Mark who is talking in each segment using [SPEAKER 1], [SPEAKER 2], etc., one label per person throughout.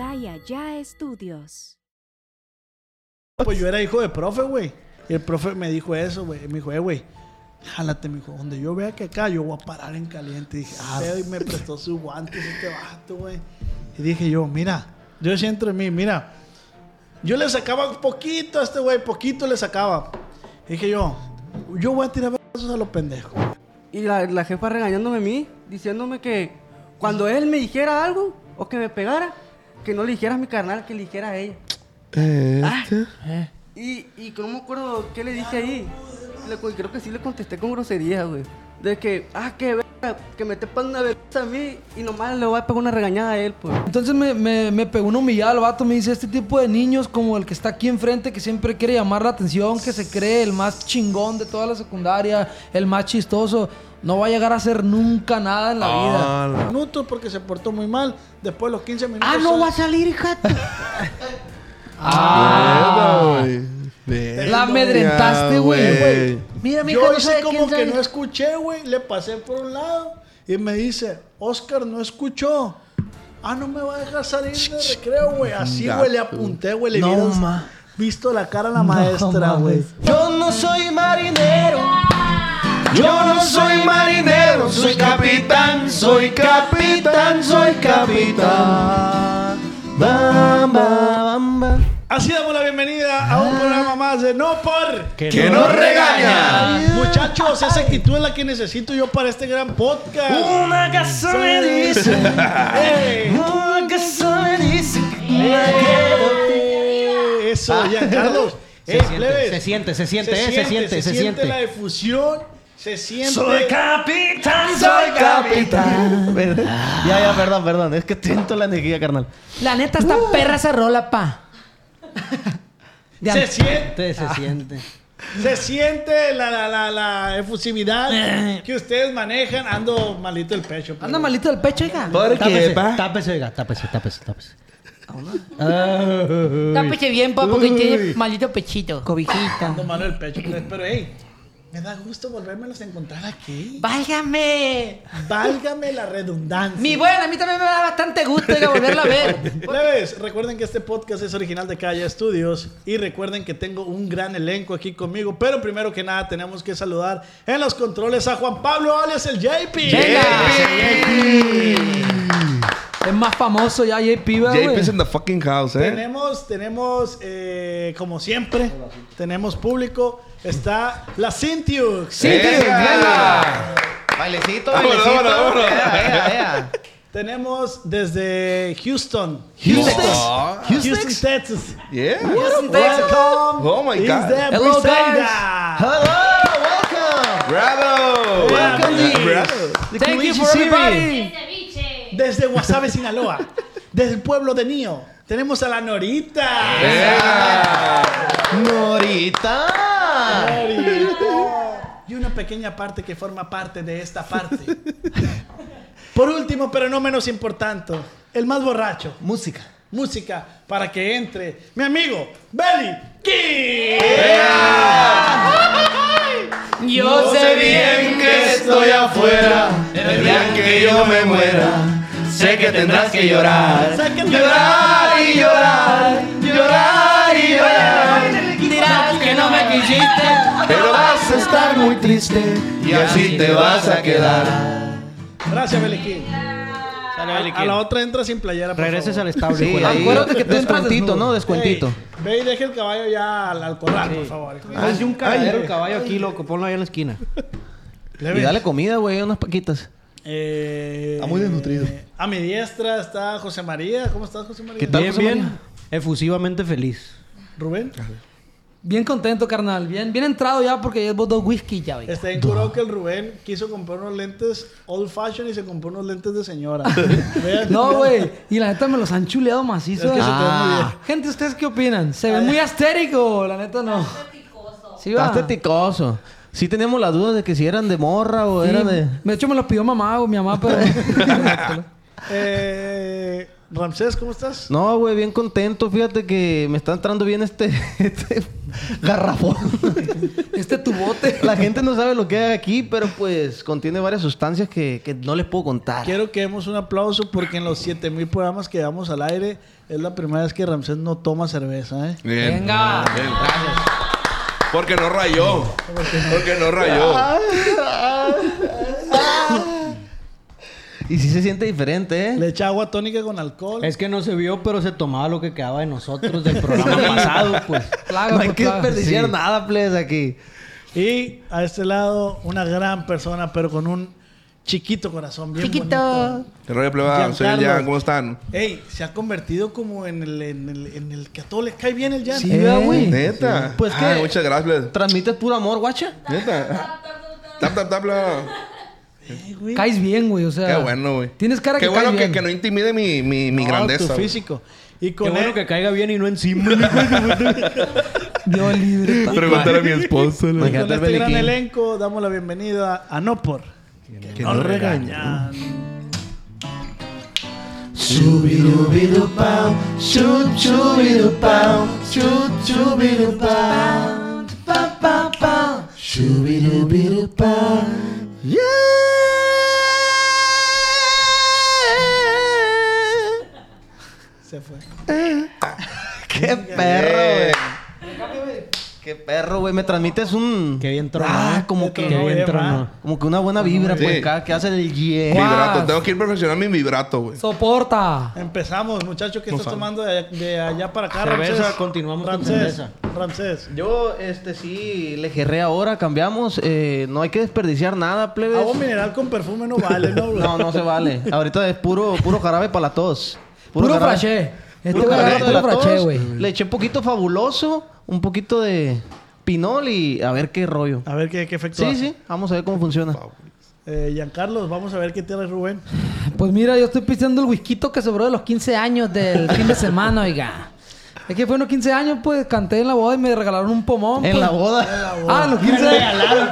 [SPEAKER 1] Allá Estudios.
[SPEAKER 2] Pues yo era hijo de profe, güey. Y el profe me dijo eso, güey. Me dijo, eh, güey, jálate, me dijo, donde yo vea que acá yo voy a parar en caliente. Y dije, ah, pedo, y me prestó sus guantes este vato, güey. Y dije yo, mira, yo decía entre mí, mira, yo le sacaba poquito a este güey, poquito le sacaba. Y dije yo, yo voy a tirar besos a los pendejos.
[SPEAKER 3] Y la, la jefa regañándome a mí, diciéndome que cuando él me dijera algo o que me pegara, que no le dijeras a mi carnal, que le dijeras a ella.
[SPEAKER 4] Este.
[SPEAKER 3] Ah. Y, y que no me acuerdo qué le dije ahí. Le co- creo que sí le contesté con grosería, güey. De que, ah, que verga, que me te ponga una verga a mí y nomás le voy a pegar una regañada a él, pues.
[SPEAKER 4] Entonces me, me, me pegó una humillada al vato, me dice, este tipo de niños como el que está aquí enfrente, que siempre quiere llamar la atención, que se cree el más chingón de toda la secundaria, el más chistoso, no va a llegar a hacer nunca nada en la
[SPEAKER 2] Ah,
[SPEAKER 4] vida.
[SPEAKER 5] Ah.
[SPEAKER 2] Minutos porque se portó muy mal. Después de los 15 minutos.
[SPEAKER 3] Ah, no va a salir, hija.
[SPEAKER 6] Ah.
[SPEAKER 4] La amedrentaste, güey.
[SPEAKER 6] Mira, mi hija,
[SPEAKER 2] Yo
[SPEAKER 6] no
[SPEAKER 2] hice
[SPEAKER 6] sabe
[SPEAKER 2] como
[SPEAKER 6] quién
[SPEAKER 2] que
[SPEAKER 6] sabe.
[SPEAKER 2] no escuché, güey. Le pasé por un lado y me dice, Oscar no escuchó. Ah, no me va a dejar salir de recreo, güey. Así, güey, le apunté, güey. Le
[SPEAKER 4] No,
[SPEAKER 2] hubieras
[SPEAKER 4] ma.
[SPEAKER 2] visto la cara a la maestra, güey.
[SPEAKER 6] Yo no soy marinero. Yo no soy marinero, soy capitán, soy capitán, soy capitán. Bamba, bamba.
[SPEAKER 2] Así damos la bienvenida a un programa más de No Por...
[SPEAKER 6] Que no regaña.
[SPEAKER 2] Muchachos, esa actitud es la que necesito yo para este gran
[SPEAKER 5] Uh.
[SPEAKER 2] podcast. Eh.
[SPEAKER 6] Una casa me dice,
[SPEAKER 2] ¡Ey!
[SPEAKER 6] una casa me dice que me quedo.
[SPEAKER 2] Eh, Eso, ya, Carlos.
[SPEAKER 7] Se
[SPEAKER 2] Ey,
[SPEAKER 7] siente,
[SPEAKER 2] plebes.
[SPEAKER 7] se siente, se siente, eh, se siente, se siente.
[SPEAKER 2] la efusión, se siente.
[SPEAKER 6] Soy capitán, soy capitán.
[SPEAKER 7] Ya, ya, perdón, perdón. Es que siento la energía, carnal.
[SPEAKER 4] La neta, esta perra se rola, pa.
[SPEAKER 7] Ya.
[SPEAKER 2] Se siente,
[SPEAKER 7] Se siente.
[SPEAKER 2] se siente la, la, la, la
[SPEAKER 7] Eh.
[SPEAKER 2] efusividad que ustedes manejan. Ando malito el pecho. pero-
[SPEAKER 4] Anda malito el pecho, hija.
[SPEAKER 7] Tápese,
[SPEAKER 6] Porque, pa.
[SPEAKER 7] tápese, oiga, tápese, tápese, tápese.
[SPEAKER 8] Tápese bien, pa, porque tiene maldito pechito.
[SPEAKER 3] Cobijita.
[SPEAKER 2] Ando malo el pecho. pero- Pero, hey, me da gusto volvérmelos a encontrar aquí.
[SPEAKER 8] ¡Válgame!
[SPEAKER 2] Válgame la redundancia.
[SPEAKER 4] Mi buena, a mí también me da bastante gusto ir a volverla a ver.
[SPEAKER 2] Leves, recuerden que este podcast es original de Calla Studios y recuerden que tengo un gran elenco aquí conmigo, pero primero que nada tenemos que saludar en los controles a Juan Pablo alias el JP.
[SPEAKER 4] Es más famoso ya JP, ¿verdad,
[SPEAKER 5] JP's
[SPEAKER 4] güey.
[SPEAKER 5] in the fucking house, eh.
[SPEAKER 2] Tenemos, tenemos, eh, como siempre, tenemos público. Está la Cintiux.
[SPEAKER 5] venga.
[SPEAKER 7] Bailecito,
[SPEAKER 5] Vámonos,
[SPEAKER 7] bailecito.
[SPEAKER 5] vámonos, vámonos.
[SPEAKER 7] Ea, ea, ea.
[SPEAKER 2] Tenemos desde Houston.
[SPEAKER 5] Houston.
[SPEAKER 2] Houston, Texas.
[SPEAKER 5] Yeah.
[SPEAKER 2] Welcome.
[SPEAKER 5] Oh my
[SPEAKER 2] Is
[SPEAKER 5] God.
[SPEAKER 2] the
[SPEAKER 4] Hello, guys.
[SPEAKER 2] Briseida.
[SPEAKER 5] Bravo.
[SPEAKER 2] Welcome,
[SPEAKER 5] Bravo.
[SPEAKER 4] Thank you for
[SPEAKER 2] Siri.
[SPEAKER 4] everybody.
[SPEAKER 2] Desde Guasave, Sinaloa. Desde el pueblo de Nio. Tenemos a la Norita.
[SPEAKER 7] Eh. Norita.
[SPEAKER 2] Norita. Y una pequeña parte que forma parte de esta parte. Por último, pero no menos importante, el más borracho.
[SPEAKER 7] Música.
[SPEAKER 2] Música para que entre mi amigo Belly King.
[SPEAKER 4] Yo
[SPEAKER 6] Sé bien que estoy afuera, el día que yo me muera, sé que tendrás que llorar.
[SPEAKER 2] Sé que
[SPEAKER 6] Llorar y llorar, llorar y llorar.
[SPEAKER 4] dirás que no me quisiste.
[SPEAKER 6] Pero vas a estar muy triste y así te vas a quedar.
[SPEAKER 2] Gracias, Belly King. A la otra entra sin playera. por
[SPEAKER 7] Regreses
[SPEAKER 2] favor.
[SPEAKER 7] al establo.
[SPEAKER 6] Sí,
[SPEAKER 7] hijo.
[SPEAKER 6] ahí.
[SPEAKER 7] Acuérdate que tú
[SPEAKER 4] Descuentito,
[SPEAKER 7] descuentito, ¿no?
[SPEAKER 4] ¿no?
[SPEAKER 7] Descuentito.
[SPEAKER 2] Ey, ve y deja el caballo ya al, al corral, por favor.
[SPEAKER 7] Hazle un cagadero
[SPEAKER 2] Ay,
[SPEAKER 7] el caballo aquí, loco. Ponlo ahí en la esquina.
[SPEAKER 2] le
[SPEAKER 7] Y
[SPEAKER 2] ves.
[SPEAKER 7] dale comida, güey, unas paquitas.
[SPEAKER 2] Eh,
[SPEAKER 7] Ah,
[SPEAKER 5] Está muy desnutrido.
[SPEAKER 2] A mi diestra está José María. ¿Cómo estás, José María?
[SPEAKER 7] ¿Qué tal, bien, José bien. María? Efusivamente feliz.
[SPEAKER 2] Rubén.
[SPEAKER 4] Bien contento, carnal. Bien, bien entrado ya porque llevo dos whisky ya, güey.
[SPEAKER 2] Está bien curado Este, que el Rubén quiso comprar unos lentes old fashion y se compró unos lentes de señora. Vean,
[SPEAKER 4] No,
[SPEAKER 2] vean.
[SPEAKER 4] güey. Y la neta me los han chuleado
[SPEAKER 2] Es
[SPEAKER 4] macizo.
[SPEAKER 2] que se te ve
[SPEAKER 4] Ah.
[SPEAKER 2] muy bien.
[SPEAKER 4] Gente, ¿ustedes qué opinan? ¿Se ve muy astérico? La neta no. Sí, va.
[SPEAKER 7] Estás teticoso. Sí teníamos la duda de que si eran de morra o
[SPEAKER 4] Sí,
[SPEAKER 7] eran de...
[SPEAKER 4] De hecho, me los pidió mamá o mi mamá, pero...
[SPEAKER 2] Eh, Ramsés, ¿cómo estás?
[SPEAKER 7] No, güey, bien contento. Fíjate que me está entrando bien este, este garrafón.
[SPEAKER 4] Este tu bote.
[SPEAKER 7] La gente no sabe lo que hay aquí, pero pues contiene varias sustancias que, que no les puedo contar.
[SPEAKER 2] Quiero que demos un aplauso porque en los 7000 programas que damos al aire es la primera vez que Ramsés no toma cerveza, ¿eh?
[SPEAKER 5] Bien.
[SPEAKER 4] Venga.
[SPEAKER 5] Bien. Porque no rayó. Porque no rayó.
[SPEAKER 7] Y sí se siente diferente, ¿eh?
[SPEAKER 2] Le echa agua tónica con alcohol.
[SPEAKER 6] Es que no se vio, pero se tomaba lo que quedaba de nosotros del programa pasado, pues.
[SPEAKER 4] Plaga
[SPEAKER 7] no hay
[SPEAKER 4] por
[SPEAKER 7] que
[SPEAKER 4] plaga.
[SPEAKER 7] desperdiciar
[SPEAKER 4] Sí.
[SPEAKER 7] nada, please, aquí.
[SPEAKER 2] Y a este lado, una gran persona, pero con un chiquito corazón. Bien
[SPEAKER 8] Chiquito.
[SPEAKER 2] bonito.
[SPEAKER 5] Qué rollo, plebada. Soy el
[SPEAKER 2] Giancarlo.
[SPEAKER 5] Jan. ¿Cómo están?
[SPEAKER 2] Ey, se ha convertido como en el, en el, en el que a todos les cae bien el Jan.
[SPEAKER 4] Sí, eh, ¿verdad, güey.
[SPEAKER 5] Neta.
[SPEAKER 7] Sí. Pues,
[SPEAKER 5] Ay,
[SPEAKER 7] ¿qué?
[SPEAKER 5] muchas gracias.
[SPEAKER 7] Transmites puro amor, guacha.
[SPEAKER 5] Neta. Tap, tap, tap, la.
[SPEAKER 4] Caes bien, güey. O sea.
[SPEAKER 5] Qué bueno, güey.
[SPEAKER 4] Ah. Tienes cara
[SPEAKER 5] Qué
[SPEAKER 4] que
[SPEAKER 5] bueno
[SPEAKER 4] caes
[SPEAKER 5] que,
[SPEAKER 4] bien.
[SPEAKER 5] que no intimide mi, mi, mi
[SPEAKER 2] No,
[SPEAKER 5] grandeza.
[SPEAKER 2] Tu
[SPEAKER 5] güey.
[SPEAKER 2] físico. Y
[SPEAKER 6] Qué
[SPEAKER 2] con
[SPEAKER 6] bueno
[SPEAKER 2] él-
[SPEAKER 6] que caiga bien y no encima. Pregúntale
[SPEAKER 4] Dios libre. pa.
[SPEAKER 5] a mi esposo.
[SPEAKER 2] y
[SPEAKER 5] la-
[SPEAKER 2] con
[SPEAKER 7] Imagínate el
[SPEAKER 2] este gran
[SPEAKER 7] Beliquín.
[SPEAKER 2] elenco damos la bienvenida a No Por. Que nos regañan.
[SPEAKER 7] Chubirubirupau, chup chubirupau, chup chubirupau, pa pa pa, chubirubirupau. Yeah.
[SPEAKER 2] Se fue.
[SPEAKER 7] Qué perro, güey. Qué perro, güey. Me transmites un.
[SPEAKER 6] Qué bien tronó.
[SPEAKER 7] Ah, como
[SPEAKER 2] Qué
[SPEAKER 7] que.
[SPEAKER 2] tronó, bien,
[SPEAKER 6] tronó.
[SPEAKER 2] ma.
[SPEAKER 7] Como que una buena vibra,
[SPEAKER 5] Sí.
[SPEAKER 7] pues, cada que hace el yeah.
[SPEAKER 5] Vibrato. Tengo que ir perfeccionando mi vibrato, güey.
[SPEAKER 4] Soporta.
[SPEAKER 2] Empezamos, muchachos, ¿qué estás tomando de allá, de allá para acá,
[SPEAKER 6] Cerveza,
[SPEAKER 2] Ramsés?
[SPEAKER 6] continuamos con
[SPEAKER 2] Ramsés,
[SPEAKER 6] cerveza.
[SPEAKER 2] Ramsés.
[SPEAKER 7] Yo, este, sí, le gerré ahora, cambiamos. eh, no hay que desperdiciar nada, plebes.
[SPEAKER 2] Agua mineral con perfume no vale, ¿no, güey?
[SPEAKER 7] No, no se vale. Ahorita es puro, puro jarabe para la tos.
[SPEAKER 4] Puro
[SPEAKER 7] jarabe-
[SPEAKER 4] fraché. Este
[SPEAKER 7] Puro
[SPEAKER 4] güey
[SPEAKER 7] jarabe
[SPEAKER 4] agarra
[SPEAKER 7] para
[SPEAKER 4] puro
[SPEAKER 7] la
[SPEAKER 4] fraché,
[SPEAKER 7] tos.
[SPEAKER 4] güey.
[SPEAKER 7] Le eché poquito fabuloso, un poquito de pinol y a ver qué rollo.
[SPEAKER 2] A ver qué, qué efecto
[SPEAKER 7] Sí,
[SPEAKER 2] hace.
[SPEAKER 7] sí, vamos a ver cómo funciona.
[SPEAKER 2] Eh, Giancarlos, vamos a ver qué tiene Rubén.
[SPEAKER 4] Pues mira, yo estoy pisteando el whisky que sobró de los 15 años del fin de semana, oiga. Es que fueron 15 años, pues canté en la boda y me regalaron un pomón.
[SPEAKER 7] En
[SPEAKER 4] pues.
[SPEAKER 7] la boda.
[SPEAKER 4] Ah, en los 15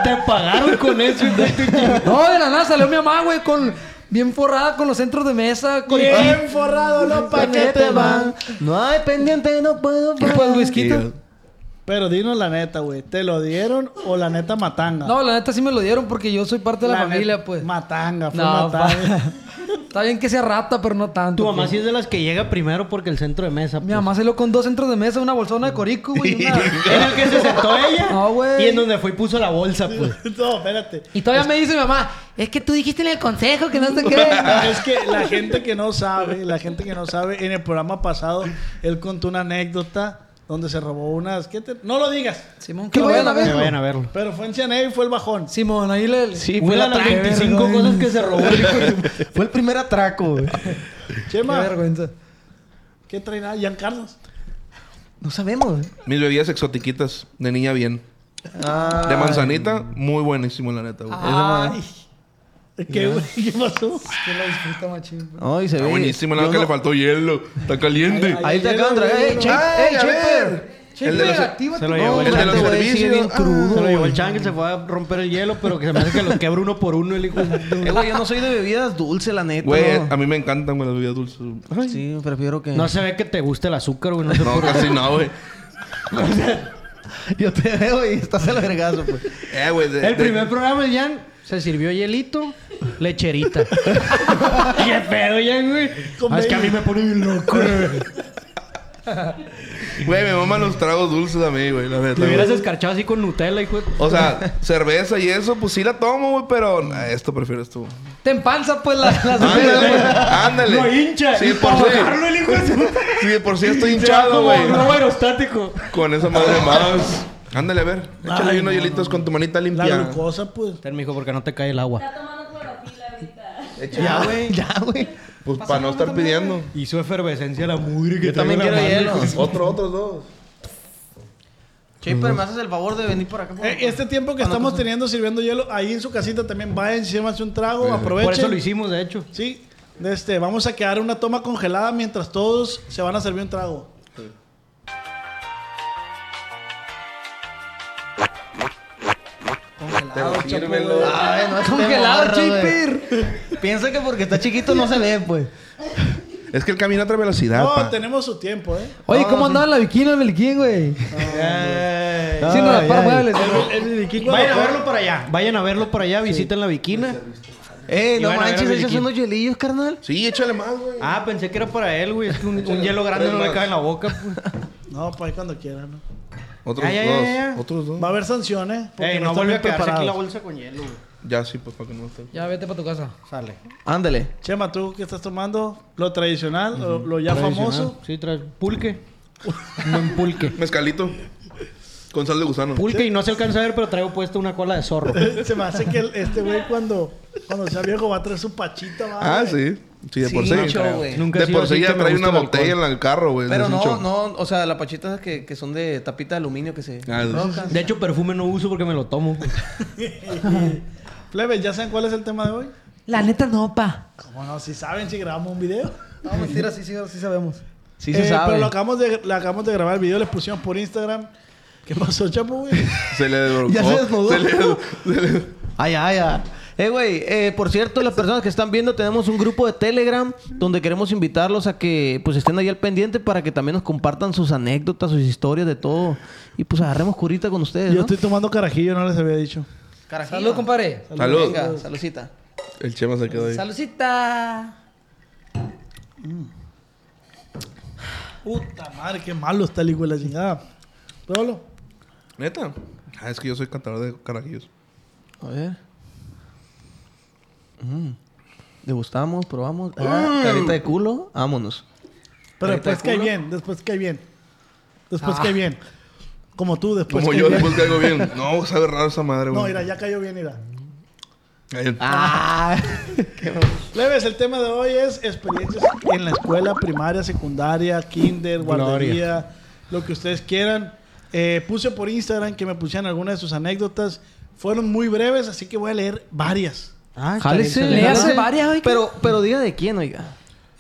[SPEAKER 6] te pagaron con eso. y no te-
[SPEAKER 4] No, de la nada salió mi mamá, güey, con bien forrada con los centros de mesa. Con
[SPEAKER 2] Bien forrado, no pa' qué te van.
[SPEAKER 7] No hay pendiente, no puedo.
[SPEAKER 4] Y pues whisky.
[SPEAKER 2] Pero dinos la neta, güey. ¿Te lo dieron o la neta matanga?
[SPEAKER 4] No, la neta sí me lo dieron porque yo soy parte de la, familia,
[SPEAKER 2] neta-
[SPEAKER 4] pues.
[SPEAKER 2] Matanga, fue
[SPEAKER 4] No,
[SPEAKER 2] matanga.
[SPEAKER 4] pa- está bien que sea rata, pero no tanto.
[SPEAKER 6] Tu mamá
[SPEAKER 4] pues.
[SPEAKER 6] sí es de las que llega primero porque el centro de mesa.
[SPEAKER 4] Mi mamá salió con dos centros de mesa, una bolsona de corico, güey. y una-
[SPEAKER 6] pues. En el que se sentó ella.
[SPEAKER 4] No, güey.
[SPEAKER 6] Y en donde fue y puso la bolsa, pues.
[SPEAKER 2] no, espérate.
[SPEAKER 8] Y todavía me dice mi mamá, es que tú dijiste en el consejo que no sé qué.
[SPEAKER 2] Es que la gente que no sabe, la gente que no sabe, en el programa pasado él contó una anécdota donde se robó unas. ¿qué te- No lo digas.
[SPEAKER 4] Simón, que lo vayan a ver.
[SPEAKER 6] Que
[SPEAKER 4] güey.
[SPEAKER 6] vayan a verlo.
[SPEAKER 2] Pero fue en Cianey y fue el bajón.
[SPEAKER 4] Simón, ahí le.
[SPEAKER 7] Sí, fue,
[SPEAKER 6] Una
[SPEAKER 7] el
[SPEAKER 6] de las
[SPEAKER 7] atraco.
[SPEAKER 6] 25 cosas que se robó. el hijo de-
[SPEAKER 7] Fue el primer atraco. güey.
[SPEAKER 4] Qué
[SPEAKER 2] Chema,
[SPEAKER 4] vergüenza.
[SPEAKER 2] ¿qué trae nada? Giancarlos.
[SPEAKER 7] No sabemos.
[SPEAKER 5] Mis bebidas exotiquitas. De niña bien.
[SPEAKER 7] Ah,
[SPEAKER 5] De manzanita, muy buenísimo, la neta, güey.
[SPEAKER 2] Ah,
[SPEAKER 4] Ay,
[SPEAKER 2] ¿Qué, güey? ¿Qué pasó?
[SPEAKER 4] que lo disfruta machín.
[SPEAKER 7] Ay, se
[SPEAKER 5] Está
[SPEAKER 7] ve.
[SPEAKER 5] buenísimo, la
[SPEAKER 7] Yo
[SPEAKER 5] que
[SPEAKER 7] no-
[SPEAKER 5] le faltó hielo. Está caliente.
[SPEAKER 7] Ahí te acaban de traer. ¡Ey,
[SPEAKER 5] Ay, a
[SPEAKER 7] Chipper!
[SPEAKER 5] ver.
[SPEAKER 4] Che,
[SPEAKER 5] El de
[SPEAKER 4] güey,
[SPEAKER 5] los-
[SPEAKER 4] actívate.
[SPEAKER 6] se lo llevó
[SPEAKER 7] ¡Ey,
[SPEAKER 5] El
[SPEAKER 6] el
[SPEAKER 5] de
[SPEAKER 6] changue.
[SPEAKER 5] los
[SPEAKER 7] Este güey sigue
[SPEAKER 5] servicios.
[SPEAKER 7] bien crudo,
[SPEAKER 6] Se lo llevó
[SPEAKER 7] güey.
[SPEAKER 6] el changue, se fue a romper el hielo, pero que se me hace que los quebra uno por uno el hijo. de-
[SPEAKER 7] Eh, güey, yo no soy de bebidas dulces, la neta.
[SPEAKER 5] Güey, eh,
[SPEAKER 7] no.
[SPEAKER 5] a mí me encantan, güey, las bebidas dulces. Ay.
[SPEAKER 7] Sí, prefiero que.
[SPEAKER 6] No se ve que te guste el azúcar, güey. No sé
[SPEAKER 5] No,
[SPEAKER 6] por qué.
[SPEAKER 5] casi no, güey.
[SPEAKER 7] Yo te veo y estás al vergazo, pues.
[SPEAKER 5] Eh, güey. de-
[SPEAKER 6] El
[SPEAKER 5] de-
[SPEAKER 6] primer programa, el Jan se sirvió hielito, lecherita. ¿Qué pedo, Jan, güey?
[SPEAKER 2] Con
[SPEAKER 6] Ah, es que a mí
[SPEAKER 2] baby.
[SPEAKER 6] me pone bien loco, güey.
[SPEAKER 5] Güey, me maman los tragos dulces a mí, güey, la neta.
[SPEAKER 6] Te
[SPEAKER 5] güey.
[SPEAKER 6] hubieras escarchado así con Nutella, hijo. de-
[SPEAKER 5] O sea, cerveza y eso, pues sí la tomo, güey, pero nah, esto prefieres tú.
[SPEAKER 4] Te empanza, pues, las
[SPEAKER 6] Ah,
[SPEAKER 4] las bebidas,
[SPEAKER 5] Ándale,
[SPEAKER 4] güey.
[SPEAKER 5] ándale.
[SPEAKER 6] Lo hincha.
[SPEAKER 5] Sí,
[SPEAKER 6] y
[SPEAKER 5] por
[SPEAKER 6] pa'
[SPEAKER 5] sí.
[SPEAKER 6] bajarlo el hijo de su-
[SPEAKER 5] Sí, de por sí estoy
[SPEAKER 6] Se va
[SPEAKER 5] hinchado,
[SPEAKER 6] como
[SPEAKER 5] güey.
[SPEAKER 6] globo aerostático.
[SPEAKER 5] Con esa madre más. Ándale, a ver. Échale
[SPEAKER 2] Ay,
[SPEAKER 5] ahí unos
[SPEAKER 2] no,
[SPEAKER 5] hielitos
[SPEAKER 2] no,
[SPEAKER 5] con tu manita
[SPEAKER 2] La
[SPEAKER 5] limpia.
[SPEAKER 2] glucosa, pues.
[SPEAKER 6] Ten, mijo, porque no te cae el agua.
[SPEAKER 7] Ya, güey. Ya, güey.
[SPEAKER 5] Pues para no estar pidiendo.
[SPEAKER 6] Hizo efervescencia la mugre que
[SPEAKER 7] Yo también
[SPEAKER 6] traigo
[SPEAKER 7] quiero
[SPEAKER 6] en la mano,
[SPEAKER 7] hielo.
[SPEAKER 6] hijo de su-
[SPEAKER 5] Otro, otros dos.
[SPEAKER 7] Chipper, ¿me haces el favor de venir por acá? por
[SPEAKER 2] Eh,
[SPEAKER 7] favor?
[SPEAKER 2] este tiempo que estamos teniendo sirviendo hielo, ahí en su casita también vayan, sírvanse un trago, aprovechen.
[SPEAKER 6] Por eso lo hicimos, de hecho.
[SPEAKER 2] Sí, de este, vamos a quedar una toma congelada mientras todos se van a servir un trago. Congelado, chapo.
[SPEAKER 7] pues. Ay, no, es
[SPEAKER 4] Congelado, Chipper.
[SPEAKER 7] Piensa que porque está chiquito no se ve, pues.
[SPEAKER 5] Es que él camina a otra velocidad.
[SPEAKER 2] No,
[SPEAKER 5] pa.
[SPEAKER 2] tenemos su tiempo, ¿eh?
[SPEAKER 4] Oye,
[SPEAKER 7] No,
[SPEAKER 6] Ah,
[SPEAKER 4] ¿cómo
[SPEAKER 7] no,
[SPEAKER 4] andaba en la bikini el Melquín, güey?
[SPEAKER 7] Ay,
[SPEAKER 4] Haciendo las
[SPEAKER 7] ay,
[SPEAKER 4] paras
[SPEAKER 7] ay.
[SPEAKER 4] muebles.
[SPEAKER 6] eh. Vayan a verlo por allá. Vayan a verlo por allá. Visiten la viquina.
[SPEAKER 7] Eh,
[SPEAKER 6] Y
[SPEAKER 7] no
[SPEAKER 6] van a ver
[SPEAKER 7] manches,
[SPEAKER 6] el
[SPEAKER 7] echas
[SPEAKER 6] Virgil.
[SPEAKER 7] unos hielillos, carnal.
[SPEAKER 5] Sí, échale más, güey.
[SPEAKER 6] Ah, pensé que era para él, güey. Es que un, un hielo grande
[SPEAKER 5] Tres
[SPEAKER 6] no le
[SPEAKER 5] más.
[SPEAKER 6] cabe en la boca. pues.
[SPEAKER 2] No, pues ahí cuando quieran, ¿no?
[SPEAKER 5] Otros
[SPEAKER 6] Ya, ya,
[SPEAKER 5] dos.
[SPEAKER 6] ya, ya.
[SPEAKER 5] Otros dos.
[SPEAKER 2] Va a haber sanciones. porque
[SPEAKER 6] Ey, Eh, no
[SPEAKER 2] están
[SPEAKER 6] vuelve a
[SPEAKER 2] bien
[SPEAKER 6] quedarse aquí la
[SPEAKER 2] preparados.
[SPEAKER 6] bolsa con hielo, güey.
[SPEAKER 5] Ya, sí, pues para que no esté.
[SPEAKER 4] Ya vete para tu casa.
[SPEAKER 6] Sale.
[SPEAKER 7] Ándale.
[SPEAKER 2] Chema, ¿tú qué estás tomando? ¿Lo tradicional? lo, lo ya famoso?
[SPEAKER 6] Sí, trae pulque. Un buen pulque.
[SPEAKER 5] Mezcalito. Con sal de gusano.
[SPEAKER 6] Pulque y no se alcanza a ver, pero traigo puesta una cola de zorro.
[SPEAKER 2] Se me hace que el- este güey cuando, cuando sea viejo va a traer su pachita, va.
[SPEAKER 5] Ah, sí. Sí, de por sí.
[SPEAKER 7] Mucho, güey.
[SPEAKER 6] Nunca
[SPEAKER 5] de
[SPEAKER 6] he sido
[SPEAKER 5] por sí
[SPEAKER 6] así
[SPEAKER 5] ya
[SPEAKER 6] que me
[SPEAKER 5] trae
[SPEAKER 6] guste
[SPEAKER 5] una
[SPEAKER 6] el
[SPEAKER 5] botella en
[SPEAKER 6] alcohol.
[SPEAKER 5] el carro, güey.
[SPEAKER 7] Pero
[SPEAKER 5] de
[SPEAKER 7] no,
[SPEAKER 5] cincho.
[SPEAKER 7] no, o sea, las pachitas que, que son de tapita de aluminio que se
[SPEAKER 5] Ah,
[SPEAKER 7] rocan.
[SPEAKER 6] De hecho, perfume no uso porque me lo tomo.
[SPEAKER 2] Plebe, ¿ya saben cuál es el tema de hoy?
[SPEAKER 8] La neta no, pa.
[SPEAKER 2] Como no, si saben, si grabamos un video.
[SPEAKER 4] No, mentira, sí, sí, sí sabemos.
[SPEAKER 7] Sí se
[SPEAKER 2] Eh,
[SPEAKER 7] sabe.
[SPEAKER 2] Pero lo acabamos, de, lo acabamos de grabar el video, les pusimos por Instagram. ¿Qué pasó, chapo, güey?
[SPEAKER 5] Se le desbloqueó.
[SPEAKER 7] Ya se desnudó.
[SPEAKER 5] le- se le-
[SPEAKER 7] Ay, ay, ay. Eh, güey, eh, por cierto, las personas que están viendo, tenemos un grupo de Telegram donde queremos invitarlos a que pues estén ahí al pendiente para que también nos compartan sus anécdotas, sus historias de todo. Y pues agarremos curita con ustedes,
[SPEAKER 2] Yo
[SPEAKER 7] ¿no?
[SPEAKER 2] estoy tomando carajillo, no les había dicho.
[SPEAKER 7] Carajillo.
[SPEAKER 4] Salud, compadre.
[SPEAKER 5] Salud.
[SPEAKER 7] Venga, saludcita.
[SPEAKER 5] El Chema se quedó ahí.
[SPEAKER 8] Salucita.
[SPEAKER 2] Puta madre, qué malo está el hijo de la chingada. Pruébalo.
[SPEAKER 5] ¿Neta? Ah, es que yo soy cantador de carajillos.
[SPEAKER 7] A ver. Mm. Degustamos, probamos. Ah,
[SPEAKER 5] Mm.
[SPEAKER 7] Carita de culo, vámonos.
[SPEAKER 2] Pero
[SPEAKER 7] Ahí está
[SPEAKER 2] después cae
[SPEAKER 7] el culo. Ah.
[SPEAKER 2] bien, después cae bien. Después cae bien. Como tú, después
[SPEAKER 5] Como
[SPEAKER 7] Pues
[SPEAKER 2] cae
[SPEAKER 5] yo
[SPEAKER 2] bien.
[SPEAKER 5] después caigo bien. No, sabe raro esa madre, güey.
[SPEAKER 2] No, mira, ya cayó bien, mira.
[SPEAKER 5] Ahí.
[SPEAKER 7] Ah.
[SPEAKER 2] Leves, el tema de hoy es experiencias en la escuela, primaria, secundaria, kinder, guardería, lo que ustedes quieran. Eh, puse por Instagram que me pusieran algunas de sus anécdotas. Fueron muy breves, así que voy a leer varias.
[SPEAKER 6] Ah,
[SPEAKER 7] Jálese,
[SPEAKER 4] Le
[SPEAKER 7] jálese.
[SPEAKER 4] hace varias, oiga.
[SPEAKER 7] Pero, pero diga de quién, oiga.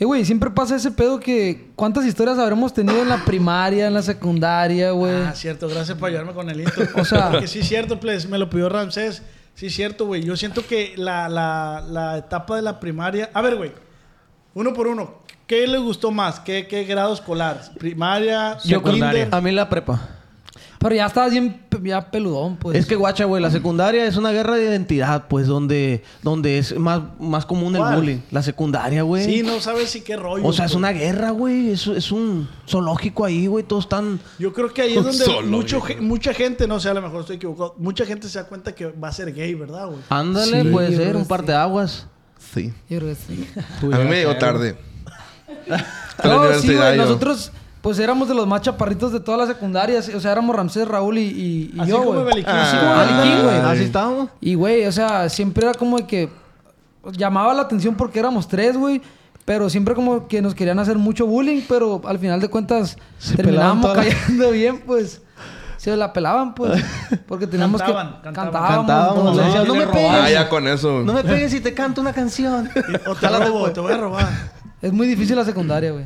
[SPEAKER 4] Eh, güey, siempre pasa ese pedo que... ¿Cuántas historias habremos tenido en la primaria, en la secundaria, güey?
[SPEAKER 2] Ah, cierto, gracias por ayudarme con el intro.
[SPEAKER 4] Pues, O sea-
[SPEAKER 2] Porque sí, cierto, please, me lo pidió Ramsés. Sí, cierto, güey. Yo siento que la, la, la etapa de la primaria. A ver, güey, uno por uno. ¿Qué le gustó más? ¿Qué, qué grado escolar? ¿Primaria?
[SPEAKER 7] Yo con-
[SPEAKER 2] kinder?
[SPEAKER 7] A mí la prepa.
[SPEAKER 4] Pero ya estabas bien pe- ya peludón, pues.
[SPEAKER 7] Es que guacha, güey, la secundaria es una guerra de identidad, pues, donde, donde es más, más común el
[SPEAKER 2] ¿Cuál?
[SPEAKER 7] bullying. La secundaria, güey.
[SPEAKER 2] Sí, no sabes si qué rollo.
[SPEAKER 7] O sea, es
[SPEAKER 2] güey.
[SPEAKER 7] una guerra, güey. Es, es un zoológico ahí, güey. Todos están.
[SPEAKER 2] Yo creo que ahí es donde
[SPEAKER 5] Solo,
[SPEAKER 2] mucho
[SPEAKER 5] yo
[SPEAKER 2] ge-
[SPEAKER 5] creo.
[SPEAKER 2] mucha gente, no sé, a lo mejor estoy equivocado, mucha gente se da cuenta que va a ser gay, ¿verdad, güey?
[SPEAKER 7] Ándale,
[SPEAKER 4] Sí,
[SPEAKER 7] puede
[SPEAKER 4] yo
[SPEAKER 7] ser,
[SPEAKER 4] creo
[SPEAKER 7] un
[SPEAKER 4] que
[SPEAKER 7] par de aguas.
[SPEAKER 5] Sí.
[SPEAKER 4] Yo creo que sí.
[SPEAKER 5] A mí me llegó tarde. A la
[SPEAKER 4] No, sí,
[SPEAKER 5] universidad
[SPEAKER 4] güey.
[SPEAKER 5] yo.
[SPEAKER 4] Nosotros, pues, éramos de los más chaparritos de toda la secundaria. así- O sea, éramos Ramsés, Raúl y, y, y
[SPEAKER 2] Así
[SPEAKER 4] yo,
[SPEAKER 2] como
[SPEAKER 4] güey.
[SPEAKER 2] Beliquín.
[SPEAKER 4] Así como
[SPEAKER 5] Ah,
[SPEAKER 4] Beliquín, güey.
[SPEAKER 7] Así estábamos.
[SPEAKER 4] Y, güey, o sea, siempre era como de que... Llamaba la atención porque éramos tres, güey. Pero siempre como que nos querían hacer mucho bullying. Pero al final de cuentas
[SPEAKER 7] pelaban
[SPEAKER 4] terminábamos
[SPEAKER 7] todas las-
[SPEAKER 4] cayendo bien, pues. Se la pelaban, pues. Porque teníamos
[SPEAKER 2] Cantaban,
[SPEAKER 4] que...
[SPEAKER 2] cantaban.
[SPEAKER 4] Cantábamos.
[SPEAKER 7] Cantábamos,
[SPEAKER 4] nos
[SPEAKER 7] ¿no?
[SPEAKER 4] decían,
[SPEAKER 7] Y
[SPEAKER 4] no
[SPEAKER 7] le
[SPEAKER 4] me
[SPEAKER 7] robaban.
[SPEAKER 4] pegues.
[SPEAKER 5] Ah, ya con eso.
[SPEAKER 7] No me pegues si te canto una canción.
[SPEAKER 2] O te robo, te voy a robar.
[SPEAKER 4] Es muy difícil la secundaria, güey.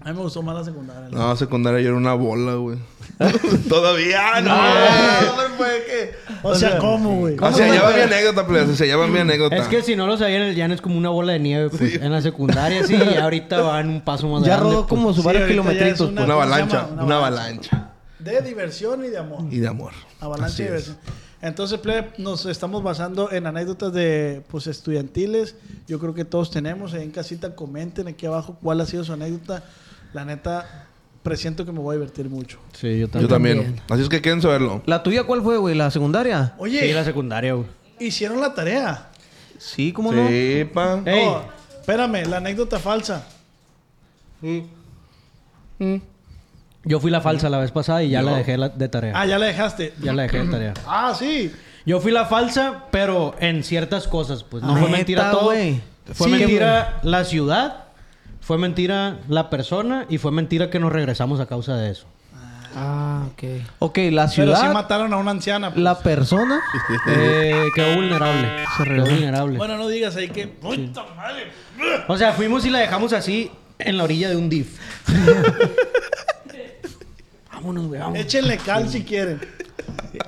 [SPEAKER 2] A mí me gustó más la secundaria. la-
[SPEAKER 5] No, secundaria yo era una bola, güey. Todavía no.
[SPEAKER 2] O sea, ¿cómo, güey?
[SPEAKER 5] güey. Hacia allá va Ah, mi anécdota, please. Hacia allá va mi anécdota.
[SPEAKER 6] Es que si no lo sabían, el Jan es como una bola de nieve. pues. En la secundaria sí, y ahorita van un paso más
[SPEAKER 7] Ya
[SPEAKER 6] grande.
[SPEAKER 7] rodó
[SPEAKER 6] pues.
[SPEAKER 7] como
[SPEAKER 2] Sí,
[SPEAKER 7] sus varios
[SPEAKER 2] ahorita ya
[SPEAKER 7] kilometritos.
[SPEAKER 2] es
[SPEAKER 5] Una
[SPEAKER 2] ¿cómo se
[SPEAKER 5] avalancha.
[SPEAKER 2] llama?
[SPEAKER 5] Una avalancha.
[SPEAKER 2] De diversión y de amor.
[SPEAKER 5] Y de amor.
[SPEAKER 2] Avalancha
[SPEAKER 5] Así
[SPEAKER 2] y
[SPEAKER 5] es.
[SPEAKER 2] diversión. Entonces, plebe, nos estamos basando en anécdotas de pues estudiantiles. Yo creo que todos tenemos. Ahí en casita comenten aquí abajo cuál ha sido su anécdota. La neta, presiento que me voy a divertir mucho.
[SPEAKER 6] Sí, yo
[SPEAKER 5] Yo
[SPEAKER 6] también.
[SPEAKER 5] también. Así es que quieren saberlo.
[SPEAKER 7] pues. ¿La tuya cuál fue, güey? ¿La secundaria?
[SPEAKER 2] Oye,
[SPEAKER 6] Sí, la secundaria, güey.
[SPEAKER 2] hicieron la tarea.
[SPEAKER 7] Sí, ¿cómo no?
[SPEAKER 5] Sí, pa.
[SPEAKER 6] Ey.
[SPEAKER 2] No, espérame, la anécdota falsa.
[SPEAKER 6] Yo fui la falsa la vez pasada y ya la dejé la- de tarea.
[SPEAKER 2] Ah, ya la dejaste.
[SPEAKER 6] Ya la dejé de tarea.
[SPEAKER 2] Ah, sí.
[SPEAKER 6] Yo fui la falsa, pero en ciertas cosas, pues. No
[SPEAKER 7] Ah,
[SPEAKER 6] fue
[SPEAKER 7] ¿neta,
[SPEAKER 6] mentira todo.
[SPEAKER 7] güey?
[SPEAKER 6] Fue
[SPEAKER 4] Sí,
[SPEAKER 6] mentira la ciudad, fue mentira la persona y fue mentira que nos regresamos a causa de eso.
[SPEAKER 4] Ah, ok.
[SPEAKER 3] Eh,
[SPEAKER 7] Ok, la
[SPEAKER 2] Pero sí
[SPEAKER 7] ciudad,
[SPEAKER 2] mataron a una anciana. pues.
[SPEAKER 7] la persona.
[SPEAKER 6] Eh, quedó vulnerable. Quedó vulnerable.
[SPEAKER 2] Bueno, no digas ahí que. ¡Puta madre!
[SPEAKER 6] O sea, fuimos y la dejamos así en la orilla de un diff. vámonos, güey, vámonos.
[SPEAKER 2] Échenle cal si quieren.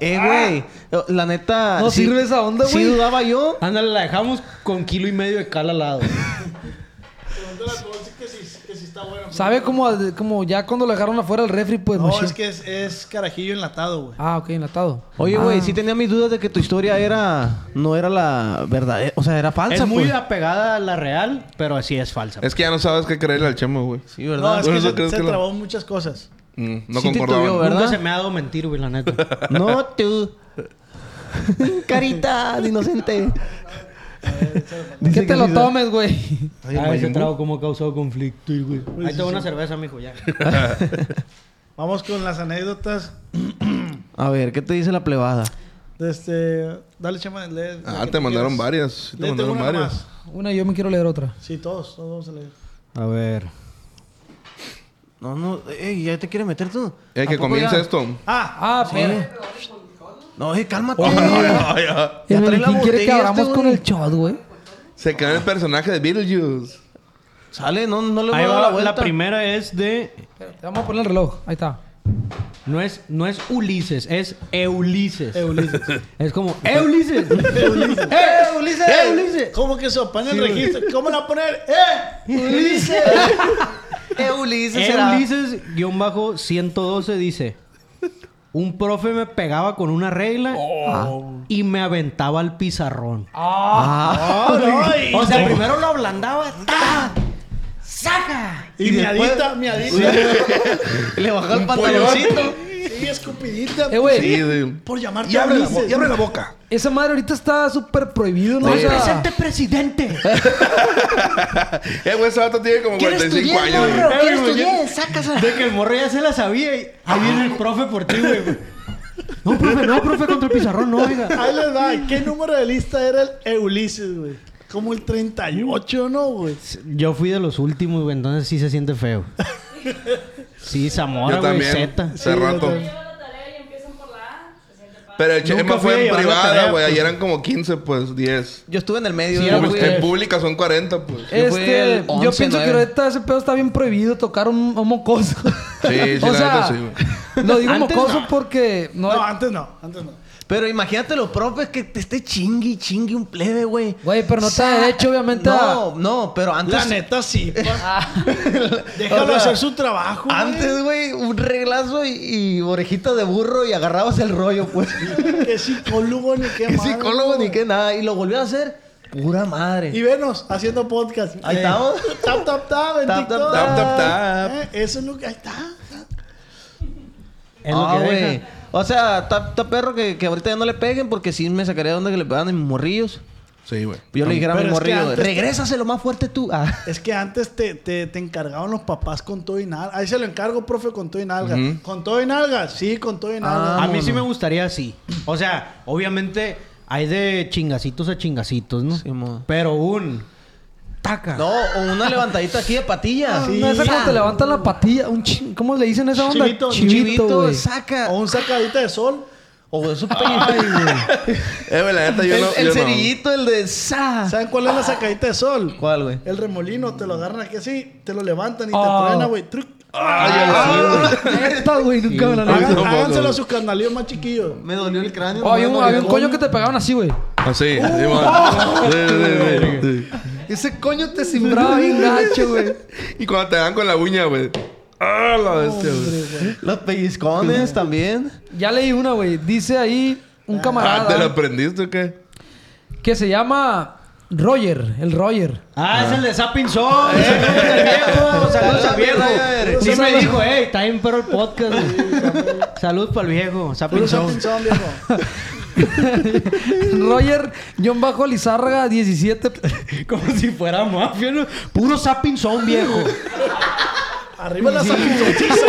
[SPEAKER 7] Eh, güey. La neta.
[SPEAKER 4] No
[SPEAKER 7] sí-
[SPEAKER 4] sirve esa onda,
[SPEAKER 7] Sí
[SPEAKER 4] güey.
[SPEAKER 7] dudaba yo.
[SPEAKER 6] Ándale, la dejamos con kilo y medio de cal al lado.
[SPEAKER 2] el alcohol sí que sí, que sí está bueno.
[SPEAKER 4] Sabe como, a- como ya cuando lo dejaron afuera el refri, pues.
[SPEAKER 2] No,
[SPEAKER 4] machín.
[SPEAKER 2] es que es, es carajillo enlatado, güey.
[SPEAKER 4] Ah, ok, enlatado.
[SPEAKER 7] Oye,
[SPEAKER 4] Ah.
[SPEAKER 7] güey, sí tenía mis dudas de que tu historia era. No era la verdadera. O sea, era falsa,
[SPEAKER 6] Es muy
[SPEAKER 7] pues.
[SPEAKER 6] apegada a la real, pero así es falsa.
[SPEAKER 5] Es que ya no sabes qué creerle al chemo, güey.
[SPEAKER 7] Sí,
[SPEAKER 2] No,
[SPEAKER 7] ¿verdad?
[SPEAKER 2] es
[SPEAKER 5] Por
[SPEAKER 2] que
[SPEAKER 5] eso
[SPEAKER 2] se,
[SPEAKER 5] crees
[SPEAKER 2] se
[SPEAKER 5] que lo-
[SPEAKER 2] trabó muchas cosas.
[SPEAKER 5] Mm, no
[SPEAKER 7] Sí te
[SPEAKER 5] concordaban.
[SPEAKER 7] tuvió, ¿verdad?
[SPEAKER 6] Nunca se me ha dado mentir, güey, la neta.
[SPEAKER 7] No tú. Carita de inocente. Dice
[SPEAKER 4] ¿Qué te
[SPEAKER 7] que
[SPEAKER 4] lo
[SPEAKER 7] sí,
[SPEAKER 4] tomes, güey?
[SPEAKER 5] Ay,
[SPEAKER 6] Ay, ese
[SPEAKER 5] Mayimbu.
[SPEAKER 6] trago como ha causado conflicto, güey. Ahí tengo una cerveza, mijo, ya.
[SPEAKER 2] Vamos con las anécdotas.
[SPEAKER 7] A ver, ¿qué te dice la plebada?
[SPEAKER 2] De este, dale, chema, lee. la
[SPEAKER 5] Ah,
[SPEAKER 2] que
[SPEAKER 5] te
[SPEAKER 2] tú
[SPEAKER 5] mandaron
[SPEAKER 2] quieras.
[SPEAKER 5] varias. Sí, te
[SPEAKER 2] Léete
[SPEAKER 5] mandaron
[SPEAKER 2] una
[SPEAKER 5] varias.
[SPEAKER 2] nomás.
[SPEAKER 4] Una, yo me quiero leer otra.
[SPEAKER 2] Sí, todos, todos vamos a leer.
[SPEAKER 6] A ver.
[SPEAKER 7] No, no, ey, ya te quiere meter tú.
[SPEAKER 5] Eh,
[SPEAKER 7] ¿A
[SPEAKER 5] que
[SPEAKER 7] poco
[SPEAKER 5] comience
[SPEAKER 7] ya?
[SPEAKER 5] esto.
[SPEAKER 2] Ah,
[SPEAKER 4] Ah, pero.
[SPEAKER 7] No, eh, cálmate.
[SPEAKER 4] El
[SPEAKER 7] Ya trae la
[SPEAKER 4] Melquín quiere que
[SPEAKER 7] botella
[SPEAKER 4] abramos
[SPEAKER 7] este,
[SPEAKER 4] con
[SPEAKER 7] güey.
[SPEAKER 4] el shot, güey.
[SPEAKER 5] Se quedó en el personaje de Beetlejuice.
[SPEAKER 7] Sale, no, no le voy
[SPEAKER 6] Ahí
[SPEAKER 7] a dar
[SPEAKER 6] va,
[SPEAKER 7] la
[SPEAKER 6] la,
[SPEAKER 7] vuelta.
[SPEAKER 6] primera es de...
[SPEAKER 4] Te vamos a poner el reloj. Ahí está.
[SPEAKER 6] No es, no es Ulises, es Eulises.
[SPEAKER 2] Ulises.
[SPEAKER 6] es como... ¡Eulises!
[SPEAKER 4] ¡Eh, Ulises!
[SPEAKER 2] ¡Eh, Ulises! ¿Cómo que eso? Pon el registro. ¿Cómo la va a poner? ¡Eh! ¡Ulises!
[SPEAKER 7] Eh, Ulises, será.
[SPEAKER 6] Ulises, guión bajo 112 dice... Un profe me pegaba con una regla y me aventaba al pizarrón.
[SPEAKER 2] ¡Ah, no! Y,
[SPEAKER 6] o sea, primero lo ablandaba.
[SPEAKER 2] y miadita, miadita.
[SPEAKER 7] Le bajó el pantaloncito.
[SPEAKER 2] Sí, escupidita.
[SPEAKER 4] Eh, güey.
[SPEAKER 5] Sí, de-
[SPEAKER 2] Por llamarte
[SPEAKER 5] Y abre, la, bo-
[SPEAKER 2] Ulises.
[SPEAKER 5] y abre la boca.
[SPEAKER 4] Esa madre ahorita está súper prohibido, ¿no? O sea,
[SPEAKER 6] presidente!
[SPEAKER 5] Eh, güey, ese vato tiene como 45 años. güey.
[SPEAKER 8] ¿Quieres estudiar? Sácasela.
[SPEAKER 6] De que el morro ya se la sabía y ahí viene el profe por ti, güey. No, profe, no, profe, contra el pizarrón, no, oiga.
[SPEAKER 2] Ahí les va. ¿Qué número de lista era el eh, Ulises, güey? Como el 38, ¿no, güey?
[SPEAKER 6] Yo fui de los últimos, güey, entonces sí se siente feo. Sí, Zamora,
[SPEAKER 5] Yo
[SPEAKER 6] güey,
[SPEAKER 5] también.
[SPEAKER 6] Z.
[SPEAKER 5] Hace rato. Pero el
[SPEAKER 6] Nunca
[SPEAKER 5] Chema
[SPEAKER 6] fui a
[SPEAKER 5] fue en
[SPEAKER 6] llevar la
[SPEAKER 5] privada,
[SPEAKER 6] tarea,
[SPEAKER 5] güey.
[SPEAKER 6] pues.
[SPEAKER 5] Ayer eran como 15, pues 10.
[SPEAKER 7] Yo estuve en el medio.
[SPEAKER 6] Sí,
[SPEAKER 7] de
[SPEAKER 6] era
[SPEAKER 7] la-
[SPEAKER 6] muy-
[SPEAKER 5] Pues, En pública son 40, pues.
[SPEAKER 7] Yo fui
[SPEAKER 4] Este,
[SPEAKER 7] el
[SPEAKER 4] yo
[SPEAKER 7] 11,
[SPEAKER 4] pienso que
[SPEAKER 7] 9.
[SPEAKER 4] ahorita ese pedo está bien prohibido tocar un, un mocoso.
[SPEAKER 5] Sí, sí, la neta sí,
[SPEAKER 4] lo digo
[SPEAKER 6] Antes
[SPEAKER 4] mocoso
[SPEAKER 6] no.
[SPEAKER 4] porque no,
[SPEAKER 2] No, antes no, antes no.
[SPEAKER 7] Pero imagínate los profes que te esté chingui, y chingue un plebe, güey.
[SPEAKER 4] Güey, pero no te da
[SPEAKER 7] Sa-
[SPEAKER 4] derecho, obviamente,
[SPEAKER 7] No, no, pero
[SPEAKER 2] La
[SPEAKER 7] antes.
[SPEAKER 2] neta sí, pa. Déjalo
[SPEAKER 7] O sea,
[SPEAKER 2] hacer su trabajo. güey.
[SPEAKER 7] Antes, güey, un reglazo y, y orejita de burro y agarrabas el rollo, pues.
[SPEAKER 2] Que psicólogo ni qué
[SPEAKER 7] Qué
[SPEAKER 2] madre,
[SPEAKER 7] psicólogo ni
[SPEAKER 2] güey.
[SPEAKER 7] qué nada. Y lo volvió a hacer. Pura madre.
[SPEAKER 2] Y venos haciendo podcast.
[SPEAKER 7] Ahí
[SPEAKER 2] Eh,
[SPEAKER 7] estamos.
[SPEAKER 2] Tap, tap, tap en
[SPEAKER 7] Tap, tap,
[SPEAKER 2] TikTok.
[SPEAKER 5] Tap, tap, tap.
[SPEAKER 2] Eh, Eso es lo que ahí está.
[SPEAKER 6] Es lo
[SPEAKER 7] Ah,
[SPEAKER 6] que
[SPEAKER 7] güey.
[SPEAKER 6] deja.
[SPEAKER 7] O sea, está está perro que, que ahorita ya no le peguen porque sí me sacaría de onda que le pegan a mis morrillos.
[SPEAKER 5] Sí, güey.
[SPEAKER 7] Yo le dijera a
[SPEAKER 2] Pero
[SPEAKER 7] mi
[SPEAKER 2] es que
[SPEAKER 7] morrillo,
[SPEAKER 2] antes-
[SPEAKER 7] regrésase lo más fuerte tú. Ah.
[SPEAKER 2] Es que antes te, te, te encargaban los papás con todo y nalga. Ahí se lo encargo, profe, con todo y nalga.
[SPEAKER 5] Ujú.
[SPEAKER 2] ¿Con todo y nalga? Sí, con todo y nalga.
[SPEAKER 6] A mí sí me gustaría así. O sea, obviamente hay de chingacitos a chingacitos, ¿no?
[SPEAKER 7] Sí, mo.
[SPEAKER 6] Pero un... ¡Taca!
[SPEAKER 7] No, o una levantadita aquí de Ah. patilla.
[SPEAKER 2] Sí.
[SPEAKER 4] no esa cuando te levantan la patilla, un chi- ¿cómo le dicen esa onda?
[SPEAKER 2] Chivito,
[SPEAKER 7] Un
[SPEAKER 4] chivito,
[SPEAKER 7] chivito,
[SPEAKER 4] güey.
[SPEAKER 5] Ah.
[SPEAKER 4] Oh.
[SPEAKER 7] saca.
[SPEAKER 2] O un sacadita de sol.
[SPEAKER 7] O eso güey.
[SPEAKER 5] Eh, güey, la neta, yo
[SPEAKER 7] El,
[SPEAKER 5] no. yo
[SPEAKER 7] el
[SPEAKER 5] no.
[SPEAKER 7] cerillito, el de sa.
[SPEAKER 2] ¿Saben cuál es la sacadita de sol?
[SPEAKER 7] ¿Cuál, güey?
[SPEAKER 2] El remolino, te lo agarran aquí así, te lo levantan y
[SPEAKER 4] Ah.
[SPEAKER 2] te truena, güey. Truc.
[SPEAKER 7] Ah.
[SPEAKER 4] Neta, güey, nunca me la
[SPEAKER 5] Ah,
[SPEAKER 4] levantan.
[SPEAKER 2] Hagan-
[SPEAKER 5] no,
[SPEAKER 2] háganselo
[SPEAKER 5] no.
[SPEAKER 2] a sus carnalillos más chiquillos.
[SPEAKER 7] Me dolió el cráneo.
[SPEAKER 4] Oh, había
[SPEAKER 7] me
[SPEAKER 4] un,
[SPEAKER 7] dolió
[SPEAKER 4] había
[SPEAKER 7] el
[SPEAKER 4] un coño que te pegaban así, güey.
[SPEAKER 5] Así, Ah, sí, man. Sí, sí, sí, sí.
[SPEAKER 7] Ese coño te
[SPEAKER 4] Timbraba bien gacho, güey.
[SPEAKER 5] Y cuando te dan con la uña, güey. Ah, la bestia, güey.
[SPEAKER 7] Los pellizcones también.
[SPEAKER 4] Ya leí una, güey. Dice ahí un
[SPEAKER 5] Ah, ¿te lo
[SPEAKER 4] camarada
[SPEAKER 5] aprendiste o qué?
[SPEAKER 4] que se llama Roger, el Roger.
[SPEAKER 6] Ah, Eh, es el de Zapping Song. Saludos al viejo. Saludos al viejo.
[SPEAKER 7] Roger.
[SPEAKER 6] Sí me
[SPEAKER 4] Saludos.
[SPEAKER 6] dijo, hey, está bien perro el podcast. güey. pues, Saludos para el viejo. Zapping
[SPEAKER 2] Puro
[SPEAKER 6] Song.
[SPEAKER 2] sapinzón, viejo.
[SPEAKER 4] Roger, John Bajo Lizárraga, 17.
[SPEAKER 6] Como si fuera mafia, ¿no? Puro Zapping Song, viejo.
[SPEAKER 2] Arriba la sapinzonciza.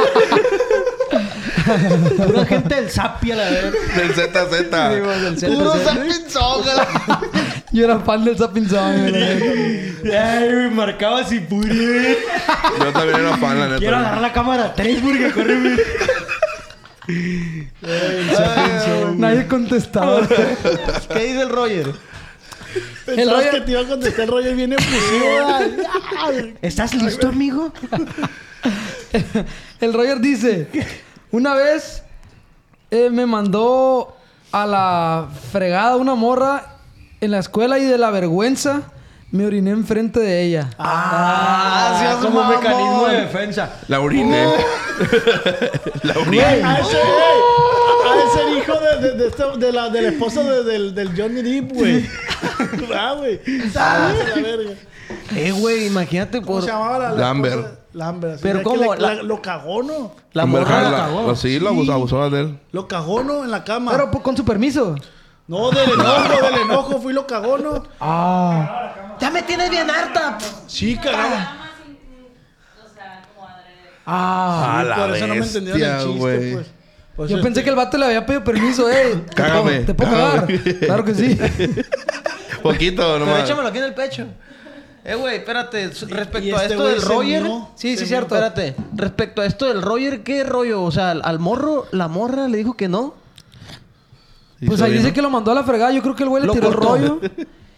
[SPEAKER 6] Pura gente del Zappi a la verga.
[SPEAKER 5] Del ZZ.
[SPEAKER 7] Puro sapinzón,
[SPEAKER 4] Yo era fan del Zapping Sound, güey, la neta.
[SPEAKER 6] Ay, me marcaba si pude.
[SPEAKER 5] Yo también era fan, la neta.
[SPEAKER 6] Quiero agarrar la cámara 3 porque corre. güey.
[SPEAKER 4] Nadie contestaba.
[SPEAKER 7] ¿Qué dice el Roger?
[SPEAKER 2] Pensabas
[SPEAKER 4] Roger-
[SPEAKER 2] que te iba a contestar el Roger bien efusivo. ¿verdad?
[SPEAKER 6] ¿Estás listo, amigo?
[SPEAKER 4] El Roger dice: Una vez eh, me mandó a la fregada una morra en la escuela y de la vergüenza Me oriné enfrente de ella.
[SPEAKER 7] Ah, sí, como un mecanismo de defensa.
[SPEAKER 5] La oriné. la oriné.
[SPEAKER 2] A ese, güey. A ese el hijo Ah, de, de, de este- de la, del esposo de- del, del Johnny Depp, güey. ah, güey. Sácate la verga.
[SPEAKER 7] Eh, güey, imagínate
[SPEAKER 2] ¿Cómo
[SPEAKER 7] por
[SPEAKER 2] se llamaba la, la
[SPEAKER 5] Lambert.
[SPEAKER 2] esposa? Lambert. así.
[SPEAKER 7] Pero
[SPEAKER 2] Ya que
[SPEAKER 7] ¿cómo?
[SPEAKER 2] le- la-
[SPEAKER 7] La-
[SPEAKER 2] lo cagó, ¿no?
[SPEAKER 7] la
[SPEAKER 5] Amber
[SPEAKER 7] morra
[SPEAKER 5] Heard
[SPEAKER 7] la
[SPEAKER 5] la-
[SPEAKER 7] cagó.
[SPEAKER 5] la- Pues sí, la abusó, abusó de él.
[SPEAKER 2] Lo cagó, ¿no? En la cama.
[SPEAKER 4] Pero pues, con su permiso.
[SPEAKER 2] No, del enojo, del enojo. Fui lo cagó, ¿no?
[SPEAKER 8] Ya me tienes bien harta.
[SPEAKER 2] Sí, cagado.
[SPEAKER 5] Ah,
[SPEAKER 2] Por eso no me
[SPEAKER 5] bestia,
[SPEAKER 2] entendieron el chiste,
[SPEAKER 5] güey.
[SPEAKER 2] pues. Pues
[SPEAKER 4] Yo
[SPEAKER 2] este-
[SPEAKER 4] pensé que el vato le había pedido permiso, eh. ¿Te
[SPEAKER 5] Cágame,
[SPEAKER 4] puedo- ¿Te puedo cagar?
[SPEAKER 5] cágame.
[SPEAKER 4] Claro que sí.
[SPEAKER 5] Poquito
[SPEAKER 7] Pero
[SPEAKER 5] nomás.
[SPEAKER 7] échamelo aquí en el pecho. Eh, güey, espérate. su- Respecto
[SPEAKER 2] y
[SPEAKER 7] a
[SPEAKER 2] este
[SPEAKER 7] esto
[SPEAKER 2] güey
[SPEAKER 7] del
[SPEAKER 2] se
[SPEAKER 7] Roger.
[SPEAKER 2] mió.
[SPEAKER 4] Sí, sí,
[SPEAKER 7] es
[SPEAKER 4] cierto.
[SPEAKER 7] Espérate. Respecto a esto del Roger, ¿qué rollo? O sea, al, al morro, la morra le dijo que no.
[SPEAKER 5] Y
[SPEAKER 4] Pues
[SPEAKER 5] se
[SPEAKER 4] ahí
[SPEAKER 5] vino.
[SPEAKER 4] dice que lo mandó a la fregada. Yo creo que el güey le
[SPEAKER 7] Lo
[SPEAKER 4] tiró el
[SPEAKER 7] cortó.
[SPEAKER 4] rollo.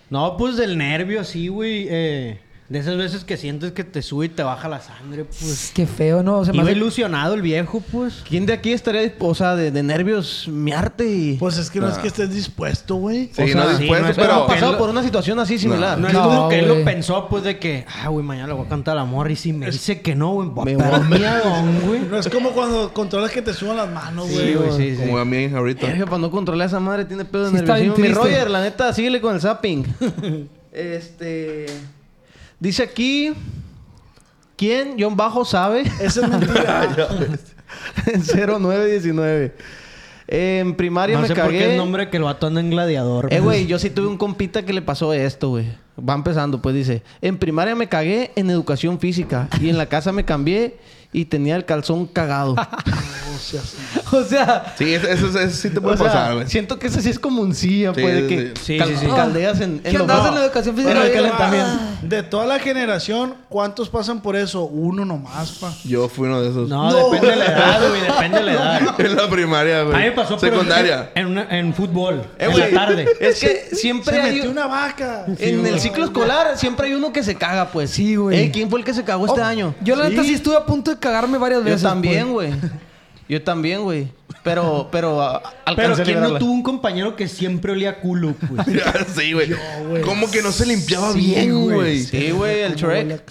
[SPEAKER 6] No, pues del nervio así, güey. eh, de esas veces que sientes que te sube y te baja la sangre, pues.
[SPEAKER 4] Pues qué feo, ¿no? Se me
[SPEAKER 6] Iba
[SPEAKER 4] hace-
[SPEAKER 6] ilusionado el viejo, pues.
[SPEAKER 7] ¿Quién de aquí estaría, disp- o sea, de, de nervios, miarte y.
[SPEAKER 2] Pues es que no es que estés dispuesto, güey.
[SPEAKER 5] Sí,
[SPEAKER 6] o sea,
[SPEAKER 5] no
[SPEAKER 6] sí,
[SPEAKER 5] dispuesto,
[SPEAKER 6] no es-
[SPEAKER 7] pero
[SPEAKER 5] pero.
[SPEAKER 7] ha pasado por una situación así similar.
[SPEAKER 6] No es
[SPEAKER 4] No,
[SPEAKER 6] como que él lo
[SPEAKER 4] güey.
[SPEAKER 6] pensó, pues, de que, ah, güey, mañana le voy a cantar a la morra. Y si me dice que no, güey, me voy a miadón, güey.
[SPEAKER 2] No es como cuando controlas que te suban las manos, güey.
[SPEAKER 6] güey, sí, sí.
[SPEAKER 5] Como a mí ahorita.
[SPEAKER 7] Sergio, para pues, no controlar a esa madre, tiene pedo de
[SPEAKER 4] Sí, está
[SPEAKER 7] nerviosismo. Mi
[SPEAKER 4] bien triste.
[SPEAKER 7] Roger, la neta, síguele con el zapping. este. Dice aquí. ¿Quién? John Bajo sabe.
[SPEAKER 2] Esa es mentira.
[SPEAKER 7] en 0919. En primaria
[SPEAKER 6] No
[SPEAKER 7] me
[SPEAKER 6] sé por
[SPEAKER 7] cagué.
[SPEAKER 6] qué el nombre que lo vato anda en gladiador.
[SPEAKER 7] Eh,
[SPEAKER 6] pues.
[SPEAKER 7] güey, yo sí tuve un compita que le pasó esto, güey. Va empezando, pues dice: En primaria me cagué en educación física y en la casa me cambié y tenía el calzón cagado.
[SPEAKER 4] O sea,
[SPEAKER 5] Sí, eso, eso, eso sí te puede
[SPEAKER 7] O sea,
[SPEAKER 5] pasar, güey.
[SPEAKER 7] Siento que ese sí es como un silla,
[SPEAKER 5] Sí,
[SPEAKER 7] pues, de
[SPEAKER 5] sí,
[SPEAKER 7] que
[SPEAKER 6] sí.
[SPEAKER 7] cal-
[SPEAKER 6] Sí, sí, sí.
[SPEAKER 7] caldeas en, en
[SPEAKER 4] ¿qué
[SPEAKER 7] los-
[SPEAKER 4] andabas
[SPEAKER 7] No.
[SPEAKER 4] en la educación física?
[SPEAKER 7] Pero el
[SPEAKER 4] Oye,
[SPEAKER 7] calentamiento.
[SPEAKER 2] De toda la generación, ¿cuántos pasan por eso? Uno nomás, pa.
[SPEAKER 5] Yo fui uno de esos.
[SPEAKER 6] No, depende de la edad, güey. Depende de la edad.
[SPEAKER 5] en la primaria, güey.
[SPEAKER 6] A mí me pasó pero
[SPEAKER 5] Secundaria.
[SPEAKER 6] En, una- en fútbol.
[SPEAKER 7] Eh,
[SPEAKER 6] en
[SPEAKER 7] güey,
[SPEAKER 6] la tarde.
[SPEAKER 7] Es que siempre
[SPEAKER 2] Se
[SPEAKER 7] hay
[SPEAKER 2] metió una vaca.
[SPEAKER 7] En el ciclo escolar siempre hay uno que se caga, pues.
[SPEAKER 4] Sí, güey.
[SPEAKER 7] Eh, ¿Quién fue el que se cagó este año?
[SPEAKER 4] Yo la neta sí estuve a punto de cagarme varias
[SPEAKER 7] Yo
[SPEAKER 4] veces.
[SPEAKER 7] también,
[SPEAKER 4] pues.
[SPEAKER 7] güey. Yo también, güey. Pero, pero, ah,
[SPEAKER 6] Pero
[SPEAKER 7] alcancé a
[SPEAKER 6] ¿quién no
[SPEAKER 7] librarla.
[SPEAKER 6] tuvo un compañero que siempre olía a culo, pues?
[SPEAKER 5] sí, güey. Como que no se limpiaba bien, güey.
[SPEAKER 7] Sí, güey, el Shrek.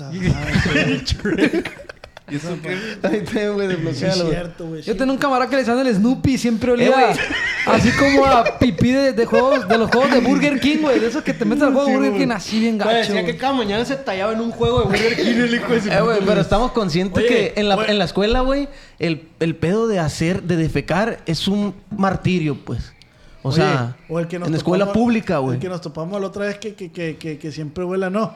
[SPEAKER 5] ¿Y eso qué?
[SPEAKER 7] Ahí te, güey,
[SPEAKER 2] Sí,
[SPEAKER 7] desbloquealo,
[SPEAKER 2] es
[SPEAKER 7] güey.
[SPEAKER 2] cierto, güey.
[SPEAKER 4] Yo
[SPEAKER 2] sí.
[SPEAKER 4] tenía un camarada que le decían el Snoopy y siempre olía
[SPEAKER 6] Eh,
[SPEAKER 7] güey.
[SPEAKER 4] así como a pipí de, de juegos, de los juegos de Burger King, güey. De esos que te metes al juego de Burger King así bien
[SPEAKER 6] Güey,
[SPEAKER 4] gacho.
[SPEAKER 6] Pues, decía
[SPEAKER 4] güey.
[SPEAKER 6] que cada mañana se tallaba en un juego de Burger King el hijo de su
[SPEAKER 7] Eh, güey, pero estamos conscientes
[SPEAKER 2] Oye,
[SPEAKER 7] que en la,
[SPEAKER 2] güey.
[SPEAKER 7] en la escuela, güey, el, el pedo de hacer, de defecar, es un martirio, pues. O
[SPEAKER 2] Oye,
[SPEAKER 7] sea,
[SPEAKER 2] o el que nos
[SPEAKER 7] en escuela
[SPEAKER 2] topamos-
[SPEAKER 7] pública, güey.
[SPEAKER 2] El que nos topamos la otra vez que, que, que, que, que siempre vuela, no.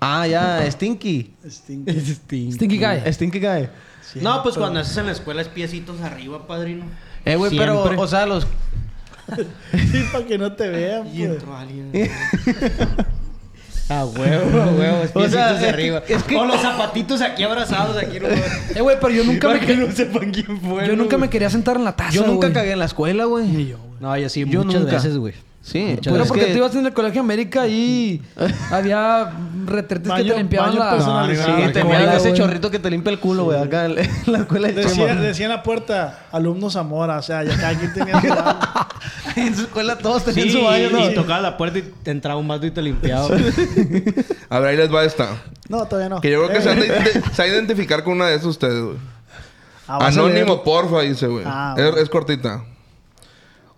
[SPEAKER 7] Ah, ya, Stinky.
[SPEAKER 2] Stinky.
[SPEAKER 4] Stinky Guy.
[SPEAKER 7] Stinky cae.
[SPEAKER 6] No, pues cuando haces en la escuela es piecitos arriba, padrino.
[SPEAKER 7] Eh, güey, pero,
[SPEAKER 6] Siempre.
[SPEAKER 7] o sea, los.
[SPEAKER 2] Sí, para que no te vean,
[SPEAKER 6] Y
[SPEAKER 2] pues.
[SPEAKER 6] entró alguien. A huevo, a huevo, es
[SPEAKER 7] O sea,
[SPEAKER 6] piecitos
[SPEAKER 7] es que-
[SPEAKER 6] arriba.
[SPEAKER 7] es que-
[SPEAKER 6] O los zapatitos aquí abrazados, aquí no.
[SPEAKER 4] Eh, güey, pero yo nunca me,
[SPEAKER 6] Para que
[SPEAKER 4] que-
[SPEAKER 6] no sepan quién fue.
[SPEAKER 4] yo
[SPEAKER 6] ¿no,
[SPEAKER 4] nunca me
[SPEAKER 6] güey?
[SPEAKER 4] quería sentar en la taza,
[SPEAKER 7] Yo nunca
[SPEAKER 4] güey.
[SPEAKER 7] cagué en la escuela, Ah, güey.
[SPEAKER 6] No, yo sí,
[SPEAKER 7] Yo
[SPEAKER 6] muchas
[SPEAKER 7] nunca.
[SPEAKER 6] veces, güey.
[SPEAKER 7] Sí,
[SPEAKER 6] Muchas
[SPEAKER 4] Pero
[SPEAKER 6] Es
[SPEAKER 4] porque
[SPEAKER 7] que-
[SPEAKER 4] tú ibas en el Colegio América y había retretes que
[SPEAKER 2] Baño-
[SPEAKER 4] te limpiaban
[SPEAKER 2] baño
[SPEAKER 4] la...
[SPEAKER 2] personalizado.
[SPEAKER 7] Sí,
[SPEAKER 4] la
[SPEAKER 7] tenía
[SPEAKER 4] cola,
[SPEAKER 7] ese
[SPEAKER 4] güey.
[SPEAKER 7] chorrito que te limpia el culo, güey, acá en la- en la escuela de
[SPEAKER 2] Decía,
[SPEAKER 7] Chema.
[SPEAKER 2] decía en la puerta, alumnos Zamora, o sea, ya cada quien tenía su baño.
[SPEAKER 7] En su escuela todos tenían
[SPEAKER 6] Sí,
[SPEAKER 7] su baño, ¿no?
[SPEAKER 6] y tocaba la puerta y te entraba un vato y te limpiaba.
[SPEAKER 5] A ver, ahí les va esta.
[SPEAKER 2] No, todavía no.
[SPEAKER 5] Que yo creo que se han
[SPEAKER 2] Eh,
[SPEAKER 5] de- de- se va a identificar con una de esas ustedes, güey.
[SPEAKER 2] ah, vas a
[SPEAKER 5] Anónimo,
[SPEAKER 2] leer.
[SPEAKER 5] porfa, dice, güey.
[SPEAKER 2] Ah,
[SPEAKER 5] es,
[SPEAKER 2] bueno.
[SPEAKER 5] es cortita.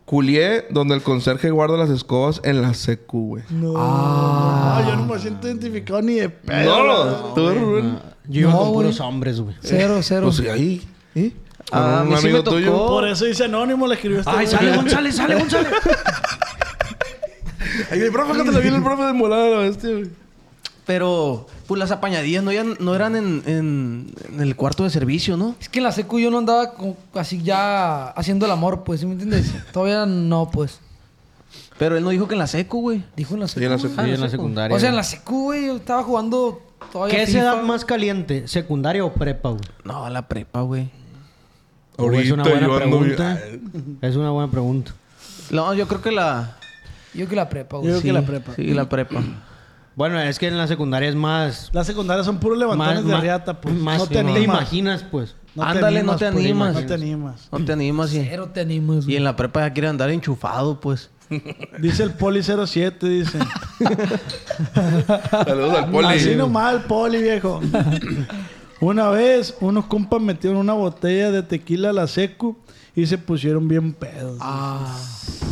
[SPEAKER 5] Culié donde el conserje guarda las escobas en la secu, güey.
[SPEAKER 2] No,
[SPEAKER 7] Ah.
[SPEAKER 2] no, yo no me siento identificado ni de pedo.
[SPEAKER 5] No, tú, Rubén.
[SPEAKER 6] Yo iba
[SPEAKER 4] No,
[SPEAKER 6] con
[SPEAKER 4] güey.
[SPEAKER 6] puros hombres, güey.
[SPEAKER 4] Cero, cero.
[SPEAKER 5] Pues sí, ahí. Con
[SPEAKER 7] Ah, A mí sí me tocó.
[SPEAKER 2] Por eso dice anónimo, le escribió este.
[SPEAKER 6] Ay,
[SPEAKER 2] güey.
[SPEAKER 6] sale González, sale González.
[SPEAKER 5] Ay, el profe, cuando le viene el profe de molada la bestia, güey.
[SPEAKER 7] Pero, pues las apañadillas no, eran- no eran en, en- en el cuarto de servicio, ¿no?
[SPEAKER 4] Es que en la secu yo no andaba como así ya haciendo el amor, pues, ¿sí me entiendes? Todavía no, pues.
[SPEAKER 7] Pero él no dijo que en la secu, güey.
[SPEAKER 4] Dijo en la secu.
[SPEAKER 5] en la
[SPEAKER 4] güey.
[SPEAKER 5] secu.
[SPEAKER 4] Ah,
[SPEAKER 5] Sí,
[SPEAKER 6] en la secundaria.
[SPEAKER 4] O sea, en la secu, güey, yo estaba jugando todavía
[SPEAKER 6] ¿Qué es
[SPEAKER 4] FIFA,
[SPEAKER 6] edad
[SPEAKER 4] güey.
[SPEAKER 6] más caliente? ¿Secundaria o prepa, güey?
[SPEAKER 7] No, la prepa, güey.
[SPEAKER 6] Uy, es una
[SPEAKER 5] Ahorita
[SPEAKER 6] buena
[SPEAKER 5] yo ando bien-
[SPEAKER 6] pregunta. Es una buena pregunta.
[SPEAKER 7] No, yo creo que la...
[SPEAKER 4] Yo que la prepa,
[SPEAKER 2] Yo
[SPEAKER 4] güey.
[SPEAKER 2] creo
[SPEAKER 4] Sí.
[SPEAKER 2] que la prepa.
[SPEAKER 7] Sí, la prepa.
[SPEAKER 6] Bueno, es que en la secundaria es más.
[SPEAKER 2] Las secundarias son puros levantones
[SPEAKER 6] más-
[SPEAKER 2] de
[SPEAKER 6] más-
[SPEAKER 2] riata, pues.
[SPEAKER 6] más-
[SPEAKER 2] no te
[SPEAKER 6] Te
[SPEAKER 2] animas.
[SPEAKER 6] imaginas, pues.
[SPEAKER 2] No
[SPEAKER 7] Ándale, no te
[SPEAKER 2] pues,
[SPEAKER 7] animas.
[SPEAKER 2] No te animas.
[SPEAKER 7] No te animas y,
[SPEAKER 4] Cero te animas,
[SPEAKER 7] y
[SPEAKER 4] güey.
[SPEAKER 7] en la prepa ya quiere andar enchufado, pues.
[SPEAKER 2] Dice el Poli 07, dice.
[SPEAKER 5] Saludos al poli.
[SPEAKER 2] Así nomás el Poli, viejo. Una vez, unos compas metieron una botella de tequila a la secu y se pusieron bien pedos.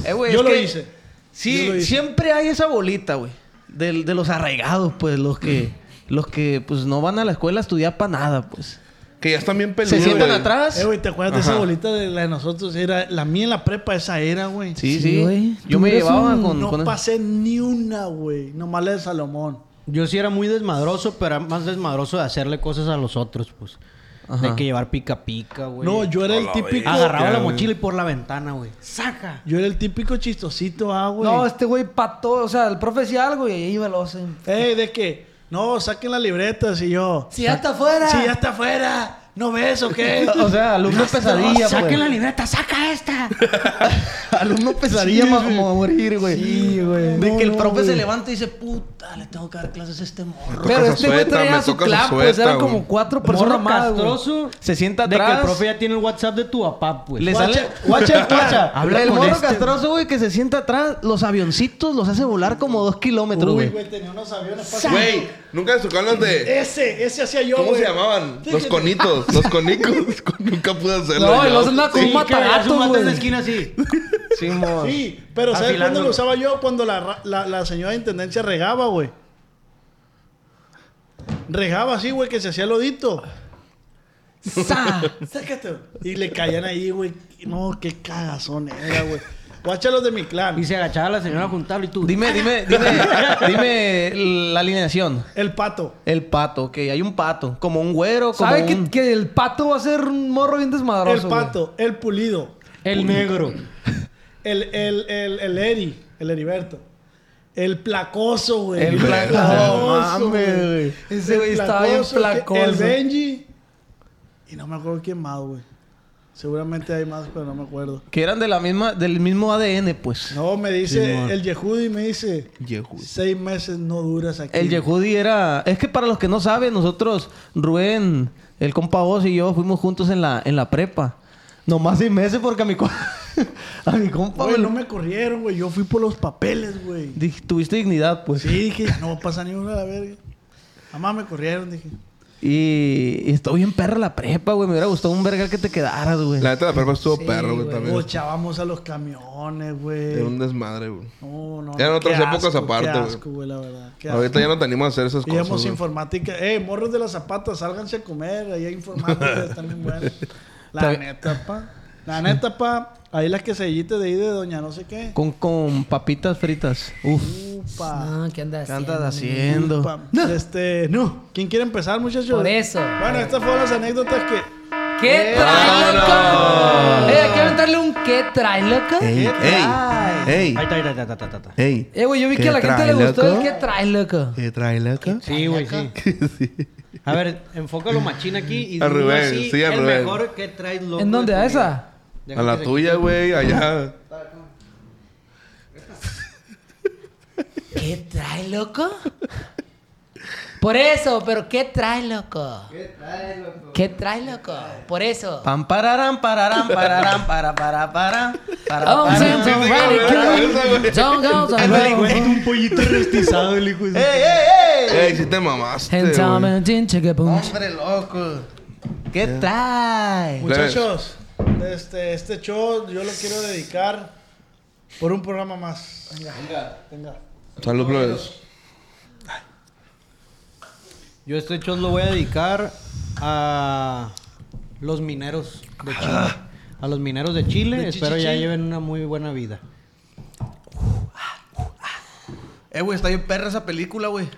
[SPEAKER 7] Eh, güey,
[SPEAKER 2] Yo
[SPEAKER 7] es
[SPEAKER 2] lo
[SPEAKER 7] que-
[SPEAKER 2] hice.
[SPEAKER 7] Sí,
[SPEAKER 2] Yo lo hice.
[SPEAKER 7] siempre hay esa bolita, güey. del- De, los arraigados, pues, los que... Los que, pues, no van a la escuela a estudiar para nada, pues.
[SPEAKER 5] Que ya están bien peludos.
[SPEAKER 7] Se sientan
[SPEAKER 5] güey.
[SPEAKER 7] atrás.
[SPEAKER 2] Eh, güey, ¿te acuerdas de esa
[SPEAKER 5] Ajá.
[SPEAKER 2] bolita de la de nosotros? Era la mía en la prepa, esa era, güey.
[SPEAKER 7] Sí,
[SPEAKER 4] Sí,
[SPEAKER 7] sí.
[SPEAKER 4] güey.
[SPEAKER 7] Yo
[SPEAKER 4] Tú
[SPEAKER 7] me
[SPEAKER 4] eres
[SPEAKER 7] llevaba
[SPEAKER 4] un-
[SPEAKER 7] con...
[SPEAKER 2] No
[SPEAKER 7] con-
[SPEAKER 2] pasé ni una, güey. Nomás la de Salomón.
[SPEAKER 6] Yo sí era muy desmadroso, pero era más desmadroso de hacerle cosas a los otros, pues. De que llevar pica pica, güey.
[SPEAKER 2] No, yo era
[SPEAKER 5] A
[SPEAKER 2] el
[SPEAKER 5] la
[SPEAKER 2] típico.
[SPEAKER 5] verga.
[SPEAKER 6] Ah, Agarraba la
[SPEAKER 5] güey.
[SPEAKER 6] mochila y por la ventana, güey. ¡Saca!
[SPEAKER 2] Yo era el típico chistosito, ah, güey.
[SPEAKER 4] No, este güey pató. O sea, el profe decía algo y ahí iba lo hacen.
[SPEAKER 2] Ey, de que, no, saquen las libretas y yo.
[SPEAKER 4] Si ya está afuera.
[SPEAKER 2] Si ya está afuera, ¿no ves o qué?
[SPEAKER 7] O sea, alumno pesadilla, pues.
[SPEAKER 6] ¡Saquen la libreta! ¡Saca esta!
[SPEAKER 7] Alumno pesadilla ma- como a morir, güey.
[SPEAKER 2] Sí, güey.
[SPEAKER 7] De
[SPEAKER 2] No,
[SPEAKER 7] que el
[SPEAKER 2] no,
[SPEAKER 7] profe se
[SPEAKER 2] güey.
[SPEAKER 7] levanta y dice, puta, le tengo que dar clases a este morro.
[SPEAKER 5] Toca
[SPEAKER 4] Pero
[SPEAKER 5] esa
[SPEAKER 4] este güey
[SPEAKER 5] sueta,
[SPEAKER 4] traía
[SPEAKER 5] me
[SPEAKER 4] su
[SPEAKER 5] toca esa
[SPEAKER 4] clap, pues.
[SPEAKER 5] sueta,
[SPEAKER 4] Eran
[SPEAKER 5] güey.
[SPEAKER 4] como cuatro
[SPEAKER 6] Morro
[SPEAKER 4] personas más, güey.
[SPEAKER 6] castroso.
[SPEAKER 7] Se sienta
[SPEAKER 6] De que el
[SPEAKER 7] atrás.
[SPEAKER 6] profe ya tiene el WhatsApp de tu papá, pues.
[SPEAKER 7] Le
[SPEAKER 6] Guacha,
[SPEAKER 7] sale.
[SPEAKER 6] guacha, guacha.
[SPEAKER 7] Habla el
[SPEAKER 6] con
[SPEAKER 7] morro
[SPEAKER 6] este,
[SPEAKER 7] castroso, güey, que se sienta atrás, los avioncitos los hace volar como dos kilómetros,
[SPEAKER 2] Uy,
[SPEAKER 7] güey.
[SPEAKER 2] güey, tenía unos aviones para-
[SPEAKER 5] Güey, nunca les tocaron los de...
[SPEAKER 2] Ese, ese hacía Eh, yo,
[SPEAKER 5] ¿Cómo
[SPEAKER 2] güey.
[SPEAKER 5] se llamaban? Los
[SPEAKER 2] Fíjate.
[SPEAKER 5] conitos. Los conicos. Nunca pude hacerlo.
[SPEAKER 4] No, y
[SPEAKER 5] yo.
[SPEAKER 4] los andaba con
[SPEAKER 6] Sí,
[SPEAKER 4] un
[SPEAKER 6] que veía su
[SPEAKER 4] matagato,
[SPEAKER 6] mata en la
[SPEAKER 4] güey.
[SPEAKER 6] esquina así.
[SPEAKER 7] Simón.
[SPEAKER 2] Sí, pero ¿sabes cuándo
[SPEAKER 6] Afilándolo.
[SPEAKER 2] lo usaba yo? Cuando la, ra- la, la señora de intendencia regaba, güey. Regaba así, güey, que se hacía lodito.
[SPEAKER 8] ¡Sa!
[SPEAKER 2] Sácate. Y le caían ahí, güey. No, qué cagazón era, güey. Guacha los de mi clan.
[SPEAKER 6] Y se agachaba la señora a juntarlo y tú.
[SPEAKER 7] Dime, dime, dime, dime la alineación.
[SPEAKER 2] El pato.
[SPEAKER 7] El pato, ok, hay un pato, como un güero, como
[SPEAKER 4] ¿Sabe
[SPEAKER 7] un-
[SPEAKER 4] que, que el pato va a ser un morro bien desmadroso?
[SPEAKER 2] el
[SPEAKER 4] güey?
[SPEAKER 2] pato. El pulido.
[SPEAKER 6] El negro.
[SPEAKER 2] El, el, el, el Eri. El Heriberto. El placoso, güey.
[SPEAKER 7] El placoso,
[SPEAKER 2] placoso,
[SPEAKER 7] mames, güey.
[SPEAKER 4] Ese güey estaba bien
[SPEAKER 2] placoso, que-
[SPEAKER 4] placoso.
[SPEAKER 2] El Benji. Y no me acuerdo quién más, güey. Seguramente hay más, pero no me acuerdo.
[SPEAKER 7] Que eran de la misma, del mismo ADN, pues.
[SPEAKER 2] No, me dice
[SPEAKER 7] Simón.
[SPEAKER 2] el Yehudi, me dice,
[SPEAKER 5] Yehudi.
[SPEAKER 2] seis meses no duras aquí.
[SPEAKER 7] El Yehudi era... Es que para los que no saben, nosotros, Rubén, el compa vos y yo fuimos juntos en la, en la prepa. Nomás seis meses porque a mi, co- a mi compa...
[SPEAKER 2] Güey,
[SPEAKER 7] me-
[SPEAKER 2] no me corrieron, güey. Yo fui por los papeles, güey.
[SPEAKER 7] Di- Tuviste dignidad, pues.
[SPEAKER 2] Sí, dije, ya no va a pasar ni una a la verga. Jamás me corrieron, dije.
[SPEAKER 7] Y, y estuvo bien perra la prepa, güey. Me hubiera gustado un verga que te quedaras, güey.
[SPEAKER 5] La neta, la perpa estuvo perro, güey, también.
[SPEAKER 2] Bochábamos a los camiones, güey.
[SPEAKER 5] Era un desmadre, güey.
[SPEAKER 2] No, no.
[SPEAKER 5] Eran
[SPEAKER 2] no,
[SPEAKER 5] otras
[SPEAKER 2] qué
[SPEAKER 5] épocas
[SPEAKER 2] asco,
[SPEAKER 5] aparte,
[SPEAKER 2] Qué
[SPEAKER 5] güey.
[SPEAKER 2] asco, güey, la verdad. qué asco.
[SPEAKER 5] Ahorita ya no te animas a hacer esas
[SPEAKER 2] Íbamos
[SPEAKER 5] cosas, güey.
[SPEAKER 2] informática. Eh, morros de las zapatas, sálganse a comer. Ahí hay informática, están bien buenas. La
[SPEAKER 7] Está-
[SPEAKER 2] neta, pa. La neta, pa. Ahí las quesadillitas de ahí de doña no sé qué.
[SPEAKER 7] Con, con papitas fritas. Uf.
[SPEAKER 2] Upa.
[SPEAKER 4] Ah,
[SPEAKER 8] No, ¿qué andas
[SPEAKER 7] ¿Qué
[SPEAKER 8] haciendo?
[SPEAKER 7] andas haciendo?
[SPEAKER 2] Upa. Este, no. ¿Quién quiere empezar, muchachos?
[SPEAKER 8] Por eso.
[SPEAKER 2] Bueno, estas fueron las anécdotas que.
[SPEAKER 6] Eh,
[SPEAKER 8] ¿Qué trae, loco? Eh, hay que aventarle un ¿qué trae,
[SPEAKER 6] Eh,
[SPEAKER 8] loco?
[SPEAKER 5] ¡Ey! ¡Ey!
[SPEAKER 6] Ahí está, ahí está, ahí está, ahí está, ahí está.
[SPEAKER 5] ¡Ey!
[SPEAKER 4] Eh, güey, yo vi que a la
[SPEAKER 5] ¿Qué
[SPEAKER 4] gente
[SPEAKER 5] trae,
[SPEAKER 4] le gustó
[SPEAKER 5] loco?
[SPEAKER 4] el que trae, loco.
[SPEAKER 5] ¿Qué trae loco?
[SPEAKER 6] Sí, güey, sí. A ver, enfócalo machín aquí y
[SPEAKER 5] A
[SPEAKER 6] dime
[SPEAKER 5] Rubén,
[SPEAKER 6] así,
[SPEAKER 5] sí, a
[SPEAKER 6] el
[SPEAKER 5] Rubén.
[SPEAKER 6] mejor que traes loco.
[SPEAKER 4] ¿En dónde?
[SPEAKER 6] de tu
[SPEAKER 4] ¿A
[SPEAKER 6] vida.
[SPEAKER 4] esa?
[SPEAKER 5] A la tuya, güey, allá.
[SPEAKER 8] ¿Qué trae, loco? Por eso, pero ¿qué trae, loco? ¿Qué trae, loco? ¿Qué trae, loco? Por eso.
[SPEAKER 7] Pam, pararán, pararán, pararán, para, para, para, para,
[SPEAKER 2] Ah,
[SPEAKER 8] Vamos
[SPEAKER 7] para.
[SPEAKER 8] a Son gausa, loco.
[SPEAKER 6] un pollito rostizado el hijo.
[SPEAKER 7] ¡Ey, ey, ey!
[SPEAKER 5] ¡Ey, si te mamaste,
[SPEAKER 4] En
[SPEAKER 5] güey!
[SPEAKER 4] Samantín, chiquipum.
[SPEAKER 7] ¡Hombre loco! ¿Qué trae?
[SPEAKER 2] Eh, Muchachos, este, este show yo lo quiero dedicar por un programa más. Venga, venga, venga.
[SPEAKER 5] Salud, plebes.
[SPEAKER 6] Yo este show lo voy a dedicar a los mineros de Chile. A los mineros de Chile. Espero ya lleven una muy buena vida.
[SPEAKER 7] Eh, güey, está bien perra esa película, güey.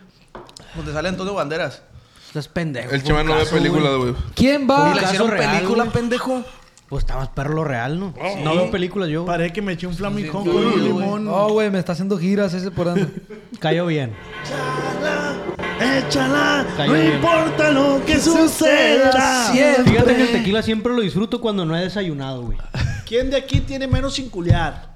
[SPEAKER 7] Donde sale Antonio Banderas.
[SPEAKER 6] Estás pendejo.
[SPEAKER 5] El chaval no ve películas, güey.
[SPEAKER 4] ¿Quién
[SPEAKER 7] Y
[SPEAKER 4] va?
[SPEAKER 7] le
[SPEAKER 6] caso
[SPEAKER 7] hicieron
[SPEAKER 6] real,
[SPEAKER 7] película,
[SPEAKER 6] güey.
[SPEAKER 7] pendejo.
[SPEAKER 6] Pues está más perro lo real, ¿no? No veo películas yo. güey.
[SPEAKER 2] Paré que me eché un flamijón con un limón.
[SPEAKER 4] No, güey, me está haciendo giras ese por dentro.
[SPEAKER 6] Cayó bien.
[SPEAKER 2] Échala,
[SPEAKER 6] Cayó
[SPEAKER 2] no
[SPEAKER 6] bien.
[SPEAKER 2] importa lo que suceda.
[SPEAKER 6] Fíjate que el tequila siempre lo disfruto cuando no he desayunado, güey.
[SPEAKER 2] ¿Quién de aquí tiene menos sin culiar?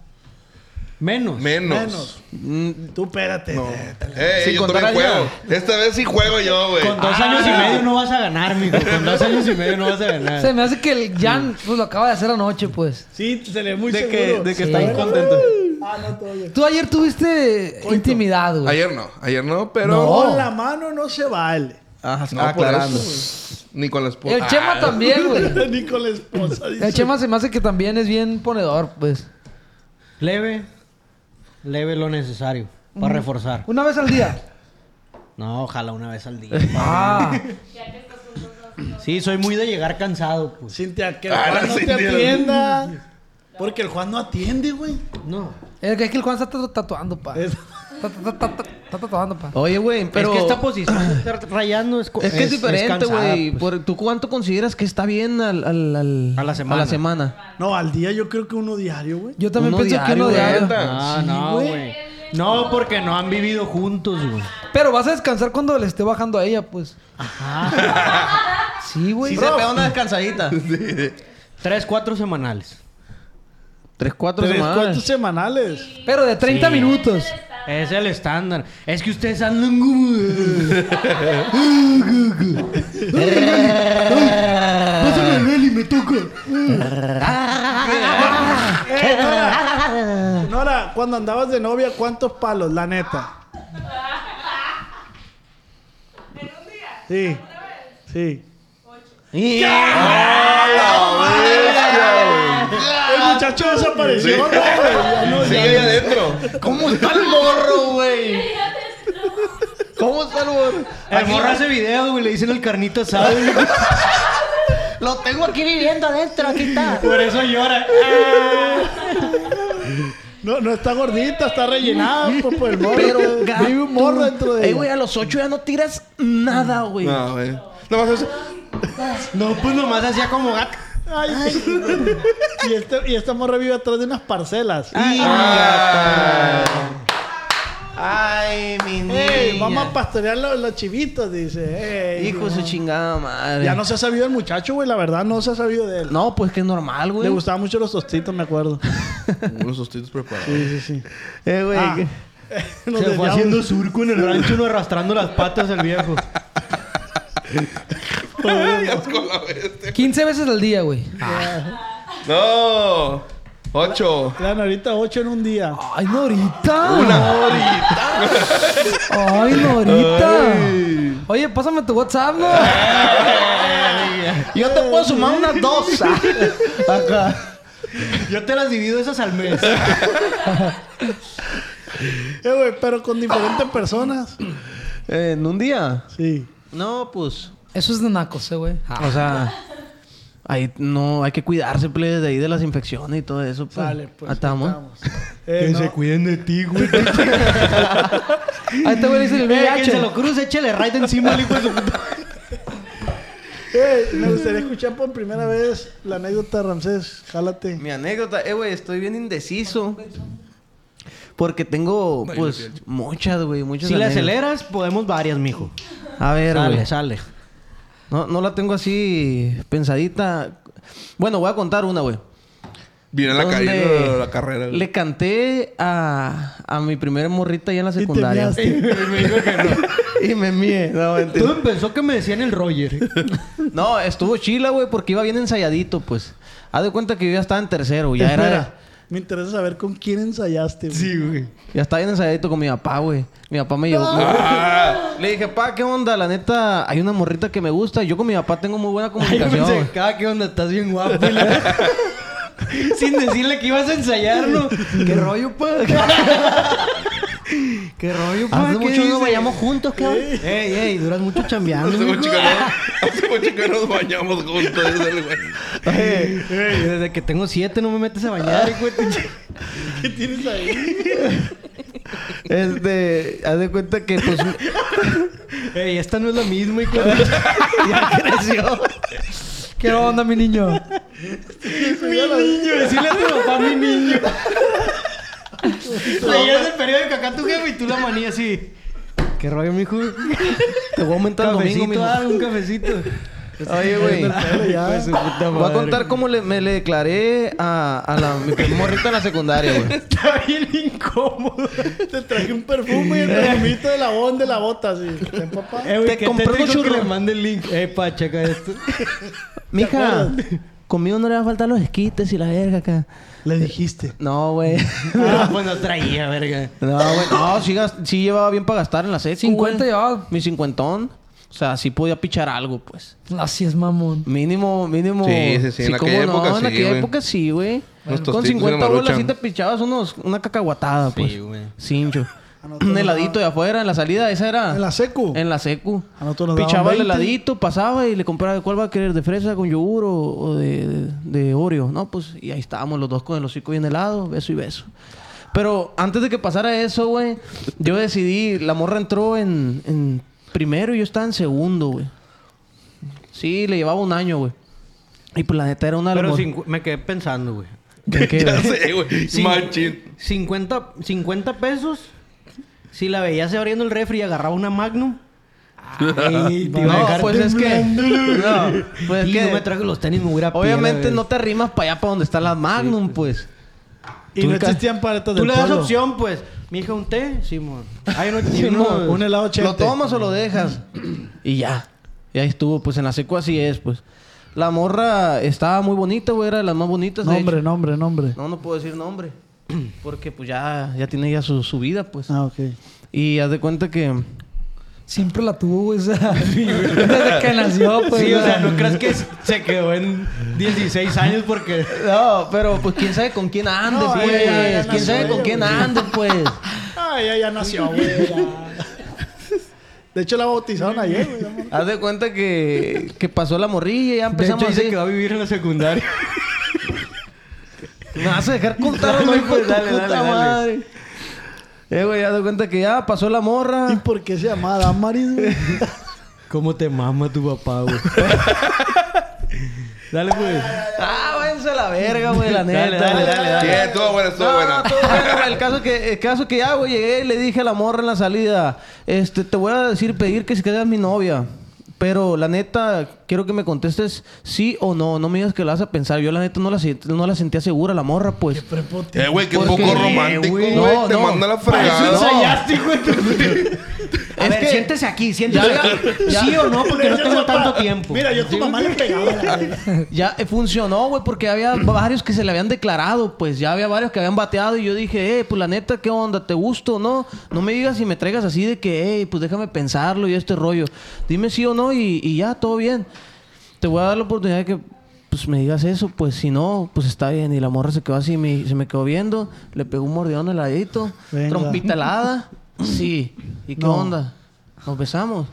[SPEAKER 6] Menos.
[SPEAKER 5] Menos.
[SPEAKER 2] Menos. Tú espérate. eh,
[SPEAKER 5] ¡Ey, ey, yo también juego! Esta vez sí juego yo, güey.
[SPEAKER 6] Con dos años y medio no vas a ganar, mijo. Con dos años y medio no vas a ganar.
[SPEAKER 4] Se me hace que el Jan pues, lo acaba de hacer anoche, pues.
[SPEAKER 2] Sí, se le ve muy
[SPEAKER 7] De
[SPEAKER 2] seguro.
[SPEAKER 7] que, de que
[SPEAKER 4] Sí.
[SPEAKER 7] está incontento.
[SPEAKER 2] Ah, no, todo bien.
[SPEAKER 4] Tú ayer tuviste intimidad, güey.
[SPEAKER 5] Ah, Ayer no, ayer no, pero.
[SPEAKER 2] Con la mano no se vale.
[SPEAKER 7] Ah,
[SPEAKER 5] No, por eso. pues, Ni con la esposa.
[SPEAKER 4] El Chema
[SPEAKER 5] Ah,
[SPEAKER 4] también, güey.
[SPEAKER 2] Ni con la esposa. dice.
[SPEAKER 4] El Chema se me hace que también es bien ponedor, pues.
[SPEAKER 6] Leve, leve lo necesario para reforzar.
[SPEAKER 4] Una vez al día.
[SPEAKER 6] No, ojalá una vez al día.
[SPEAKER 4] Ah.
[SPEAKER 6] Sí, soy muy de llegar cansado, pues.
[SPEAKER 2] Cintia, que el
[SPEAKER 5] Ah, la
[SPEAKER 2] Juan no te
[SPEAKER 5] Cintia.
[SPEAKER 2] atienda. Porque el Juan no atiende, güey.
[SPEAKER 6] No.
[SPEAKER 4] Es que es que el Juan está tatu- tatuando, pa.
[SPEAKER 2] Es-
[SPEAKER 4] Está, está- está- está tatuando, pa.
[SPEAKER 7] Oye, güey, pero...
[SPEAKER 6] es que esta posición de estar rayando es co-
[SPEAKER 7] Es que es, diferente,
[SPEAKER 6] cansada,
[SPEAKER 7] güey.
[SPEAKER 6] pues.
[SPEAKER 7] Por- ¿Tú cuánto consideras que está bien al, al- al-
[SPEAKER 6] A la semana.
[SPEAKER 2] No, al día yo creo que uno diario, güey.
[SPEAKER 4] Yo también
[SPEAKER 7] Uno
[SPEAKER 4] pienso que uno
[SPEAKER 7] diario,
[SPEAKER 4] diario.
[SPEAKER 7] Ah, güey.
[SPEAKER 6] No, no, güey. No, porque no han vivido juntos, güey.
[SPEAKER 4] Pero vas a descansar cuando le esté bajando a ella, pues.
[SPEAKER 7] Ah.
[SPEAKER 4] Ajá. Sí, güey. Bro,
[SPEAKER 7] pega una descansadita.
[SPEAKER 6] Tres, cuatro semanales.
[SPEAKER 7] Tres, cuatro
[SPEAKER 2] Tres
[SPEAKER 7] semanas.
[SPEAKER 2] cuartos semanales.
[SPEAKER 4] Pero de 30 minutos.
[SPEAKER 6] Es el estándar. Es que ustedes andan como...
[SPEAKER 4] Pásame el Eli, me toca.
[SPEAKER 7] Ah.
[SPEAKER 2] Nora, cuando andabas de novia, ¿cuántos palos? La neta. Sí. Sí.
[SPEAKER 7] Ah,
[SPEAKER 2] El muchacho desapareció, ¿no, güey? No,
[SPEAKER 5] Sigue ahí adentro.
[SPEAKER 7] ¿Cómo está el morro, güey? ¿Cómo está el morro?
[SPEAKER 6] El morro hace video, güey. Le dicen el carnita, ¿sabes?
[SPEAKER 8] Lo tengo aquí viviendo adentro, aquí está.
[SPEAKER 6] Por eso llora.
[SPEAKER 2] no, no está gordita, está rellenada pues, por el morro.
[SPEAKER 7] Pero,
[SPEAKER 2] güey.
[SPEAKER 7] gato.
[SPEAKER 2] Vive un morro dentro de
[SPEAKER 7] Ey,
[SPEAKER 2] ella.
[SPEAKER 7] güey, a los ocho ya no tiras nada, güey.
[SPEAKER 5] No, güey. Nomás eso.
[SPEAKER 6] No, pues nomás hacía como gato.
[SPEAKER 2] Ay, y, este, y esta morra vive atrás de unas parcelas.
[SPEAKER 7] Ay, mi
[SPEAKER 2] Ey,
[SPEAKER 7] niña.
[SPEAKER 2] vamos a pastorear los, los chivitos, dice. Ey,
[SPEAKER 7] Hijo de su chingada madre.
[SPEAKER 2] Ya no se ha sabido el muchacho, güey. La verdad, no se ha sabido de él.
[SPEAKER 7] No, pues que es normal, güey.
[SPEAKER 2] Le gustaban mucho los tostitos, me acuerdo.
[SPEAKER 5] Unos sustitos preparados.
[SPEAKER 2] Sí, sí, sí.
[SPEAKER 7] Eh, güey.
[SPEAKER 2] Ah,
[SPEAKER 7] que-
[SPEAKER 2] Nos
[SPEAKER 6] Se fue
[SPEAKER 2] desviamos.
[SPEAKER 6] haciendo surco en el rancho, uno arrastrando las patas el viejo.
[SPEAKER 4] 15 veces al día, güey.
[SPEAKER 5] No. Ocho.
[SPEAKER 2] Eran ahorita ocho en un día.
[SPEAKER 4] Ay, Norita. Ay, Norita. Oye, pásame tu WhatsApp, ¿no?
[SPEAKER 7] Yo te puedo sumar unas dos. ah. Acá.
[SPEAKER 6] Yo te las divido esas al mes.
[SPEAKER 2] Eh, güey, pero con diferentes personas.
[SPEAKER 7] Eh, ¿En un día?
[SPEAKER 2] Sí.
[SPEAKER 7] No, pues.
[SPEAKER 4] Eso es de nacos, eh, güey.
[SPEAKER 7] O sea, ahí no, hay que cuidarse, ple, de ahí de las infecciones y todo eso. Pues.
[SPEAKER 2] Sale, pues.
[SPEAKER 7] Atamos.
[SPEAKER 2] estamos. Eh, no.
[SPEAKER 6] cuiden de ti, güey.
[SPEAKER 4] A este güey le dicen el
[SPEAKER 6] Quien se
[SPEAKER 4] VIH.
[SPEAKER 6] lo cruce, échale right encima al hijo de su puta.
[SPEAKER 2] Eh, me gustaría escuchar por primera vez la anécdota de Ramsés. Jálate.
[SPEAKER 7] Mi anécdota, eh, güey, estoy bien indeciso. Porque tengo, pues, muchas, güey, muchas.
[SPEAKER 6] Si le
[SPEAKER 7] anécdotas.
[SPEAKER 6] aceleras, podemos varias, mijo.
[SPEAKER 7] A ver,
[SPEAKER 6] Sale,
[SPEAKER 7] güey.
[SPEAKER 6] sale.
[SPEAKER 7] No, no la tengo así pensadita. Bueno, voy a contar una, güey.
[SPEAKER 5] Viene la
[SPEAKER 7] Donde
[SPEAKER 5] caída la carrera. güey.
[SPEAKER 7] Le canté a, a mi primer morrita allá en la
[SPEAKER 2] te
[SPEAKER 7] secundaria.
[SPEAKER 2] miaste.
[SPEAKER 6] me dijo que no.
[SPEAKER 7] Y me mié. No, mentira.
[SPEAKER 6] Todo empezó que me decían el Roger.
[SPEAKER 7] No, estuvo chila, güey, porque iba bien ensayadito, pues. Haz de cuenta que yo ya estaba en tercero, ya
[SPEAKER 2] Espera.
[SPEAKER 7] era.
[SPEAKER 2] Me interesa saber con quién ensayaste. güey.
[SPEAKER 6] güey.
[SPEAKER 7] Ya estaba bien ensayadito con mi papá, güey. Mi papá me llevó.
[SPEAKER 5] Ah,
[SPEAKER 7] Le dije, pa, ¿qué onda? La neta, hay una morrita que me gusta. Yo con mi papá tengo muy buena comunicación. güey.
[SPEAKER 6] cada que "Ah, onda, estás bien guapo. y la- Sin decirle que ibas a ensayarlo. ¿Qué rollo, pa? ¿Qué rollo, pa?
[SPEAKER 7] Hace
[SPEAKER 6] ¿Qué
[SPEAKER 7] mucho no
[SPEAKER 6] dices?
[SPEAKER 7] vayamos juntos, cabrón.
[SPEAKER 6] Ey, ey, duras mucho chambeando.
[SPEAKER 5] Hace
[SPEAKER 6] mijo.
[SPEAKER 5] mucho que no- hace mucho que nos bañamos juntos. dice el güey.
[SPEAKER 6] Desde que tengo siete no me metes a bañar, hijo de tu ch-
[SPEAKER 2] ¿Qué tienes ahí?
[SPEAKER 7] Este, haz de cuenta que, pues.
[SPEAKER 6] Ey, esta no es la misma, hijo de tu ch-
[SPEAKER 7] ya creció.
[SPEAKER 4] ¿Qué onda, mi niño?
[SPEAKER 6] niño, decirle a tu papá, mi niño. Leías el periódico acá a tu jefe y tú la manía así. ¿Qué rollo, mijo?
[SPEAKER 7] Te voy a aumentar el domingo, mijo.
[SPEAKER 6] ah, un cafecito.
[SPEAKER 7] Oye, güey.
[SPEAKER 6] Hijo de su
[SPEAKER 7] Voy
[SPEAKER 6] puta
[SPEAKER 7] a
[SPEAKER 6] madre.
[SPEAKER 7] contar cómo le- me le declaré a, a la, mi primer morrita en la secundaria, güey.
[SPEAKER 6] Está bien incómodo.
[SPEAKER 2] Te traje un perfume y el perfumito de la bon de la bota, así. Ten, papá?
[SPEAKER 6] Eh, güey,
[SPEAKER 7] Te
[SPEAKER 6] que
[SPEAKER 7] compré
[SPEAKER 6] tétrico
[SPEAKER 7] un
[SPEAKER 6] que
[SPEAKER 7] churro.
[SPEAKER 6] le mande el link. Eh, pa, checa esto.
[SPEAKER 7] Mija, Conmigo no le va a faltar los esquites y la verga acá.
[SPEAKER 2] Le dijiste.
[SPEAKER 7] No, güey.
[SPEAKER 6] Ah, pues no traía, verga.
[SPEAKER 7] No, güey. No, sí, gas- sí llevaba bien para gastar en la secu,
[SPEAKER 4] 50
[SPEAKER 7] güey.
[SPEAKER 4] llevaba.
[SPEAKER 7] Mi cincuentón. O sea, sí podía pichar algo, pues.
[SPEAKER 4] Así es, mamón.
[SPEAKER 7] Mínimo, mínimo.
[SPEAKER 5] Sí, sí, sí, en
[SPEAKER 7] cómo
[SPEAKER 5] aquella época
[SPEAKER 7] En
[SPEAKER 5] sí,
[SPEAKER 7] aquella
[SPEAKER 5] güey.
[SPEAKER 7] época sí, güey.
[SPEAKER 5] Unos
[SPEAKER 7] Con
[SPEAKER 5] tostitos
[SPEAKER 7] 50
[SPEAKER 5] de
[SPEAKER 7] bolas
[SPEAKER 5] maruchan.
[SPEAKER 7] sí te pichabas unos, una cacahuatada, pues.
[SPEAKER 6] Sí, güey.
[SPEAKER 7] Cincho. Un heladito de afuera, en la salida, esa era.
[SPEAKER 2] En la secu.
[SPEAKER 7] En la secu.
[SPEAKER 2] A nosotros nos daban
[SPEAKER 7] Pichaba el
[SPEAKER 2] 20.
[SPEAKER 7] heladito, pasaba y le compraba. ¿Cuál va a querer? ¿De fresa con yogur o, o de, de, de Oreo? No, pues... Y ahí estábamos los dos con el hocico bien helado. Beso y beso. Pero antes de que pasara eso, güey... Yo decidí... La morra entró en, en primero y yo estaba en segundo, güey. Sí, le llevaba un año, güey. Y pues la neta era una... de las
[SPEAKER 6] Pero
[SPEAKER 7] mor-
[SPEAKER 6] cincu- me quedé pensando, güey.
[SPEAKER 7] ¿De qué,
[SPEAKER 5] Ya
[SPEAKER 7] güey?
[SPEAKER 5] sé, güey.
[SPEAKER 6] Cin-
[SPEAKER 5] Machín.
[SPEAKER 6] 50, 50 pesos. Si la veías abriendo el refri y agarraba una Magnum. Ay, te iba a
[SPEAKER 7] No,
[SPEAKER 6] dejar
[SPEAKER 7] pues es que... No, pues
[SPEAKER 6] Y
[SPEAKER 7] es que...
[SPEAKER 6] no me traje los tenis, me hubiera
[SPEAKER 7] Obviamente no te arrimas para allá, para donde está la Magnum, pues.
[SPEAKER 2] Y
[SPEAKER 7] Tú
[SPEAKER 2] no
[SPEAKER 7] nunca-
[SPEAKER 2] existían paletas
[SPEAKER 6] Tú
[SPEAKER 2] del
[SPEAKER 6] le das
[SPEAKER 2] pueblo.
[SPEAKER 6] opción, pues. Mi hija, un té, Simón. Hay uno, y uno-
[SPEAKER 7] Simón,
[SPEAKER 2] un helado chente.
[SPEAKER 7] ¿Lo tomas o lo dejas? y ya. Y ahí estuvo. Pues en la secu así es, pues. La morra estaba muy bonita, güey. Era de las más bonitas. de
[SPEAKER 2] Nombre,
[SPEAKER 7] hecho.
[SPEAKER 2] nombre, nombre.
[SPEAKER 7] No, no puedo decir nombre. Porque pues ya, ya tiene ya su, su vida, pues.
[SPEAKER 2] Ah, ok.
[SPEAKER 7] Y haz de cuenta que...
[SPEAKER 4] Siempre la tuvo, güey. o sea, Desde que nació, pues.
[SPEAKER 6] Sí, o sea,
[SPEAKER 4] güey.
[SPEAKER 6] no creas que se quedó en 16 años porque.
[SPEAKER 7] No, pero pues quién sabe con quién andes,
[SPEAKER 2] No,
[SPEAKER 7] pues.
[SPEAKER 2] ya, ya, ya
[SPEAKER 7] quién
[SPEAKER 2] nació
[SPEAKER 7] sabe
[SPEAKER 2] ella,
[SPEAKER 7] con quién
[SPEAKER 2] güey.
[SPEAKER 7] andes, pues.
[SPEAKER 2] Ay, ya, ya nació, güey. ya. De hecho, la bautizaron ayer, güey. amor.
[SPEAKER 7] Haz de cuenta que, que pasó la morrilla y ya
[SPEAKER 6] De hecho,
[SPEAKER 7] empezamos
[SPEAKER 6] dice
[SPEAKER 7] así.
[SPEAKER 6] que va a vivir en la secundaria.
[SPEAKER 7] Me vas a dejar contar a hijo de tu
[SPEAKER 6] Dale, dale,
[SPEAKER 7] puta
[SPEAKER 6] dale.
[SPEAKER 7] madre. Eh, güey, ya doy cuenta que ya pasó la
[SPEAKER 2] ¿Y
[SPEAKER 7] morra.
[SPEAKER 2] por qué se llamaba Damaris, güey?
[SPEAKER 6] ¿Cómo te mama tu papá, güey? Dale, pues.
[SPEAKER 7] Ah, váyanse a la verga, güey, la neta.
[SPEAKER 6] Dale, dale, dale, dale.
[SPEAKER 5] Sí, estuvo buena, estuvo
[SPEAKER 7] No,
[SPEAKER 5] buena.
[SPEAKER 7] no, todo bueno, güey. El caso que, el caso que ya, güey, llegué y le dije a la morra en la salida, este, te voy a decir, pedir que se quedas mi novia. Pero la neta, quiero que me contestes sí o no. No me digas que la vas a pensar. Yo la neta no la, si- no la sentía segura, la morra, pues.
[SPEAKER 5] Eh, güey, qué
[SPEAKER 7] ¿Por
[SPEAKER 5] poco
[SPEAKER 7] qué,
[SPEAKER 5] romántico, güey.
[SPEAKER 7] güey? No,
[SPEAKER 5] te
[SPEAKER 7] no. Pues,
[SPEAKER 5] manda la
[SPEAKER 6] Para eso
[SPEAKER 5] fregada.
[SPEAKER 6] ensayaste, güey. A
[SPEAKER 7] Es
[SPEAKER 6] ver,
[SPEAKER 7] que-
[SPEAKER 6] siéntese aquí, siéntese
[SPEAKER 7] Ya,
[SPEAKER 6] aquí.
[SPEAKER 7] ya.
[SPEAKER 6] Sí o no, porque no
[SPEAKER 2] Yo
[SPEAKER 6] tengo
[SPEAKER 2] sepa-
[SPEAKER 6] tanto tiempo.
[SPEAKER 2] Mira, yo a tu
[SPEAKER 6] Sí,
[SPEAKER 2] mamá le pegaba. la verga.
[SPEAKER 7] Ya eh, funcionó, güey, porque había varios que se le habían declarado, pues ya había varios que habían bateado y yo dije, eh, pues la neta, ¿qué onda? ¿Te gusto o no? No me digas si me traigas así de que, eh, pues déjame pensarlo y este rollo. Dime sí o no y, y ya, todo bien. Te voy a dar la oportunidad de que pues me digas eso, pues si no, pues está bien. Y la morra se quedó así, me- se me quedó viendo, le pegó un mordión al ladito,
[SPEAKER 2] Venga.
[SPEAKER 7] trompita helada. Sí. ¿Y qué
[SPEAKER 2] No.
[SPEAKER 7] onda? ¿Nos besamos?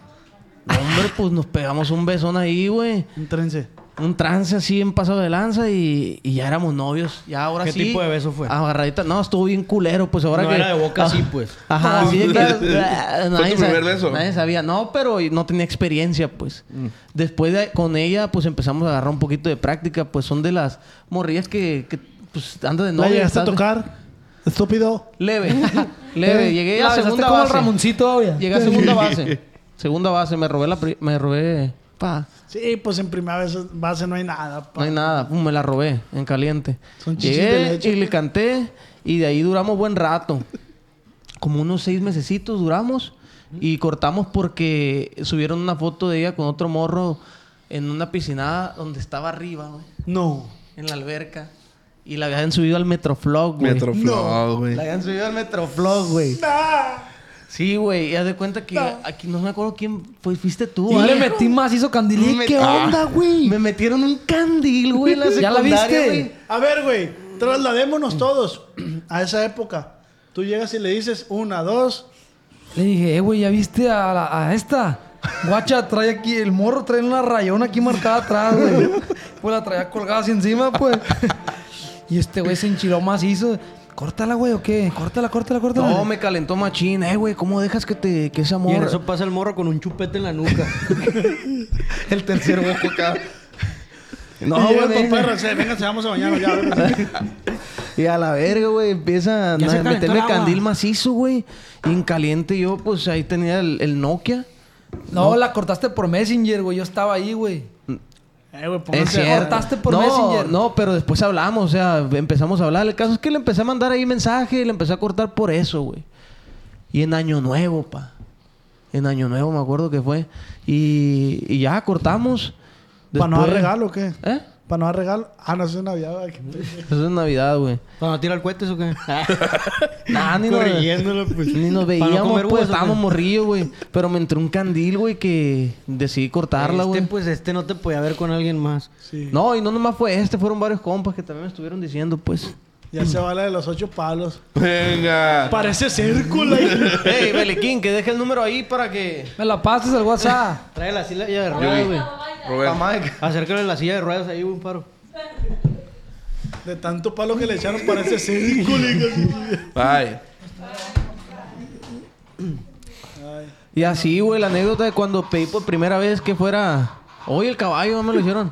[SPEAKER 7] No, hombre, pues nos pegamos un besón ahí, güey
[SPEAKER 2] Un trense.
[SPEAKER 7] un trance así en paso de lanza y, y ya éramos novios. Ya ahora
[SPEAKER 6] ¿Qué
[SPEAKER 7] sí.
[SPEAKER 6] tipo de beso fue?
[SPEAKER 7] Agarradita. No, estuvo bien culero, pues ahora
[SPEAKER 6] No,
[SPEAKER 7] que.
[SPEAKER 6] era de boca así, pues.
[SPEAKER 7] Ajá, así de que. eh, nadie
[SPEAKER 5] tu primer
[SPEAKER 7] sab-
[SPEAKER 5] beso?
[SPEAKER 7] Nadie sabía. No, pero no tenía experiencia, pues.
[SPEAKER 6] Mm.
[SPEAKER 7] Después de, con ella, pues empezamos a agarrar un poquito de práctica, pues son de las morrillas que, que, pues andan de
[SPEAKER 2] ¿La
[SPEAKER 7] novia.
[SPEAKER 2] llegaste a
[SPEAKER 7] ¿sabes?
[SPEAKER 2] tocar? Estúpido. ¿Eh?
[SPEAKER 7] Leve,
[SPEAKER 6] Eh,
[SPEAKER 7] leve. Llegué
[SPEAKER 4] La
[SPEAKER 7] a
[SPEAKER 4] besaste
[SPEAKER 7] segunda
[SPEAKER 4] como el
[SPEAKER 7] base.
[SPEAKER 4] Ramoncito, obvia.
[SPEAKER 7] Llegué a segunda base. segunda base, me robé la. pri- Me robé. Pa.
[SPEAKER 2] Sí, pues en primera vez base no hay nada. pa.
[SPEAKER 7] No hay nada, pum, me la robé en caliente.
[SPEAKER 2] Son chichis de
[SPEAKER 7] Llegué
[SPEAKER 2] leche.
[SPEAKER 7] y le canté y de ahí duramos buen rato. Como unos seis mesecitos duramos y cortamos porque subieron una foto de ella con otro morro en una piscinada donde estaba arriba, güey,
[SPEAKER 2] No.
[SPEAKER 7] en la alberca. Y la habían subido al Metroflog, güey.
[SPEAKER 5] Metroflow, güey.
[SPEAKER 7] La habían subido al Metroflog, güey. Sí, güey. Y haz de cuenta que aquí no me acuerdo quién fue, fuiste tú,
[SPEAKER 4] Y le
[SPEAKER 7] ¿vale?
[SPEAKER 4] metí más, hizo candilí.
[SPEAKER 7] Me-
[SPEAKER 4] ¿Qué
[SPEAKER 7] Ah.
[SPEAKER 4] onda, güey?
[SPEAKER 7] Me metieron un candil, güey. en la
[SPEAKER 4] ¿Ya la
[SPEAKER 7] secundaria,
[SPEAKER 4] viste?
[SPEAKER 7] güey.
[SPEAKER 2] A ver, güey, trasladémonos todos a esa época. Tú llegas y le dices una, dos.
[SPEAKER 4] Le dije, eh, güey, ¿ya viste a, la- a esta? Guacha, trae aquí, el morro trae una rayona aquí marcada atrás, güey. Pues la traía colgada así encima, pues. Y este güey se enchiló macizo. Córtala, güey, ¿o qué? Córtala, córtala, córtala.
[SPEAKER 7] No, me calentó machín. Eh, güey, ¿cómo dejas que te que ese
[SPEAKER 6] Y
[SPEAKER 7] amor?
[SPEAKER 6] en eso pasa el morro con un chupete en la nuca.
[SPEAKER 7] El tercer boco acá. No,
[SPEAKER 2] y llega
[SPEAKER 7] güey.
[SPEAKER 2] tu perro, se venga, se vamos a bañarnos ya. ven".
[SPEAKER 7] Y a la verga, güey, empieza a
[SPEAKER 6] Ya se
[SPEAKER 7] na-
[SPEAKER 6] calentó el
[SPEAKER 7] meterme
[SPEAKER 6] agua.
[SPEAKER 7] candil macizo, güey. Y en caliente yo, pues ahí tenía el, el Nokia.
[SPEAKER 4] No, la cortaste por Messenger, güey. Yo estaba ahí, güey.
[SPEAKER 2] Eh, güey,
[SPEAKER 7] Es
[SPEAKER 2] pónganse-
[SPEAKER 7] cierto.
[SPEAKER 4] cortaste por
[SPEAKER 7] no,
[SPEAKER 4] Messenger.
[SPEAKER 7] No, pero después hablamos, o sea, empezamos a hablar. El caso es que le empecé a mandar ahí mensaje y le empecé a cortar por eso, güey. Y en Año Nuevo, pa. En Año Nuevo me acuerdo que fue. Y, y ya cortamos.
[SPEAKER 2] ¿Para no dar
[SPEAKER 7] Después-
[SPEAKER 2] regalo o qué?
[SPEAKER 7] ¿Eh?
[SPEAKER 2] Para no dar regalo. Ah, no, eso es Navidad. ¿verdad? Qué pendejo.
[SPEAKER 7] Eso es Navidad, güey.
[SPEAKER 6] ¿Para no tirar cohetes o qué?
[SPEAKER 7] Nah, ni nos,
[SPEAKER 6] Corrigiéndolo, pues.
[SPEAKER 7] ni nos
[SPEAKER 6] Para no
[SPEAKER 7] veíamos,
[SPEAKER 6] comer
[SPEAKER 7] pues,
[SPEAKER 6] hueso,
[SPEAKER 7] estábamos
[SPEAKER 6] güey.
[SPEAKER 7] morrillos, güey. Pero me entró un candil, güey, que decidí cortarla,
[SPEAKER 6] Este,
[SPEAKER 7] güey.
[SPEAKER 6] pues, este no te podía ver con alguien más.
[SPEAKER 2] Sí.
[SPEAKER 7] No, y no nomás fue este, fueron varios compas que también me estuvieron diciendo, pues.
[SPEAKER 2] Ya se va la de los ocho palos.
[SPEAKER 5] Venga.
[SPEAKER 2] Parece círculo. ahí.
[SPEAKER 7] Ey, Beliquín, que deje el número ahí para que.
[SPEAKER 4] Me la pasas al WhatsApp.
[SPEAKER 6] Trae la silla de
[SPEAKER 5] Yo
[SPEAKER 6] ruedas,
[SPEAKER 5] vi.
[SPEAKER 6] güey.
[SPEAKER 5] Rubén.
[SPEAKER 6] Acércale la silla de ruedas ahí, un paro.
[SPEAKER 2] De tanto palo que le echaron, parece círculo.
[SPEAKER 5] Bye.
[SPEAKER 7] Y así, güey, la anécdota de cuando pedí por primera vez que fuera. Oye, el caballo, no me lo hicieron.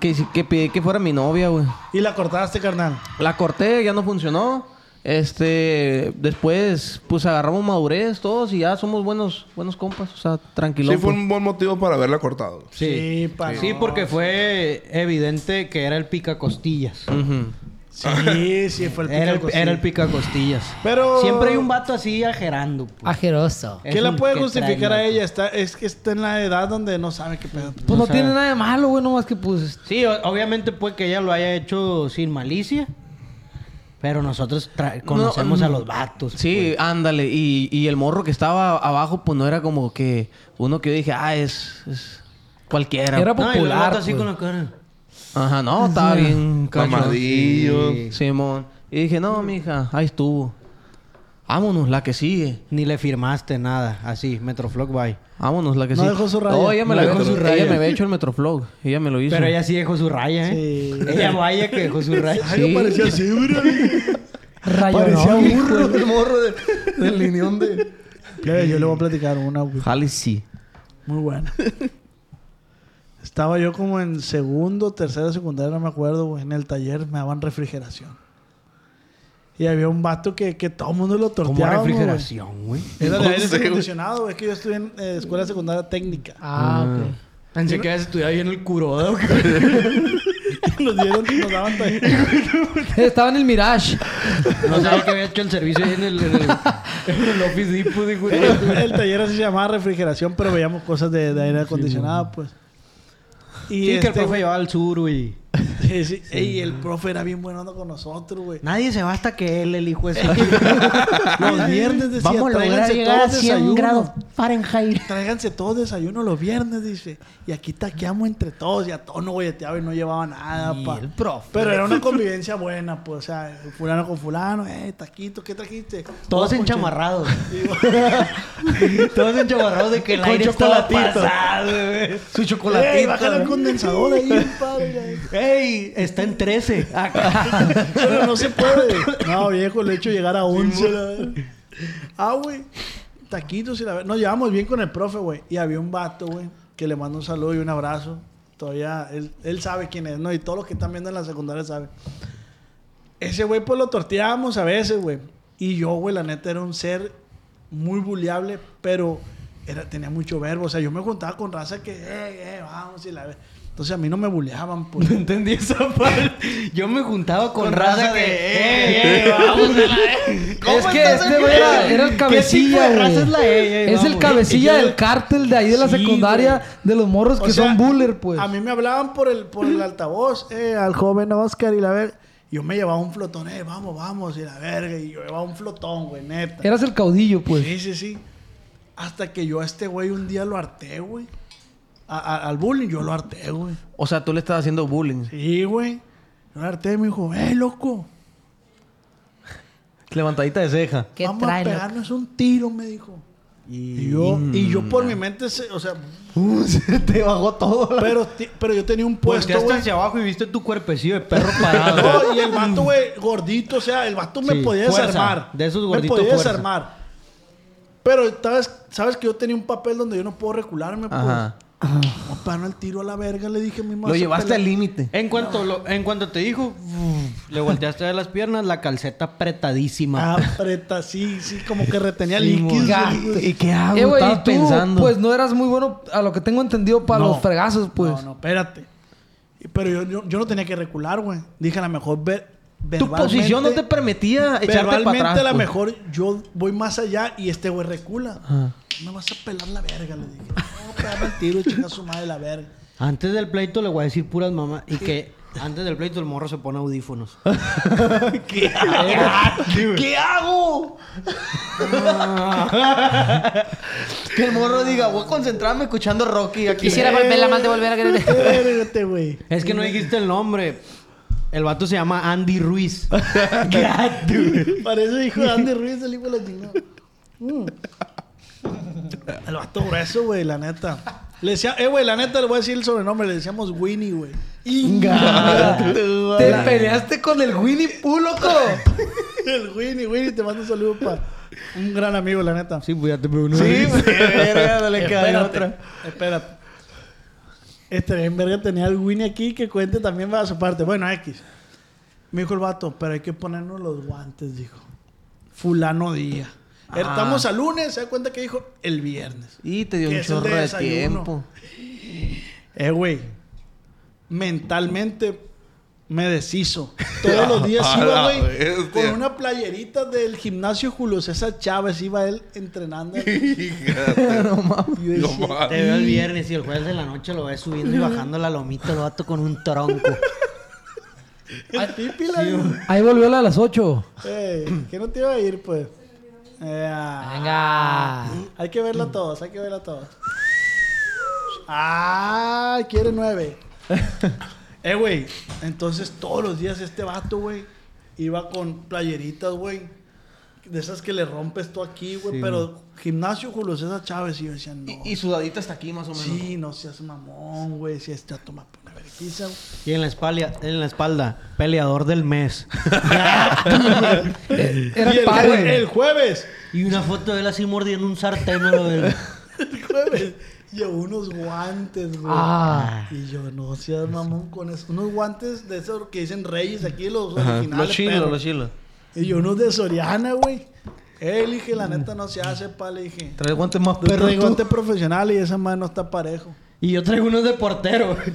[SPEAKER 7] Que, si- que pedí que fuera mi novia, güey.
[SPEAKER 2] y la cortaste, carnal.
[SPEAKER 7] La corté, ya no funcionó. Este, después, pues agarramos madurez todos y ya somos buenos, buenos compas, o sea, tranquilos.
[SPEAKER 5] Sí, fue un buen motivo para haberla cortado.
[SPEAKER 6] Sí.
[SPEAKER 2] Sí, pa'
[SPEAKER 6] Sí,
[SPEAKER 2] no.
[SPEAKER 6] porque fue evidente que era el pica costillas.
[SPEAKER 2] Sí, sí, fue el
[SPEAKER 6] Era el,
[SPEAKER 2] pico, sí.
[SPEAKER 6] era el pica costillas.
[SPEAKER 2] Pero-
[SPEAKER 6] Siempre hay un vato así ajerando. pues.
[SPEAKER 8] Ajeroso.
[SPEAKER 6] Es
[SPEAKER 2] ¿Qué la
[SPEAKER 6] un
[SPEAKER 2] puede
[SPEAKER 6] que
[SPEAKER 2] justificar
[SPEAKER 6] traen,
[SPEAKER 2] a
[SPEAKER 6] vato.
[SPEAKER 2] ella? Está, es que está en la edad donde no sabe qué pedo.
[SPEAKER 4] Pues no
[SPEAKER 6] O sea-
[SPEAKER 4] tiene nada de malo, güey, nomás que pues.
[SPEAKER 6] Sí, o- obviamente puede que ella lo haya hecho sin malicia. Pero nosotros tra- conocemos a los vatos.
[SPEAKER 7] mm,
[SPEAKER 6] pues.
[SPEAKER 7] Sí, ándale. Y, y el morro que estaba abajo, pues no era como que uno que yo dije, ah, es, es cualquiera.
[SPEAKER 4] Era
[SPEAKER 6] No, y el
[SPEAKER 4] popular.
[SPEAKER 6] vato así
[SPEAKER 4] pues.
[SPEAKER 6] con la cara.
[SPEAKER 7] Ajá, no, estaba bien cachón.
[SPEAKER 5] Mamadillo.
[SPEAKER 7] Simón. Y dije, no, mija, ahí estuvo. Vámonos, la que sigue.
[SPEAKER 6] Ni le firmaste nada. Así, Metroflog bye.
[SPEAKER 7] Vámonos, la que
[SPEAKER 2] No
[SPEAKER 7] sigue.
[SPEAKER 2] dejó su raya.
[SPEAKER 7] No, ella me,
[SPEAKER 2] No
[SPEAKER 7] la-
[SPEAKER 2] dejó su
[SPEAKER 7] ella
[SPEAKER 6] raya.
[SPEAKER 7] me había hecho el Metroflog. Ella me lo hizo.
[SPEAKER 6] Pero ella sí dejó su raya, ¿eh?
[SPEAKER 2] Sí.
[SPEAKER 6] Ella vaya que dejó su raya.
[SPEAKER 7] Sí.
[SPEAKER 2] parecía así, bro.
[SPEAKER 4] Rayo,
[SPEAKER 2] Parecía
[SPEAKER 4] ¿no?
[SPEAKER 2] burro.
[SPEAKER 7] el morro del linión de...
[SPEAKER 2] Plebe, yo le voy a platicar una, güey.
[SPEAKER 7] Jali sí.
[SPEAKER 2] Muy buena. Estaba yo como en segundo, tercero, secundaria, no me acuerdo, güey. En el taller me daban refrigeración. Y había un vato que, que todo el mundo lo
[SPEAKER 6] Como
[SPEAKER 2] torteaba. güey.
[SPEAKER 6] refrigeración, güey.
[SPEAKER 2] Era de
[SPEAKER 5] No
[SPEAKER 2] aire
[SPEAKER 5] sé, güey.
[SPEAKER 2] acondicionado, güey. Es que yo estuve en eh, escuela secundaria técnica.
[SPEAKER 4] Ah, ok.
[SPEAKER 6] Pensé que habías estudiado bien el curodo.
[SPEAKER 2] Nos dieron, nos daban taller.
[SPEAKER 4] Estaba en el Mirage.
[SPEAKER 6] No sabía que había hecho el servicio ahí en el, en el, en el Office Depot, dijo.
[SPEAKER 2] el, el taller así se llamaba refrigeración, pero veíamos cosas de, de aire acondicionado, pues. Y
[SPEAKER 6] Sí, que el
[SPEAKER 2] este,
[SPEAKER 6] profe llevaba al sur, güey.
[SPEAKER 2] sí, sí. Ey, el profe era bien bueno con nosotros, güey.
[SPEAKER 6] Nadie se va hasta que él, el hijo de su...
[SPEAKER 2] Los viernes decía,
[SPEAKER 8] Vamos a lograr
[SPEAKER 2] "Tráiganse
[SPEAKER 8] llegar a
[SPEAKER 2] todos
[SPEAKER 8] 100
[SPEAKER 2] desayuno".
[SPEAKER 8] grados Fahrenheit.
[SPEAKER 2] Tráiganse todos desayuno los viernes, dice. Y aquí taqueamos entre todos. Y a todo no golleteaba y no llevaba nada, pa. Pero era una convivencia buena, pues. O sea, fulano con fulano. Eh, taquito, ¿qué trajiste?
[SPEAKER 6] Todos
[SPEAKER 2] "Oh, ponche".
[SPEAKER 6] enchamarrados. Todos enchamarrados de que el
[SPEAKER 2] Con
[SPEAKER 6] aire estaba
[SPEAKER 2] chocolatito.
[SPEAKER 6] pasado, güey. Su
[SPEAKER 2] Ey,
[SPEAKER 6] chocolatito.
[SPEAKER 2] bájale el
[SPEAKER 6] güey.
[SPEAKER 2] condensador ahí, padre.
[SPEAKER 6] Ey, está en 13. Acá.
[SPEAKER 2] Pero no se puede. No, viejo, le he hecho llegar a 11. la verdad. ah, güey. Taquitos y la verdad. Nos llevamos bien con el profe, güey. Y había un vato, güey, que le mando un saludo y un abrazo. Todavía él, él sabe quién es, ¿no? Y todos los que están viendo en la secundaria saben. Ese güey, pues lo torteábamos a veces, güey. Y yo, güey, la neta era un ser muy buleable, pero era, tenía mucho verbo. O sea, yo me juntaba con raza que, eh, eh, vamos y la ver- Entonces a mí no me buleaban, pues.
[SPEAKER 6] No entendí esa parte. Yo me juntaba con, raza, que...
[SPEAKER 7] "Ey,
[SPEAKER 2] Eh,
[SPEAKER 6] ey, vamos a la...
[SPEAKER 4] Es que este güey era, era el cabecilla,
[SPEAKER 6] de
[SPEAKER 4] güey.
[SPEAKER 6] raza es la ey, ey,
[SPEAKER 4] Es el
[SPEAKER 6] vamos?
[SPEAKER 4] cabecilla
[SPEAKER 6] Y yo-
[SPEAKER 4] del cártel de ahí de la
[SPEAKER 6] Sí,
[SPEAKER 4] secundaria de los morros
[SPEAKER 2] O
[SPEAKER 4] que
[SPEAKER 2] sea,
[SPEAKER 4] son buller, pues.
[SPEAKER 2] A mí me hablaban por el, por el altavoz, eh, al joven Oscar y la verga. Yo me llevaba un flotón, eh, vamos, vamos, y la verga. Y yo llevaba un flotón, güey, neta.
[SPEAKER 4] Eras el caudillo, pues.
[SPEAKER 2] Sí, sí, sí. Hasta que yo a este güey un día lo harté, güey. A- a- al bullying yo lo harté, güey.
[SPEAKER 7] O sea, tú le estabas haciendo bullying.
[SPEAKER 2] Sí, güey. Yo lo harté y me dijo, eh, loco,
[SPEAKER 7] Levantadita de ceja.
[SPEAKER 8] ¿Qué
[SPEAKER 2] vamos a
[SPEAKER 8] trae, loco?
[SPEAKER 2] pegarnos un tiro, me dijo. Y yo, y yo por mi mente, se- o sea,
[SPEAKER 7] se te bajó todo.
[SPEAKER 2] pero, ti- pero yo tenía un puesto,
[SPEAKER 6] Volteaste
[SPEAKER 2] güey.
[SPEAKER 6] hacia abajo y viste tu cuerpecillo de perro parado.
[SPEAKER 2] No, y el vato, güey, gordito, o sea, el vato me
[SPEAKER 6] Sí,
[SPEAKER 2] podía
[SPEAKER 6] fuerza.
[SPEAKER 2] desarmar.
[SPEAKER 6] De esos
[SPEAKER 2] Me
[SPEAKER 6] gorditos,
[SPEAKER 2] podía
[SPEAKER 6] fuerza.
[SPEAKER 2] desarmar. Pero sabes, sabes que yo tenía un papel donde yo no puedo recularme, pues.
[SPEAKER 7] Ajá.
[SPEAKER 2] No, para no el tiro a la verga, le dije a mi mamá.
[SPEAKER 7] Lo
[SPEAKER 2] "Esa
[SPEAKER 7] llevaste
[SPEAKER 2] pelea".
[SPEAKER 7] al límite.
[SPEAKER 6] En cuanto, lo- en cuanto te dijo, uf, le volteaste de las piernas, la calceta apretadísima.
[SPEAKER 2] Ah, Apreta, sí, sí, como que retenía
[SPEAKER 6] Sí,
[SPEAKER 2] líquidos.
[SPEAKER 6] mon.
[SPEAKER 7] ¿Y qué hago?
[SPEAKER 4] Eh, güey, y
[SPEAKER 7] Estaba
[SPEAKER 4] tú,
[SPEAKER 7] pensando.
[SPEAKER 4] pues no eras muy bueno, a lo que tengo entendido, para
[SPEAKER 2] No.
[SPEAKER 4] los fregazos, pues.
[SPEAKER 2] No, no, espérate. Y- Pero yo, yo, yo no tenía que recular, güey. Dije, a lo mejor ver.
[SPEAKER 7] tu
[SPEAKER 2] verbalmente-
[SPEAKER 7] posición no te permitía echarte para
[SPEAKER 2] Verbalmente,
[SPEAKER 7] atrás.
[SPEAKER 2] a lo
[SPEAKER 7] pues.
[SPEAKER 2] mejor yo voy más allá y este güey recula.
[SPEAKER 7] Ajá.
[SPEAKER 2] Me vas a pelar la verga, le dije. No, pegame el tiro y chinga su madre la verga.
[SPEAKER 6] Antes del pleito le voy a decir puras mamás. Y que antes del pleito el morro se pone audífonos.
[SPEAKER 7] ¿Qué hago? que el morro diga, voy a concentrarme escuchando Rocky aquí.
[SPEAKER 8] Quisiera
[SPEAKER 4] Eh,
[SPEAKER 8] volverla más de volver a querer.
[SPEAKER 2] Espérate, güey.
[SPEAKER 6] Es que no dijiste el nombre. El vato se llama Andy Ruiz.
[SPEAKER 2] Para eso dijo Andy Ruiz, el hijo de la chingada. Mm. El vato grueso, güey, la neta. Le decía, eh, güey, la neta le voy a decir el sobrenombre, le decíamos Winnie, güey.
[SPEAKER 4] Te peleaste con el Winnie Pooh, loco.
[SPEAKER 2] El Winnie, Winnie, te mando un saludo para un gran amigo, la neta.
[SPEAKER 6] Sí, pues ya te pregunto.
[SPEAKER 7] Sí, verga, no le cae
[SPEAKER 2] espérate,
[SPEAKER 7] otra.
[SPEAKER 2] espérate. Este en verga tenía al Winnie aquí que cuente también va a su parte. Bueno, X. Me dijo el vato, pero hay que ponernos los guantes, dijo. Fulano día.
[SPEAKER 6] Ah.
[SPEAKER 2] Estamos a lunes, se da cuenta que dijo el viernes.
[SPEAKER 7] Y te dio
[SPEAKER 2] Que
[SPEAKER 7] un
[SPEAKER 2] es el
[SPEAKER 7] chorro
[SPEAKER 2] de
[SPEAKER 7] de
[SPEAKER 2] desayuno.
[SPEAKER 7] tiempo.
[SPEAKER 2] Eh, güey. Mentalmente me deshizo. Todos los días
[SPEAKER 5] A
[SPEAKER 2] iba,
[SPEAKER 5] la
[SPEAKER 2] güey.
[SPEAKER 5] bestia.
[SPEAKER 2] Con una playerita del gimnasio Julio César Chávez iba él entrenando. Y
[SPEAKER 5] Fíjate.
[SPEAKER 2] yo decía,
[SPEAKER 5] No mames.
[SPEAKER 6] Te veo el viernes y el jueves de la noche lo ves subiendo y bajando la lomita el vato con un tronco.
[SPEAKER 2] "El pípila, güey".
[SPEAKER 4] Ahí volvió la de las 8.
[SPEAKER 2] Ey, que Eh, no te iba a ir, pues. Eh, ah,
[SPEAKER 8] Venga.
[SPEAKER 2] hay que verla todos, hay que verla todos. Ah, quiere nueve. eh, güey. Entonces todos los días este vato, güey, iba con playeritas, güey. De esas que le rompes tú aquí, güey. pero gimnasio Julio César Chávez. Y yo decía, no.
[SPEAKER 7] Y, y sudadita hasta aquí, más o menos.
[SPEAKER 2] sí, no seas mamón, güey. Si este vato me pone vergüenza, güey.
[SPEAKER 6] Y en la espalda, en la espalda, peleador del mes.
[SPEAKER 4] Era
[SPEAKER 2] Y el,
[SPEAKER 4] padre.
[SPEAKER 2] jue- el jueves.
[SPEAKER 6] Y una foto de él así mordiendo un sartén. a lo del-
[SPEAKER 2] El jueves llevó unos guantes, güey.
[SPEAKER 4] Ah.
[SPEAKER 2] Y yo, no seas mamón con eso. Unos guantes de esos que dicen Reyes aquí, los
[SPEAKER 7] Ajá.
[SPEAKER 2] originales.
[SPEAKER 7] Los chilos,
[SPEAKER 2] perro.
[SPEAKER 7] los chilos.
[SPEAKER 2] Y yo, unos de Soriana, güey. Eh, le dije, la neta no se hace, pa, le dije.
[SPEAKER 7] Trae guantes más
[SPEAKER 2] Pero
[SPEAKER 7] perros. tú.
[SPEAKER 2] guante profesional y esa mano está parejo.
[SPEAKER 6] Y yo traigo unos de portero.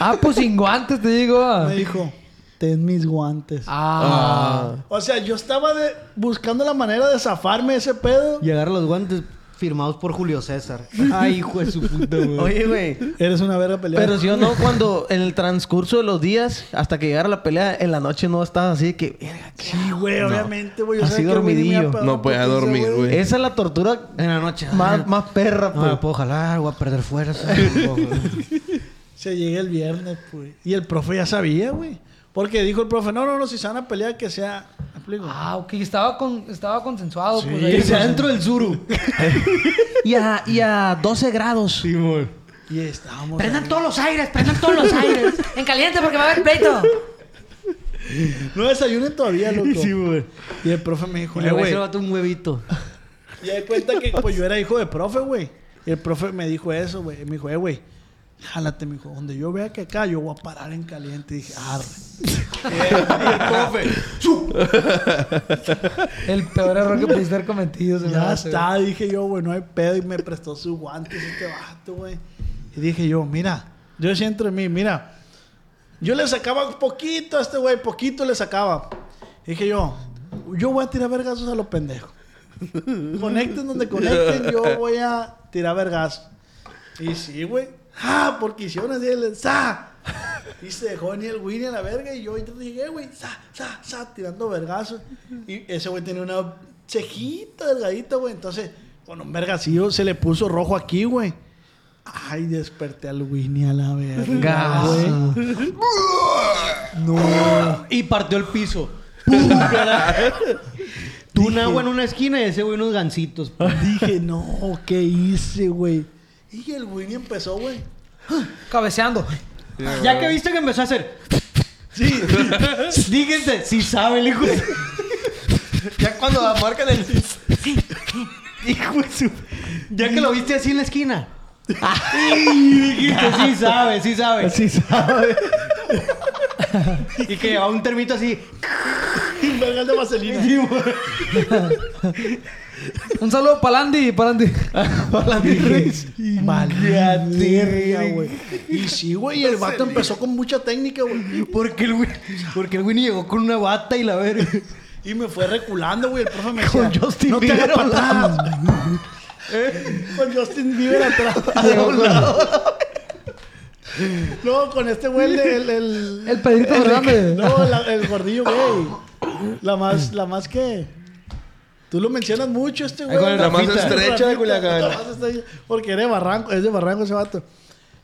[SPEAKER 4] Ah, pues sin guantes, te digo. ah.
[SPEAKER 2] Me dijo, ten mis guantes.
[SPEAKER 4] Ah.
[SPEAKER 2] O sea, yo estaba de- buscando la manera de zafarme de ese pedo.
[SPEAKER 6] Llegar los guantes firmados por Julio César. Ay, hijo de su puta, güey.
[SPEAKER 7] Oye, güey.
[SPEAKER 2] Eres una verga peleada.
[SPEAKER 7] Pero si o no, cuando en el transcurso de los días, hasta que llegara la pelea, en la noche no estás así de que. "Verga, ¿qué
[SPEAKER 2] Sí, güey, obviamente, güey. yo
[SPEAKER 7] Así
[SPEAKER 2] sabía que el Winnie me iba a
[SPEAKER 7] dormidillo.
[SPEAKER 2] pegar
[SPEAKER 5] No
[SPEAKER 2] una
[SPEAKER 5] podía
[SPEAKER 2] putiza,
[SPEAKER 5] dormir, güey.
[SPEAKER 7] Esa es la tortura
[SPEAKER 6] En la noche.
[SPEAKER 7] más, más perra,
[SPEAKER 6] No me
[SPEAKER 7] pues.
[SPEAKER 6] Ah, puedo jalar, voy a perder fuerza. no puedo, güey.
[SPEAKER 2] Se llega el viernes, pues. Y el profe ya sabía, güey. Porque dijo el profe, no, no, no, si se van a pelear, que sea... ¿Me explico?
[SPEAKER 4] Ah, ok, estaba, con, estaba consensuado. pues, ahí.
[SPEAKER 6] Que sea dentro del Zuru.
[SPEAKER 7] Y a, y a 12 grados.
[SPEAKER 2] Y estábamos...
[SPEAKER 8] Prendan todos los aires, prendan todos los aires. En caliente porque va a haber pleito.
[SPEAKER 2] No desayunen todavía, loco. Y el profe me dijo, eh,
[SPEAKER 6] Y le voy a hacer
[SPEAKER 2] güey.
[SPEAKER 6] al vato un huevito.
[SPEAKER 2] Y ahí cuenta que pues, yo era hijo de profe, güey. Y el profe me dijo eso, güey. Y Me dijo, eh, güey, jálate, me dijo. Donde yo vea que acá, yo voy a parar en caliente. Y dije, arre.
[SPEAKER 4] El peor error que pudiste haber cometido. se me
[SPEAKER 2] Ya
[SPEAKER 4] hace,
[SPEAKER 2] está, dije yo, güey, no hay pedo. Y me prestó sus guantes este vato, güey. Y dije yo, mira, yo decía entre mí, mira, yo le sacaba poquito a este güey, poquito le sacaba. Dije yo, yo voy a tirar vergazos a los pendejos. conecten donde conecten, yo voy a tirar vergazos. Y sí, güey. Ah, porque hicieron así el ¡Za! Y se dejó ni el Winnie a la verga. Y yo entonces dije, "Eh, güey, ¡Za! ¡Za! ¡Za! Tirando vergazos. Y ese güey tenía una cejita delgadita, güey. Entonces, con un vergacillo se le puso rojo aquí, güey. Ay, desperté al Winnie a la verga, güey.
[SPEAKER 6] Y partió el piso. Tú un agua en una esquina y ese güey unos gancitos.
[SPEAKER 2] Dije, no, ¿qué hice, güey? Y el Winnie empezó, güey.
[SPEAKER 4] güey. Cabeceando.
[SPEAKER 6] Ya que viste que empezó a hacer. Sí. Díganse, si sabe el hijo. de-
[SPEAKER 7] Ya cuando marcan el.
[SPEAKER 6] hijo de su- Ya que lo viste así en la esquina. Y dijiste, sí sabe, sí sabe. Sí sabe. Y que llevaba un termito así.
[SPEAKER 2] Un vergal de vaselina.
[SPEAKER 4] Un saludo para Andy, para Andy.
[SPEAKER 2] Maldita, güey. Y sí, güey, y el vato empezó con mucha técnica, güey.
[SPEAKER 6] Porque el güey, porque el güey ni llegó con una bata y la verga.
[SPEAKER 2] Y me fue reculando, güey. El profe me decía,
[SPEAKER 6] Con Justin
[SPEAKER 2] no te hagas
[SPEAKER 6] Bieber
[SPEAKER 2] para
[SPEAKER 6] al lado".
[SPEAKER 2] atrás. ¿Eh? Con Justin Bieber atrás. No, con este güey, el, el, el,
[SPEAKER 4] El Pedrito
[SPEAKER 2] el-
[SPEAKER 4] Fernández.
[SPEAKER 2] No, la- el gordillo, güey. La más, la más que. Tú lo mencionas mucho, este güey.
[SPEAKER 6] con el
[SPEAKER 5] La más
[SPEAKER 6] Rafita.
[SPEAKER 5] estrecha de
[SPEAKER 2] La
[SPEAKER 5] Culiacán.
[SPEAKER 2] más estrecha, Porque era de Barranco, es de Barranco ese vato.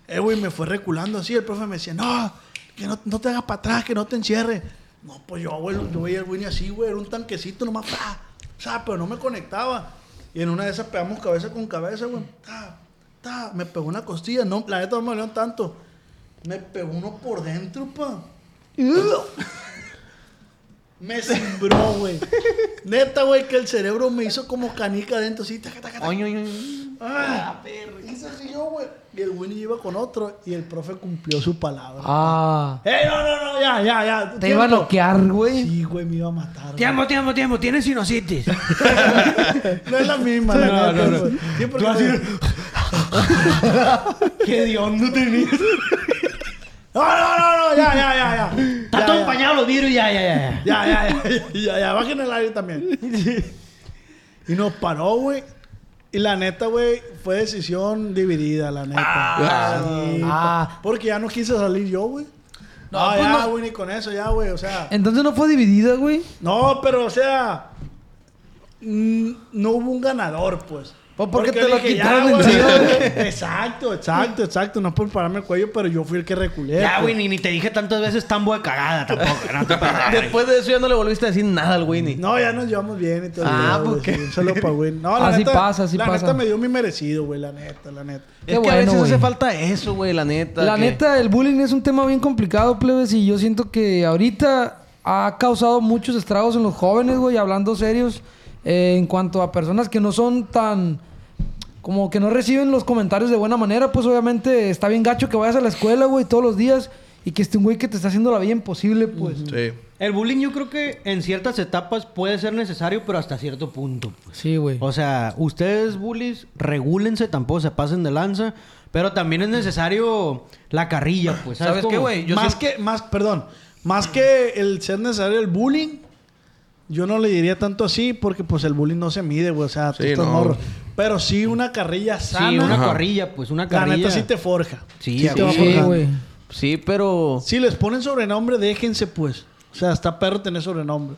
[SPEAKER 2] Eh, güey, me fue reculando así. El profe me decía, no, que no, no te hagas para atrás, que no te encierres. No, pues yo, güey, yo veía el güey así, güey, era un tanquecito nomás, pa. O sea, pero no me conectaba. Y en una de esas pegamos cabeza con cabeza, güey. Ta, ta, me pegó una costilla. No, la neta no me dolió tanto. Me pegó uno por dentro, pa. Me sembró, güey. Neta, güey, que el cerebro me hizo como canica adentro, así, taca, taca, taca. Ah, hice así yo, güey. Y el Winnie iba con otro y el profe cumplió su palabra.
[SPEAKER 4] Ah.
[SPEAKER 2] ¡Eh, no, no, no! Ya, ya, ya.
[SPEAKER 4] Te iba a
[SPEAKER 2] Tiempo.
[SPEAKER 4] bloquear, güey.
[SPEAKER 2] Sí, güey, me iba a matar.
[SPEAKER 6] Tiempo, tiempo, tiempo. Tienes sinusitis.
[SPEAKER 2] güey. No es la misma, la neta,
[SPEAKER 6] No, no, no.
[SPEAKER 2] güey. Siempre
[SPEAKER 6] Tú
[SPEAKER 2] que
[SPEAKER 6] así-
[SPEAKER 2] me-
[SPEAKER 6] Qué hediondo tenías.
[SPEAKER 2] No, no, no, no, ya, ya, ya, ya.
[SPEAKER 6] Está
[SPEAKER 2] Ya,
[SPEAKER 6] todo
[SPEAKER 2] ya.
[SPEAKER 6] empañado los vidrios. Ya, ya, ya.
[SPEAKER 2] Ya, ya, ya, ya, ya, bajen el aire también. Y nos paró, güey. Y la neta, güey, fue decisión dividida, la neta. Sí,
[SPEAKER 4] Ah.
[SPEAKER 2] Porque ya no quise salir yo, güey.
[SPEAKER 4] No,
[SPEAKER 2] No,
[SPEAKER 4] pues
[SPEAKER 2] ya,
[SPEAKER 4] no. Eh.
[SPEAKER 2] güey, ni con eso, ya, güey, o sea.
[SPEAKER 4] Entonces no fue dividida, güey.
[SPEAKER 2] No, pero, o sea. mm, No hubo un ganador, pues.
[SPEAKER 4] Pues porque te lo
[SPEAKER 2] dije, ya,
[SPEAKER 4] quitaron
[SPEAKER 2] güey.
[SPEAKER 4] encima,
[SPEAKER 2] Exacto, exacto, exacto. No es por pararme el cuello, pero yo fui el que reculé.
[SPEAKER 6] Ya,
[SPEAKER 2] pues.
[SPEAKER 6] güey, ni, ni te dije tantas veces tambo de cagada tampoco. No te pases.
[SPEAKER 7] Después de eso ya no le volviste a decir nada al Winnie.
[SPEAKER 2] No, ya nos llevamos bien y todo.
[SPEAKER 7] Ah,
[SPEAKER 2] el pedo,
[SPEAKER 7] ¿por
[SPEAKER 2] güey,
[SPEAKER 7] qué?
[SPEAKER 2] sí, Solo para Win. No, la
[SPEAKER 4] Así
[SPEAKER 2] neta,
[SPEAKER 4] pasa, así
[SPEAKER 2] la
[SPEAKER 4] pasa.
[SPEAKER 2] neta me dio mi merecido, güey, la neta, la neta.
[SPEAKER 7] Es que
[SPEAKER 4] Qué
[SPEAKER 7] a veces
[SPEAKER 4] bueno,
[SPEAKER 7] hace
[SPEAKER 4] güey.
[SPEAKER 7] falta eso, güey, la neta.
[SPEAKER 4] La
[SPEAKER 7] que-
[SPEAKER 4] neta, el bullying es un tema bien complicado, plebes, y yo siento que ahorita ha causado muchos estragos en los jóvenes, güey, hablando serios, eh, en cuanto a personas que no son tan... Como que no reciben los comentarios de buena manera, pues obviamente está bien gacho que vayas a la escuela, güey, todos los días y que esté un güey que te está haciendo la vida imposible, pues.
[SPEAKER 5] Sí.
[SPEAKER 6] El bullying yo creo que en ciertas etapas puede ser necesario, pero hasta cierto punto.
[SPEAKER 4] Sí, güey.
[SPEAKER 6] O sea, ustedes bullies, regúlense, tampoco se pasen de lanza, pero también es necesario la carrilla, pues. ¿Sabes,
[SPEAKER 7] ¿Sabes qué,
[SPEAKER 6] cómo?
[SPEAKER 7] güey? Yo
[SPEAKER 2] más
[SPEAKER 7] siento-
[SPEAKER 2] que, más, perdón, más que el ser necesario el bullying, yo no le diría tanto así porque pues el bullying no se mide, güey, o sea, tú
[SPEAKER 5] Sí,
[SPEAKER 2] estás
[SPEAKER 5] no.
[SPEAKER 2] morro. Pero sí una carrilla sana.
[SPEAKER 6] Sí, una
[SPEAKER 5] Ajá.
[SPEAKER 6] carrilla, pues, una
[SPEAKER 2] La
[SPEAKER 6] carrilla.
[SPEAKER 2] neta sí te forja.
[SPEAKER 6] Sí, a
[SPEAKER 2] te va
[SPEAKER 6] huevo.
[SPEAKER 4] Sí,
[SPEAKER 2] forjando.
[SPEAKER 4] güey.
[SPEAKER 7] Sí, pero...
[SPEAKER 2] Si les ponen sobrenombre, déjense pues. O sea, está perro tener sobrenombre.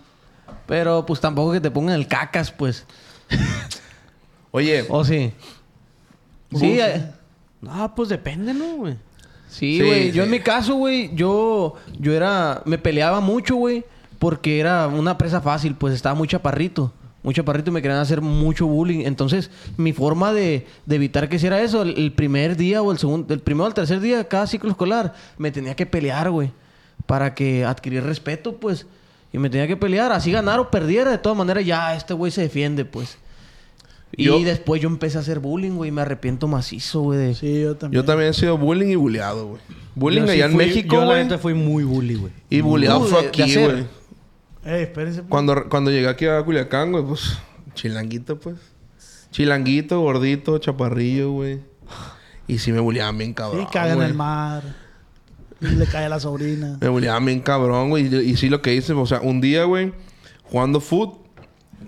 [SPEAKER 7] Pero pues tampoco que te pongan el cacas, pues.
[SPEAKER 5] Oye,
[SPEAKER 7] ¿O Oh, sí? Sí, eh,
[SPEAKER 6] Ah, pues depende, ¿no, güey?
[SPEAKER 7] Sí,
[SPEAKER 5] Sí,
[SPEAKER 7] güey. Yo
[SPEAKER 5] sí.
[SPEAKER 7] en mi caso, güey, yo, yo era... Me peleaba mucho, güey. Porque era una presa fácil, pues estaba muy chaparrito. Muy chaparrito y me querían hacer mucho bullying. Entonces, mi forma de, de evitar que hiciera eso, el, el primer día o el segundo... El primero o el tercer día de cada ciclo escolar, me tenía que pelear, güey. Para que adquirir respeto, pues. Y me tenía que pelear. Así ganar o perdiera, de todas maneras, ya este güey se defiende, pues. Y
[SPEAKER 5] Yo-
[SPEAKER 7] después yo empecé a hacer bullying, güey. y Me arrepiento macizo, güey. de-
[SPEAKER 2] Sí, yo también.
[SPEAKER 5] yo también he sido bullying y bulleado, güey. Bullying allá en México,
[SPEAKER 6] Yo, la
[SPEAKER 5] güey.
[SPEAKER 6] neta, fui muy bully, güey.
[SPEAKER 5] Y bulleado
[SPEAKER 7] Uh,
[SPEAKER 5] fue
[SPEAKER 7] de- de
[SPEAKER 5] aquí,
[SPEAKER 7] hacer.
[SPEAKER 5] güey.
[SPEAKER 2] Ey, espérense. pues.
[SPEAKER 5] Cuando, cuando llegué aquí a Culiacán, güey, pues... Chilanguito, pues. Chilanguito, gordito, chaparrillo, güey. Y sí me bulleaban bien cabrón,
[SPEAKER 2] Sí, caga en
[SPEAKER 5] Ah, güey.
[SPEAKER 2] el mar. Y le cae a la sobrina.
[SPEAKER 5] Me bulleaban bien cabrón, güey. Y, y sí lo que hice, o sea, un día, güey, jugando foot.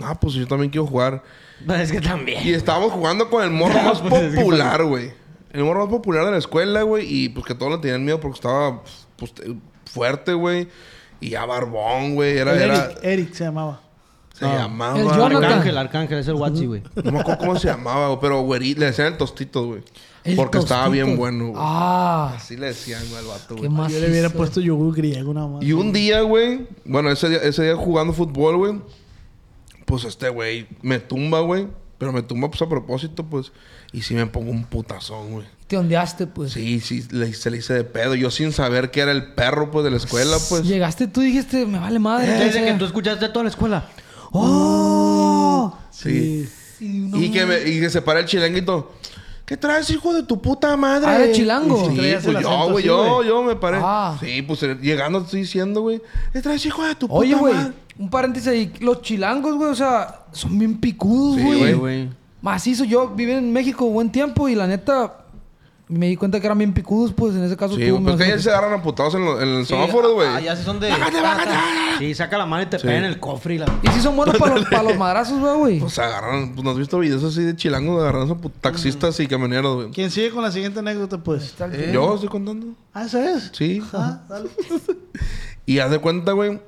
[SPEAKER 5] Ah, pues yo también quiero jugar.
[SPEAKER 6] Es que también.
[SPEAKER 5] Y estábamos jugando con el morro más
[SPEAKER 6] pues, es que
[SPEAKER 5] popular, güey. El morro más popular de la escuela, güey. Y pues que todos le tenían miedo porque estaba pues, te- fuerte, güey. Y ya barbón, güey. Era,
[SPEAKER 2] El
[SPEAKER 5] era-
[SPEAKER 2] Eric, Eric se llamaba.
[SPEAKER 5] se llamaba.
[SPEAKER 4] El Jonathan.
[SPEAKER 6] Arcángel, Arcángel, es el guachi, güey.
[SPEAKER 5] No me acuerdo cómo se llamaba, güey. Pero güey, le decían el tostito, güey.
[SPEAKER 4] El
[SPEAKER 5] Porque estaba
[SPEAKER 4] tostito.
[SPEAKER 5] bien bueno, güey.
[SPEAKER 4] Ah,
[SPEAKER 5] Así le decían, güey, al vato,
[SPEAKER 4] qué
[SPEAKER 5] güey.
[SPEAKER 4] más.
[SPEAKER 2] Yo le hubiera puesto yogur griego nada más.
[SPEAKER 5] Y un día, güey, bueno, ese día, ese día jugando fútbol, güey, pues este güey me tumba, güey, pero me tumba pues a propósito, pues, y sí me pongo un putazón, güey.
[SPEAKER 4] Te ondeaste, pues.
[SPEAKER 5] Sí, sí, le- se le hice de pedo, yo sin saber que era el perro, pues, de la escuela, pues.
[SPEAKER 4] Llegaste tú y dijiste, me vale madre. o
[SPEAKER 6] Desde
[SPEAKER 4] sea.
[SPEAKER 6] que tú escuchaste toda la escuela.
[SPEAKER 2] ¡Oh!
[SPEAKER 5] Sí.
[SPEAKER 4] Y uno-
[SPEAKER 5] Y que, me, y que se para el chilanguito. ¿Qué traes, hijo de tu puta madre?
[SPEAKER 4] Ah, ¿era chilango?
[SPEAKER 5] Sí,
[SPEAKER 2] Traías el
[SPEAKER 5] pues yo,
[SPEAKER 2] acento
[SPEAKER 5] güey,
[SPEAKER 2] así,
[SPEAKER 5] yo,
[SPEAKER 2] güey.
[SPEAKER 5] yo me paré.
[SPEAKER 4] Ah.
[SPEAKER 5] Sí, pues llegando estoy diciendo, güey. ¿Qué traes, hijo de tu puta
[SPEAKER 4] Oye, güey,
[SPEAKER 5] madre?
[SPEAKER 4] un paréntesis ahí. Los chilangos, güey, o sea, son bien picudos,
[SPEAKER 5] Sí,
[SPEAKER 4] güey.
[SPEAKER 5] güey.
[SPEAKER 4] Macizo, yo viví en México buen tiempo y la neta, me di cuenta que eran bien picudos, pues en ese caso.
[SPEAKER 5] Sí,
[SPEAKER 4] tuvo
[SPEAKER 5] güey,
[SPEAKER 4] más
[SPEAKER 5] pues que
[SPEAKER 4] suerte.
[SPEAKER 5] ayer se agarran a putazos en, lo- en el semáforo, güey.
[SPEAKER 7] Ah, ya sí son de.
[SPEAKER 6] Sí, saca la mano y te pega en el cofre y la...
[SPEAKER 4] Y si son buenos para los, pa' los madrazos, güey, güey.
[SPEAKER 5] Pues se agarran, pues no has visto videos así de chilangos agarrando a pu- taxistas y camioneros, güey.
[SPEAKER 2] ¿Quién sigue con la siguiente anécdota, pues?
[SPEAKER 5] Yo estoy contando.
[SPEAKER 2] Ah, ¿esa es?
[SPEAKER 5] Sí.
[SPEAKER 2] Ah, dale.
[SPEAKER 5] Y haz de cuenta, güey,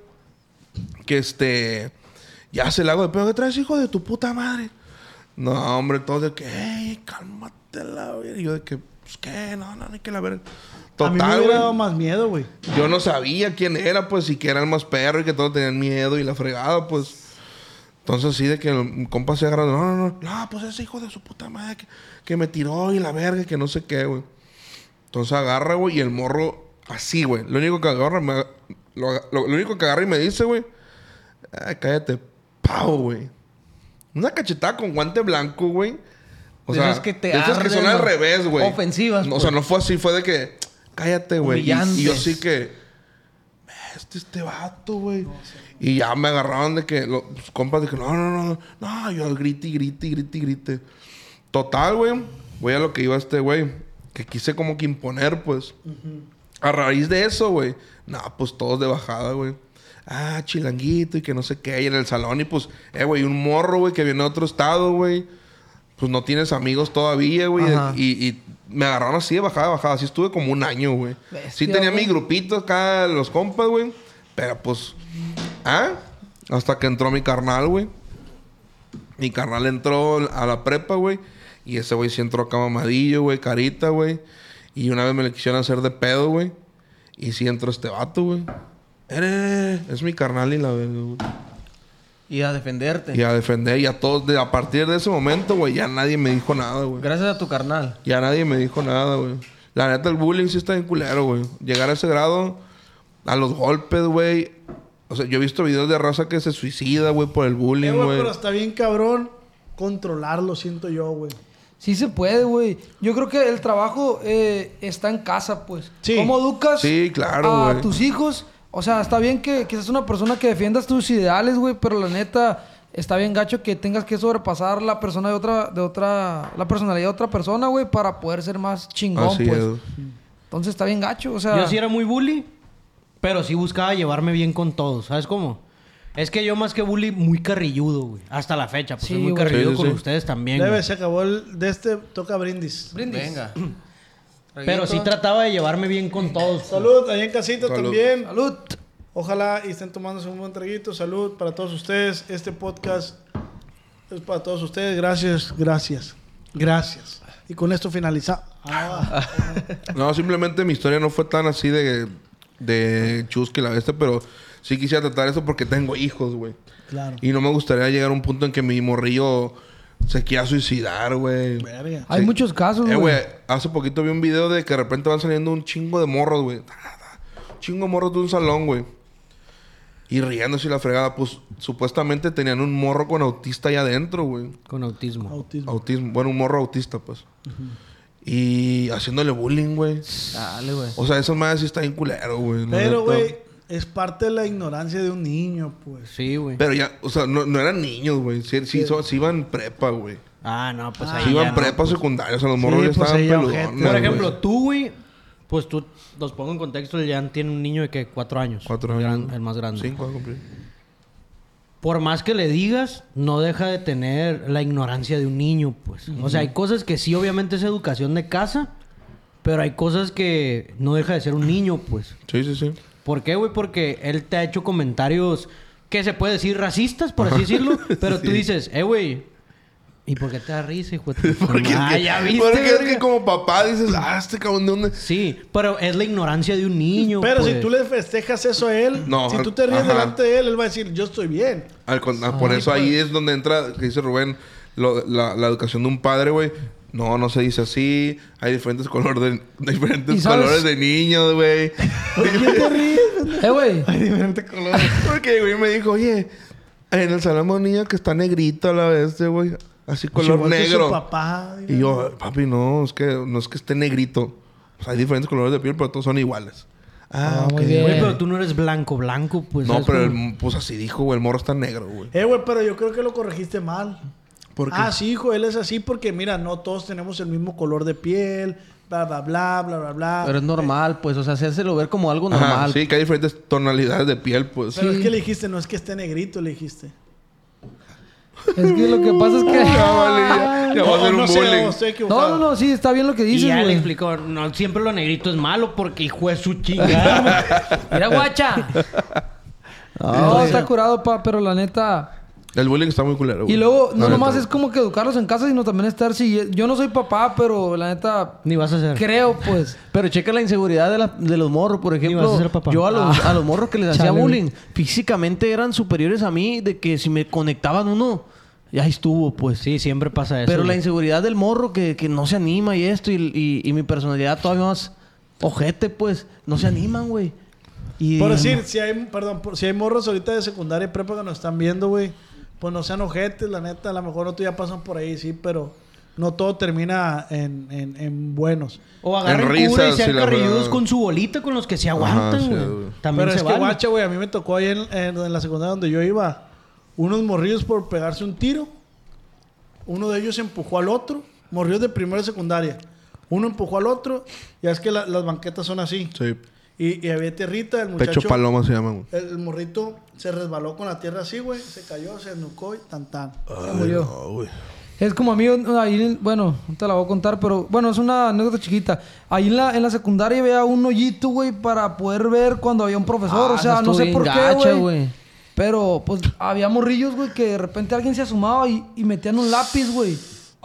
[SPEAKER 5] que este. Ya se le hago de pedo. ¿Qué traes, hijo de tu puta madre? No, hombre, todos de que, hey, cálmate la verga. Y yo de que, pues qué, no, no, ni que la verga.
[SPEAKER 2] a mí me
[SPEAKER 5] Total,
[SPEAKER 2] hubiera dado
[SPEAKER 5] güey.
[SPEAKER 2] más miedo, güey.
[SPEAKER 5] Yo no sabía quién era, pues, y que era el más perro y que todos tenían miedo y la fregada, pues. Entonces, así de que el compa se agarra, no, no, no, no, pues ese hijo de su puta madre que, que me tiró y la verga, y que no sé qué, güey. Entonces agarra, güey, y el morro así, güey. Lo único que agarra, me- lo, aga- lo- lo único que agarra y me dice, güey, "Ay, Ah, cállate, pavo, güey. Una cachetada con guante blanco, güey. O
[SPEAKER 7] De
[SPEAKER 5] sea,
[SPEAKER 7] esas que te
[SPEAKER 5] de esas que
[SPEAKER 7] arden,
[SPEAKER 5] son al
[SPEAKER 7] güey.
[SPEAKER 5] revés, güey.
[SPEAKER 7] Ofensivas, pues.
[SPEAKER 5] O sea, no fue así, fue de que, cállate, güey. Y, y yo
[SPEAKER 7] Humillantes.
[SPEAKER 5] sí que, este, este vato, güey. y ya me agarraron de que los compas de que no, no, no, no, yo grite, y grite, y grite, y grite. Total, güey. Voy a lo que iba este güey. Que quise como que imponer, pues. A raíz de eso, güey. No, pues todos de bajada, güey. Ah, chilanguito y que no sé qué. Y en el salón, y pues, eh, güey, un morro, güey, que viene de otro estado, güey. Pues no tienes amigos todavía, güey.
[SPEAKER 7] Ajá.
[SPEAKER 5] Y, y me agarraron así de bajada, de bajada. Así estuve como un año, güey. Sí
[SPEAKER 4] Bestia,
[SPEAKER 5] tenía
[SPEAKER 4] güey.
[SPEAKER 5] mi grupito acá, los compas, güey. Pero pues, ah, hasta que entró mi carnal, güey. Mi carnal entró a la prepa, güey. Y ese güey sí entró acá mamadillo, güey, carita, güey. Y una vez me le quisieron hacer de pedo, güey. Y sí entró este vato, güey. Ere, Es mi carnal y la verga, güey.
[SPEAKER 7] Y a defenderte.
[SPEAKER 5] Y a defender, y a todos, de- a partir de ese momento, güey, ya nadie me dijo nada, güey.
[SPEAKER 7] Gracias a tu carnal.
[SPEAKER 5] Ya nadie me dijo nada, güey. La neta, el bullying sí está bien culero, güey. Llegar a ese grado, a los golpes, güey. O sea, yo he visto videos de raza que se suicida, güey, por el
[SPEAKER 2] Eh,
[SPEAKER 5] bullying,
[SPEAKER 2] güey,
[SPEAKER 5] güey.
[SPEAKER 2] Pero está bien cabrón controlarlo, siento yo, güey.
[SPEAKER 4] Sí se puede, güey. Yo creo que el trabajo eh, está en casa, pues.
[SPEAKER 2] Sí.
[SPEAKER 4] ¿Cómo educas
[SPEAKER 5] Sí, claro,
[SPEAKER 4] a
[SPEAKER 5] güey.
[SPEAKER 4] tus hijos? O sea, está bien que, que seas una persona que defiendas tus ideales, güey, pero la neta está bien gacho que tengas que sobrepasar la persona de otra de otra la personalidad de otra persona, güey, para poder ser más chingón,
[SPEAKER 5] Así
[SPEAKER 4] pues.
[SPEAKER 5] es. güey.
[SPEAKER 4] Entonces está bien gacho, o sea,
[SPEAKER 6] Yo sí era muy bully, pero sí buscaba llevarme bien con todos. ¿Sabes cómo? Es que yo más que bully, muy carrilludo, güey. Hasta la fecha, pues
[SPEAKER 4] Sí,
[SPEAKER 6] soy muy
[SPEAKER 4] güey.
[SPEAKER 6] carrilludo
[SPEAKER 5] Sí, sí,
[SPEAKER 6] con
[SPEAKER 5] sí.
[SPEAKER 6] ustedes también.
[SPEAKER 2] Debe,
[SPEAKER 6] güey.
[SPEAKER 2] se acabó el de este, toca brindis.
[SPEAKER 4] brindis.
[SPEAKER 7] Venga.
[SPEAKER 6] Pero sí trataba de llevarme bien con todos. pues.
[SPEAKER 2] Salud, ahí en casita
[SPEAKER 5] Salud.
[SPEAKER 2] también.
[SPEAKER 4] Salud.
[SPEAKER 2] Ojalá y estén tomándose un buen traguito. Salud para todos ustedes. Este podcast es para todos ustedes. Gracias, gracias, gracias. Y con esto finaliza. Ah,
[SPEAKER 5] No, simplemente mi historia no fue tan así de, de chusque la bestia, pero sí quisiera tratar eso porque tengo hijos, güey.
[SPEAKER 2] claro.
[SPEAKER 5] Y no me gustaría llegar a un punto en que mi morrillo se quiera suicidar, güey.
[SPEAKER 2] Verga.
[SPEAKER 4] Hay
[SPEAKER 5] Sí.
[SPEAKER 4] muchos casos,
[SPEAKER 5] Eh,
[SPEAKER 4] güey.
[SPEAKER 5] güey, hace poquito vi un video de que de repente van saliendo un chingo de morros, güey. Ta, ta. Chingo de morros de un salón, güey. Y riéndose y la fregada, pues supuestamente tenían un morro con autista ahí adentro, güey.
[SPEAKER 6] Con
[SPEAKER 7] Ah,
[SPEAKER 6] autismo.
[SPEAKER 2] Autismo.
[SPEAKER 5] Autismo, bueno, un morro autista, pues. Y haciéndole bullying, güey.
[SPEAKER 6] Dale, güey.
[SPEAKER 5] O sea, esas madres sí está bien culero, güey. la neta.
[SPEAKER 2] Pero, güey, es parte de la ignorancia de un niño, pues.
[SPEAKER 6] Sí, güey.
[SPEAKER 5] Pero ya, o sea, no, no eran niños, güey. Sí, sí, so- sí iban prepa, güey.
[SPEAKER 6] Ah, no, pues ahí
[SPEAKER 5] sí
[SPEAKER 6] ya
[SPEAKER 5] iban
[SPEAKER 6] no.
[SPEAKER 5] prepa secundaria. O sea, los morros ya
[SPEAKER 2] pues,
[SPEAKER 5] estaban
[SPEAKER 2] ahí ya ojete.
[SPEAKER 5] peludones,
[SPEAKER 6] Por ejemplo,
[SPEAKER 5] güey.
[SPEAKER 6] tú, güey, pues tú, los pongo en contexto, ya tiene un niño de que cuatro años.
[SPEAKER 5] Cuatro
[SPEAKER 6] El
[SPEAKER 5] años.
[SPEAKER 6] gran- el más grande.
[SPEAKER 5] Cinco, va a cumplir.
[SPEAKER 6] por más que le digas, no deja de tener la ignorancia de un niño, pues. O sea, hay cosas que sí, obviamente es educación de casa, pero hay cosas que no deja de ser un niño, pues.
[SPEAKER 5] Sí, sí, sí.
[SPEAKER 6] ¿Por qué, güey? Porque él te ha hecho comentarios que se puede decir racistas, por así decirlo, pero tú dices, eh, güey, ¿y por qué te da risa, hijo de tu
[SPEAKER 5] Porque,
[SPEAKER 6] Ah,
[SPEAKER 5] es, que,
[SPEAKER 6] ya viste,
[SPEAKER 5] porque es
[SPEAKER 6] verga.
[SPEAKER 5] que como papá dices, ah, este cabrón de dónde.
[SPEAKER 6] Sí, pero es la ignorancia de un niño.
[SPEAKER 2] Pero si
[SPEAKER 6] pues.
[SPEAKER 2] tú le festejas eso a él,
[SPEAKER 5] No,
[SPEAKER 2] si tú te ríes
[SPEAKER 5] ajá.
[SPEAKER 2] delante de él, él va a decir, yo estoy bien.
[SPEAKER 5] Al con- ah, por eso
[SPEAKER 2] pues.
[SPEAKER 5] ahí es donde entra, que dice Rubén, lo- la, la educación de un padre, güey. No, no se dice así. Hay diferentes, color de,
[SPEAKER 4] ¿Y
[SPEAKER 5] diferentes
[SPEAKER 4] sabes?
[SPEAKER 5] colores de niños, güey.
[SPEAKER 4] Eh, güey.
[SPEAKER 5] Porque, güey, me dijo, oye, en el salón hay un niño que está negrito a la vez, eh, güey. Así color
[SPEAKER 2] Pues Igual que su
[SPEAKER 5] negro.
[SPEAKER 2] papá.
[SPEAKER 5] Y yo, eh. papi, no, es que no es que esté negrito. O sea, hay diferentes colores de piel, pero todos son iguales. Ah,
[SPEAKER 4] Ah, muy
[SPEAKER 5] ok.
[SPEAKER 4] bien.
[SPEAKER 6] Güey, pero tú no eres blanco, blanco, pues.
[SPEAKER 5] No,
[SPEAKER 6] ¿sabes
[SPEAKER 5] pero
[SPEAKER 6] cómo?
[SPEAKER 5] el- pues así dijo, güey, el morro está negro, güey.
[SPEAKER 2] Eh, güey, pero yo creo que lo corregiste mal.
[SPEAKER 5] Porque
[SPEAKER 2] Eh, Ah, sí, hijo, él es así porque, mira, no todos tenemos el mismo color de piel, bla, bla, bla, bla, bla, bla.
[SPEAKER 7] Pero es normal, pues, o sea, hacérselo ver como algo
[SPEAKER 5] Ajá,
[SPEAKER 7] normal.
[SPEAKER 5] sí, que hay diferentes tonalidades de piel, pues.
[SPEAKER 2] Pero es que le dijiste, no es que esté negrito, le dijiste.
[SPEAKER 4] Es que lo que pasa es
[SPEAKER 5] Ya,
[SPEAKER 4] que.
[SPEAKER 5] vale, ya, ya va a ser un
[SPEAKER 2] no sé,
[SPEAKER 5] bullying.
[SPEAKER 2] estoy equivocado.
[SPEAKER 4] No, no, no, sí, está bien lo que
[SPEAKER 6] Y
[SPEAKER 4] dices,
[SPEAKER 6] ya le
[SPEAKER 4] güey.
[SPEAKER 6] explicó, no siempre lo negrito es malo porque hijo es su chingada.
[SPEAKER 8] Mira, guacha.
[SPEAKER 6] Ah.
[SPEAKER 4] No, está curado, pa, pero la neta.
[SPEAKER 5] El bullying está muy culero, güey.
[SPEAKER 4] Y luego,
[SPEAKER 5] La
[SPEAKER 4] no nomás
[SPEAKER 5] neta.
[SPEAKER 4] es como que educarlos en casa, sino también estar si Yo no soy papá, pero la neta,
[SPEAKER 6] Ni vas a hacer.
[SPEAKER 4] creo, pues.
[SPEAKER 7] Pero checa la inseguridad de, la- de los morros, por
[SPEAKER 6] vas a ser
[SPEAKER 7] ejemplo.
[SPEAKER 6] papá. Ah.
[SPEAKER 7] Yo a los, a los morros que les hacía
[SPEAKER 4] Chale,
[SPEAKER 7] bullying, físicamente eran superiores a mí, de que si me conectaban uno, ya estuvo, pues.
[SPEAKER 6] Sí, siempre pasa eso.
[SPEAKER 7] Pero la
[SPEAKER 6] güey.
[SPEAKER 7] inseguridad del morro que, que no se anima y esto, y, y- y mi personalidad todavía más ojete, pues, no
[SPEAKER 6] Mm.
[SPEAKER 7] se animan, güey. Y-
[SPEAKER 2] Por decir, si hay, perdón, por- si hay morros ahorita de secundaria y prepa que nos están viendo, güey, pues no sean ojetes, la neta, a lo mejor otros ya pasan por ahí, sí, pero no todo termina en, en, en buenos.
[SPEAKER 6] O agarren
[SPEAKER 5] En risas,
[SPEAKER 6] cura y
[SPEAKER 5] sí,
[SPEAKER 6] sean
[SPEAKER 5] la
[SPEAKER 6] carrilludos
[SPEAKER 5] verdad.
[SPEAKER 6] con su bolita con los que se aguantan,
[SPEAKER 5] sí,
[SPEAKER 6] güey.
[SPEAKER 5] güey.
[SPEAKER 6] También
[SPEAKER 2] pero
[SPEAKER 6] se
[SPEAKER 2] es que,
[SPEAKER 6] vale.
[SPEAKER 2] guacha, güey, a mí me tocó ahí en, en- en la secundaria donde yo iba, unos morrillos por pegarse un tiro, uno de ellos empujó al otro, morrillos de primera y secundaria, uno empujó al otro, ya es que la- las banquetas son así,
[SPEAKER 5] Sí.
[SPEAKER 2] y, y había tierrita, el muchacho...
[SPEAKER 5] Pecho paloma se llama, güey.
[SPEAKER 2] El, el morrito se resbaló con la tierra así, güey. Se cayó, se nucó y tan tan.
[SPEAKER 6] Eh.
[SPEAKER 5] Ay,
[SPEAKER 4] yo.
[SPEAKER 5] no, güey.
[SPEAKER 4] Es como a mí, un- ahí, en- bueno, no te la voy a contar, pero bueno, es una anécdota chiquita. Ahí en la, en la secundaria había un hoyito, güey, para poder ver cuando había un profesor.
[SPEAKER 7] Ah,
[SPEAKER 4] o sea,
[SPEAKER 7] esa
[SPEAKER 4] no sé
[SPEAKER 7] estuvo
[SPEAKER 4] por
[SPEAKER 7] bien
[SPEAKER 4] qué,
[SPEAKER 7] gacha,
[SPEAKER 4] güey.
[SPEAKER 7] güey.
[SPEAKER 4] Pero, pues, había morrillos, güey, que de repente alguien se asomaba y, y metían un lápiz, güey. Y,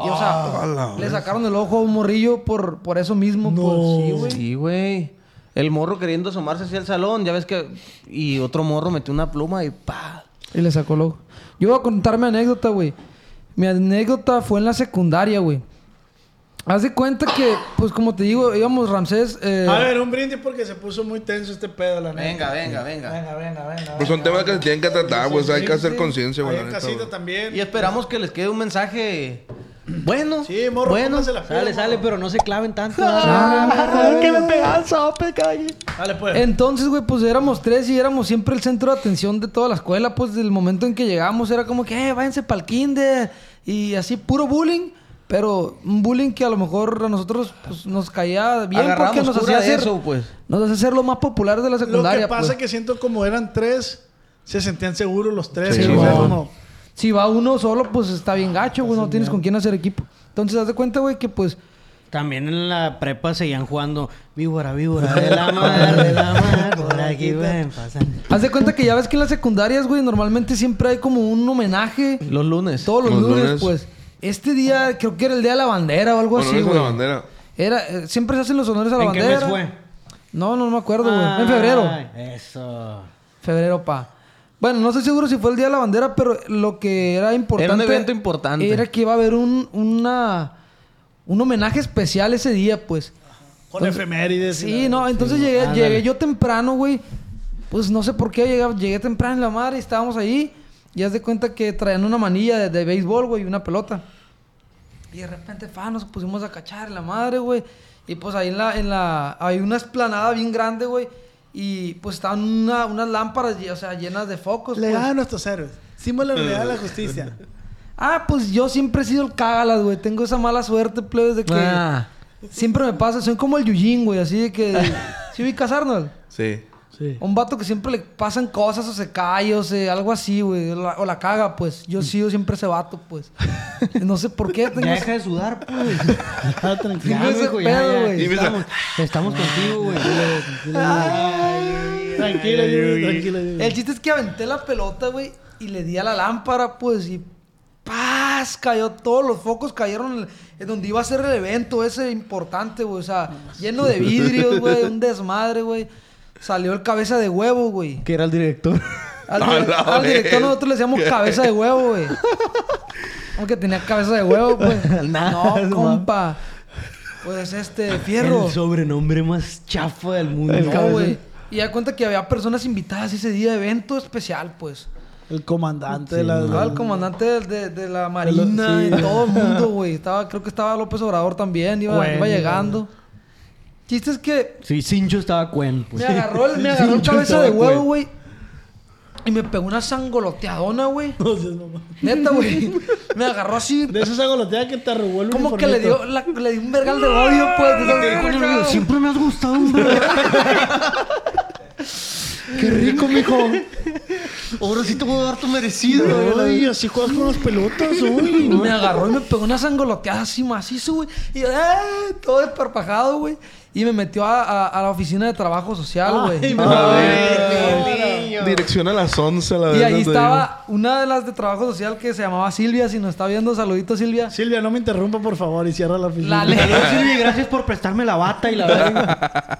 [SPEAKER 4] o sea,
[SPEAKER 5] Ah, la
[SPEAKER 4] le sacaron el ojo a un morrillo por, por eso mismo. Pues, sí, güey.
[SPEAKER 7] Sí, güey. El morro queriendo asomarse hacia el salón, ya ves que. Y otro morro metió una pluma y pa.
[SPEAKER 4] Y le sacó el ojo. Yo voy a contar mi anécdota, güey. Mi anécdota fue en la secundaria, güey. Haz de cuenta que, pues como te digo, íbamos Ramsés... eh,
[SPEAKER 2] A ver, un brindis porque se puso muy tenso este pedo, la neta.
[SPEAKER 7] venga, venga.
[SPEAKER 2] venga, venga.
[SPEAKER 4] Ah.
[SPEAKER 2] venga,
[SPEAKER 5] Pues son temas que se tienen que tratar, güey. O sea, hay que hacer conciencia, güey.
[SPEAKER 2] Ahí
[SPEAKER 5] la
[SPEAKER 2] en
[SPEAKER 5] neta,
[SPEAKER 2] casita
[SPEAKER 5] güey.
[SPEAKER 2] también.
[SPEAKER 7] Y esperamos que les quede un mensaje. Bueno.
[SPEAKER 2] Sí, morro,
[SPEAKER 7] Bueno,
[SPEAKER 2] pónganse la
[SPEAKER 6] Sale,
[SPEAKER 2] piel,
[SPEAKER 6] sale,
[SPEAKER 2] morro.
[SPEAKER 6] pero no se claven tanto.
[SPEAKER 7] que me pegaban sope, caballero.
[SPEAKER 2] Dale, pues.
[SPEAKER 4] Entonces, güey, pues éramos tres y éramos siempre el centro de atención de toda la escuela. Pues del momento en que llegamos era como que, eh, váyanse pa'l kinder. Y así, puro bullying. Pero un bullying que a lo mejor a nosotros pues, nos caía bien porque
[SPEAKER 7] Agarramos
[SPEAKER 4] nos
[SPEAKER 7] cura
[SPEAKER 4] hacía,
[SPEAKER 7] de
[SPEAKER 4] ser,
[SPEAKER 7] eso, pues.
[SPEAKER 4] nos hacía ser lo más popular de la
[SPEAKER 2] Lo
[SPEAKER 4] secundaria.
[SPEAKER 2] que pasa
[SPEAKER 4] pues.
[SPEAKER 2] que siento como eran tres, se sentían seguros los tres.
[SPEAKER 5] Sí,
[SPEAKER 2] o sea,
[SPEAKER 5] güey.
[SPEAKER 2] como-
[SPEAKER 4] Si va uno solo, pues está bien gacho, güey. No tienes con quién hacer equipo. Entonces, haz de cuenta, güey, que pues...
[SPEAKER 6] También en la prepa seguían jugando víbora, víbora de la mar, de la mar, por aquí ven pasar.
[SPEAKER 4] Haz de cuenta que ya ves que en las secundarias, güey, normalmente siempre hay como un homenaje.
[SPEAKER 7] Los lunes.
[SPEAKER 4] Todos los,
[SPEAKER 5] Los
[SPEAKER 4] lunes,
[SPEAKER 5] lunes.
[SPEAKER 4] pues. Este día, creo que era el Día de la Bandera o algo
[SPEAKER 5] Bueno,
[SPEAKER 4] así,
[SPEAKER 5] esa es
[SPEAKER 4] güey.
[SPEAKER 5] la bandera.
[SPEAKER 4] Era, eh, siempre se hacen los honores a la
[SPEAKER 6] ¿En qué
[SPEAKER 4] bandera.
[SPEAKER 6] mes fue?
[SPEAKER 4] No, no, no me acuerdo, güey. en febrero.
[SPEAKER 6] Ay, Eso.
[SPEAKER 4] Febrero, pa. Bueno, no estoy seguro si fue el Día de la Bandera, pero lo que era importante...
[SPEAKER 7] evento importante.
[SPEAKER 4] Era que iba a haber un, una, un homenaje especial ese día, pues.
[SPEAKER 2] Con efemérides. y
[SPEAKER 4] Sí,
[SPEAKER 2] la-
[SPEAKER 4] no, entonces llegué,
[SPEAKER 6] ándale.
[SPEAKER 4] llegué yo temprano, güey. Pues no sé por qué llegué, llegué temprano en la madre y estábamos ahí. Y haz de cuenta que traían una manilla de, de béisbol, güey, y una pelota. Y de repente, fa, nos pusimos a cachar en la madre, güey. Y pues ahí en la, en la, hay una esplanada bien grande, güey. Y pues estaban una- unas lámparas, o sea, llenas de focos.
[SPEAKER 2] Leal
[SPEAKER 4] pues.
[SPEAKER 2] a nuestros héroes. Símbolo de la lealtad a la justicia.
[SPEAKER 4] Ah, pues yo siempre he sido el cágalas, güey. Tengo esa mala suerte, plebes, de que
[SPEAKER 7] Ah.
[SPEAKER 4] siempre me pasa. Soy como el Yujin, güey, así de que... ¿Sí ubicas Arnold?
[SPEAKER 5] Sí.
[SPEAKER 4] Un vato que siempre le pasan cosas o se cae o se, algo así, güey. O, la- o la caga, pues. Yo he sido siempre ese vato, pues. No sé por qué. Tengo
[SPEAKER 6] Ya
[SPEAKER 4] ese-
[SPEAKER 6] deja de sudar, pues.
[SPEAKER 2] Ah, tranquilo.
[SPEAKER 4] Tengo ese pedo, güey.
[SPEAKER 5] Y me
[SPEAKER 6] Estamos, estamos contigo, güey.
[SPEAKER 2] Tranquilo, Yuri, tranquilo, Yuri.
[SPEAKER 4] El chiste es que aventé la pelota, güey, y le di a la lámpara, pues, y ¡paz! Cayó, todos los focos cayeron en, el- en donde iba a ser el evento ese importante, güey. O sea, lleno de vidrios, güey, un desmadre, güey. Salió el cabeza de huevo, güey.
[SPEAKER 6] Que era el director.
[SPEAKER 4] Al,
[SPEAKER 5] A la
[SPEAKER 4] al director
[SPEAKER 5] vez.
[SPEAKER 4] nosotros le decíamos cabeza de huevo, güey. Aunque tenía cabeza de huevo, pues. no, compa. Pues este, fierro.
[SPEAKER 6] El sobrenombre más chafa del mundo.
[SPEAKER 4] No, güey. Y da cuenta que había personas invitadas ese día, evento especial, pues.
[SPEAKER 2] El comandante de la. Ah,
[SPEAKER 4] Estaba el comandante de, de- de la Marina, de todo el mundo, güey. Estaba, creo que estaba López Obrador también, iba,
[SPEAKER 6] Bueno.
[SPEAKER 4] iba llegando. Chiste es que
[SPEAKER 6] Sí, Sincho estaba cuen, pues.
[SPEAKER 4] me agarró el, me agarró el
[SPEAKER 6] Sincho
[SPEAKER 4] cabeza
[SPEAKER 6] estaba
[SPEAKER 4] de
[SPEAKER 6] cuen.
[SPEAKER 4] huevo, güey. Y me pegó una sangoloteadona, güey.
[SPEAKER 2] No seas mamá.
[SPEAKER 4] Neta, güey. Me agarró así.
[SPEAKER 2] De esa sangolotea que te arrugó el
[SPEAKER 4] Como que le dio,
[SPEAKER 2] uniformito.
[SPEAKER 4] la- le dio un vergal de odio, pues. de esas-
[SPEAKER 6] Siempre me has gustado, hombre. Qué rico, mijo. Ahora sí te puedo dar tu merecido.
[SPEAKER 2] Ay, así juegas con los pelotas,
[SPEAKER 4] Y
[SPEAKER 2] uy.
[SPEAKER 4] me agarró y me pegó una sangoloteada así macizo, güey. Y yo, ¡eh! todo desparpajado, güey. Y me metió a, a- a la oficina de trabajo social, güey. Ah,
[SPEAKER 5] Dirección a las 11 a la
[SPEAKER 4] Y
[SPEAKER 5] verga,
[SPEAKER 4] ahí
[SPEAKER 5] te
[SPEAKER 4] estaba una de las de trabajo social que se llamaba Silvia. Si nos está viendo, saludito, Silvia.
[SPEAKER 2] Silvia, no me interrumpa, por favor, y cierra la
[SPEAKER 4] La
[SPEAKER 2] oficina.
[SPEAKER 4] le-
[SPEAKER 6] Saludos, Silvia, y gracias por prestarme la bata y la verga.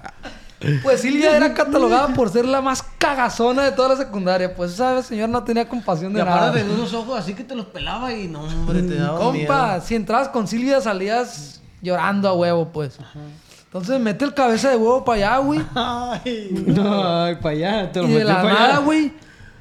[SPEAKER 4] Pues Silvia era catalogada por ser la más cagazona de toda la secundaria. Pues esa señora no tenía compasión
[SPEAKER 6] Y
[SPEAKER 4] de nada.
[SPEAKER 6] aparte tenía unos ojos así que te los pelaba y no, hombre, te daba
[SPEAKER 4] Compa,
[SPEAKER 6] miedo.
[SPEAKER 4] si entrabas con Silvia salías llorando a huevo, pues. Entonces mete el cabeza de huevo para allá, güey.
[SPEAKER 2] Ay,
[SPEAKER 6] No, ay, para allá. Te lo
[SPEAKER 4] Y de
[SPEAKER 6] metió
[SPEAKER 4] la
[SPEAKER 6] pa' allá.
[SPEAKER 4] nada, güey,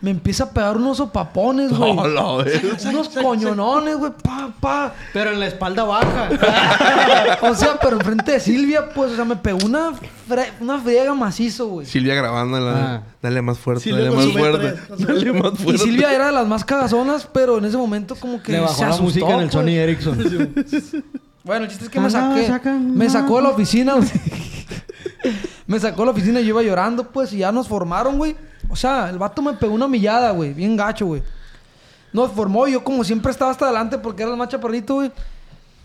[SPEAKER 4] me empieza a pegar unos sopapones, güey.
[SPEAKER 5] digo. Hola, güey.
[SPEAKER 4] Unos coñonones, güey, pa, pa.
[SPEAKER 6] Pero en la espalda baja.
[SPEAKER 4] O sea, pero enfrente de Silvia, pues, o sea, me pegó una, fre- una friega macizo, güey.
[SPEAKER 5] Silvia grabando. la-
[SPEAKER 6] Ah.
[SPEAKER 5] Dale más fuerte,
[SPEAKER 2] Silvia
[SPEAKER 5] dale
[SPEAKER 2] con
[SPEAKER 5] más
[SPEAKER 2] su
[SPEAKER 5] fuerte.
[SPEAKER 2] metralla, con su-
[SPEAKER 5] Dale más fuerte.
[SPEAKER 4] Y Silvia era de las más cagazonas, pero en ese momento como que
[SPEAKER 6] Le bajó
[SPEAKER 4] se
[SPEAKER 6] la
[SPEAKER 4] asustó,
[SPEAKER 6] música en el
[SPEAKER 4] pues.
[SPEAKER 6] Sony Ericsson.
[SPEAKER 4] Bueno, el chiste es que me
[SPEAKER 6] Ah,
[SPEAKER 4] saqué.
[SPEAKER 6] sacan-
[SPEAKER 4] me sacó de la oficina. güey. me sacó de la oficina y yo iba llorando, pues, y ya nos formaron, güey. O sea, el vato me pegó una millada, güey. Bien gacho, güey. Nos formó y yo, como siempre, estaba hasta adelante porque era el más chaparrito, güey.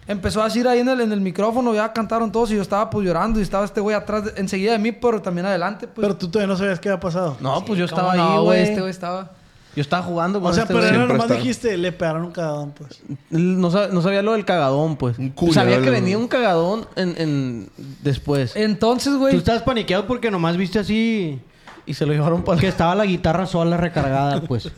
[SPEAKER 4] Empezó a decir ahí en el, en el micrófono, ya cantaron todos y yo estaba pues llorando y estaba este güey atrás, de- enseguida de mí, pero también adelante, pues.
[SPEAKER 2] Pero tú todavía no sabías qué había pasado.
[SPEAKER 6] No, pues yo
[SPEAKER 4] ¿Cómo
[SPEAKER 6] estaba
[SPEAKER 4] no,
[SPEAKER 6] ahí,
[SPEAKER 4] güey.
[SPEAKER 6] güey.
[SPEAKER 4] Este güey estaba.
[SPEAKER 6] Yo estaba jugando con
[SPEAKER 2] O sea,
[SPEAKER 6] este
[SPEAKER 2] pero
[SPEAKER 6] güey.
[SPEAKER 2] era
[SPEAKER 5] siempre
[SPEAKER 2] nomás
[SPEAKER 5] está.
[SPEAKER 2] dijiste, le pegaron un cagadón, pues.
[SPEAKER 7] No, sab- no sabía lo del cagadón, pues.
[SPEAKER 5] Un culo,
[SPEAKER 7] sabía que
[SPEAKER 5] dale,
[SPEAKER 7] venía
[SPEAKER 5] güey.
[SPEAKER 7] un cagadón en, en- después.
[SPEAKER 4] Entonces,
[SPEAKER 6] Tú
[SPEAKER 4] güey.
[SPEAKER 6] estabas paniqueado porque nomás viste así
[SPEAKER 7] Y se lo llevaron para...
[SPEAKER 6] que estaba la guitarra sola recargada, pues.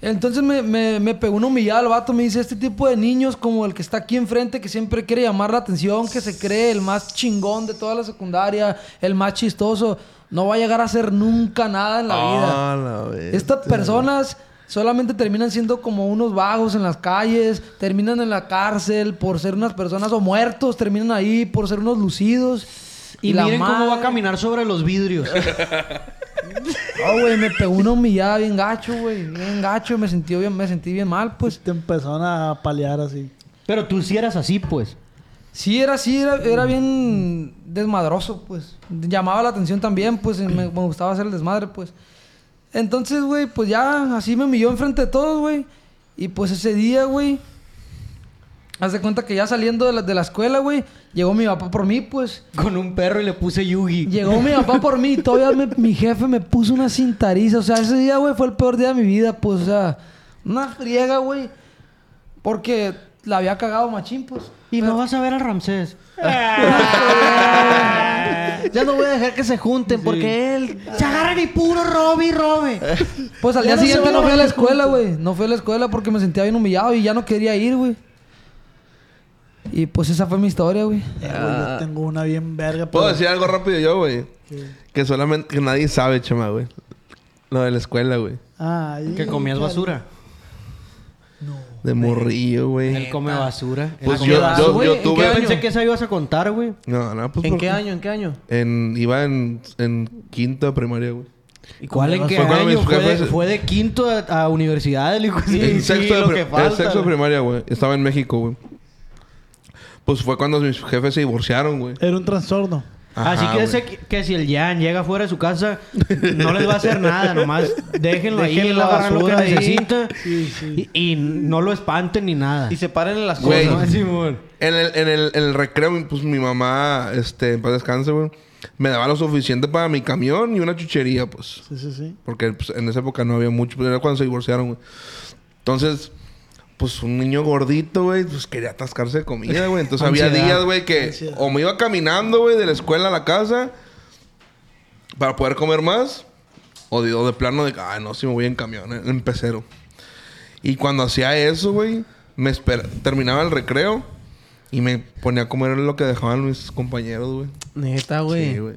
[SPEAKER 4] Entonces me, me, me pegó una humillada el vato. Me dice, este tipo de niños como el que está aquí enfrente, que siempre quiere llamar la atención, que se cree el más chingón de toda la secundaria, el más chistoso, no va a llegar a ser nunca nada en la vida.
[SPEAKER 5] Ah, la verga.
[SPEAKER 4] Estas personas solamente terminan siendo como unos vagos en las calles, terminan en la cárcel por ser unas personas o muertos, terminan ahí por ser unos lucidos.
[SPEAKER 6] Y, miren cómo va a
[SPEAKER 4] madre-
[SPEAKER 6] caminar sobre los vidrios.
[SPEAKER 4] No, güey, me pegó una humillada bien gacho, güey. Bien gacho, me sentí bien, me sentí bien mal, pues.
[SPEAKER 2] Pues te empezaron a palear así. "Eh,
[SPEAKER 6] Pero tú sí eras así, pues.
[SPEAKER 4] Sí, era así, era, era bien desmadroso, pues. Llamaba la atención también, pues, y me, me gustaba hacer el desmadre, pues. Entonces, güey, pues ya así me humilló enfrente de todos, güey. Y pues ese día, güey, haz de cuenta que ya saliendo de la, de la escuela, güey, llegó mi papá por mí, pues.
[SPEAKER 6] Con un perro y le puse Yugi.
[SPEAKER 4] Llegó mi papá por mí y todavía me- mi jefe me puso una cintariza. O sea, ese día, güey, fue el peor día de mi vida, pues, o sea, una friega, güey. Porque la había cagado machín, pues.
[SPEAKER 6] Y
[SPEAKER 4] Pero-
[SPEAKER 6] no vas a ver al Ramsés. Ah.
[SPEAKER 7] Ya no voy a dejar que se junten porque él...
[SPEAKER 6] Se agarran y puro Robbie, Robbie.
[SPEAKER 4] Pues al
[SPEAKER 6] Ya
[SPEAKER 4] día
[SPEAKER 6] no
[SPEAKER 4] siguiente
[SPEAKER 6] se
[SPEAKER 4] no
[SPEAKER 6] van a
[SPEAKER 4] fui a la
[SPEAKER 6] ver
[SPEAKER 4] escuela, güey. No fui a la escuela porque me sentía bien humillado y ya no quería ir, güey. Y pues esa fue mi historia, güey.
[SPEAKER 2] Eh, güey, yo tengo una bien verga.
[SPEAKER 5] ¿Puedo
[SPEAKER 2] pero-
[SPEAKER 5] decir algo rápido yo, güey? Que solamente... Que nadie sabe, chama, güey. Lo de la escuela, güey.
[SPEAKER 2] Ay,
[SPEAKER 6] Que comías basura.
[SPEAKER 5] De morrillo, güey.
[SPEAKER 6] Él come basura.
[SPEAKER 5] Pues
[SPEAKER 6] Él
[SPEAKER 5] yo-
[SPEAKER 6] come
[SPEAKER 5] yo-
[SPEAKER 6] basura.
[SPEAKER 5] yo
[SPEAKER 6] ¿En qué
[SPEAKER 5] tuve-
[SPEAKER 6] año? pensé que esa ibas a contar, güey.
[SPEAKER 5] No, no, pues...
[SPEAKER 7] ¿En
[SPEAKER 5] ¿por
[SPEAKER 7] qué año? ¿En qué año?
[SPEAKER 5] En, iba en, en quinta primaria, güey.
[SPEAKER 6] ¿Y cuál en qué
[SPEAKER 5] Fue cuando
[SPEAKER 6] año?
[SPEAKER 5] mis
[SPEAKER 6] Fue de,
[SPEAKER 5] jefes-
[SPEAKER 6] fue de quinto a, a universidad, el hijo. Sí,
[SPEAKER 5] en sexto, de,
[SPEAKER 6] lo
[SPEAKER 5] pri-
[SPEAKER 6] que
[SPEAKER 5] en
[SPEAKER 6] falta.
[SPEAKER 5] sexto de primaria, güey. Estaba en México, güey. Pues fue cuando mis jefes se divorciaron, güey.
[SPEAKER 2] Era un trastorno.
[SPEAKER 5] Ajá,
[SPEAKER 6] Así Ah, que,
[SPEAKER 5] güey.
[SPEAKER 6] ese- que si el Jan llega fuera de su casa, no les va a hacer nada, nomás déjenlo, ahí,
[SPEAKER 7] Déjenlo
[SPEAKER 6] él agarra lo que
[SPEAKER 7] basura ahí.
[SPEAKER 6] necesita
[SPEAKER 2] Sí, sí.
[SPEAKER 6] y, y no lo espanten ni nada.
[SPEAKER 7] Y se paren en las
[SPEAKER 5] Güey.
[SPEAKER 7] cosas.
[SPEAKER 6] No, Simón.
[SPEAKER 5] En el, en el, en el recreo, pues mi mamá, este, en paz descanse, güey, me daba lo suficiente para mi camión y una chuchería, pues.
[SPEAKER 2] Sí, sí, sí.
[SPEAKER 5] Porque pues, en esa época no había mucho, pero era cuando se divorciaron, güey. Entonces, pues un niño gordito, güey, pues quería atascarse de comida, güey. Entonces había
[SPEAKER 6] Ansiedad.
[SPEAKER 5] días, güey, que
[SPEAKER 2] Ansiedad.
[SPEAKER 5] o me iba caminando, güey, de la escuela a la casa para poder comer más, o de, o de plano de, ah, no, si me voy en camión, en- en pecero. Y cuando hacía eso, güey, me espera, terminaba el recreo y me ponía a comer lo que dejaban mis compañeros, güey.
[SPEAKER 7] Neta, güey.
[SPEAKER 5] Sí, güey.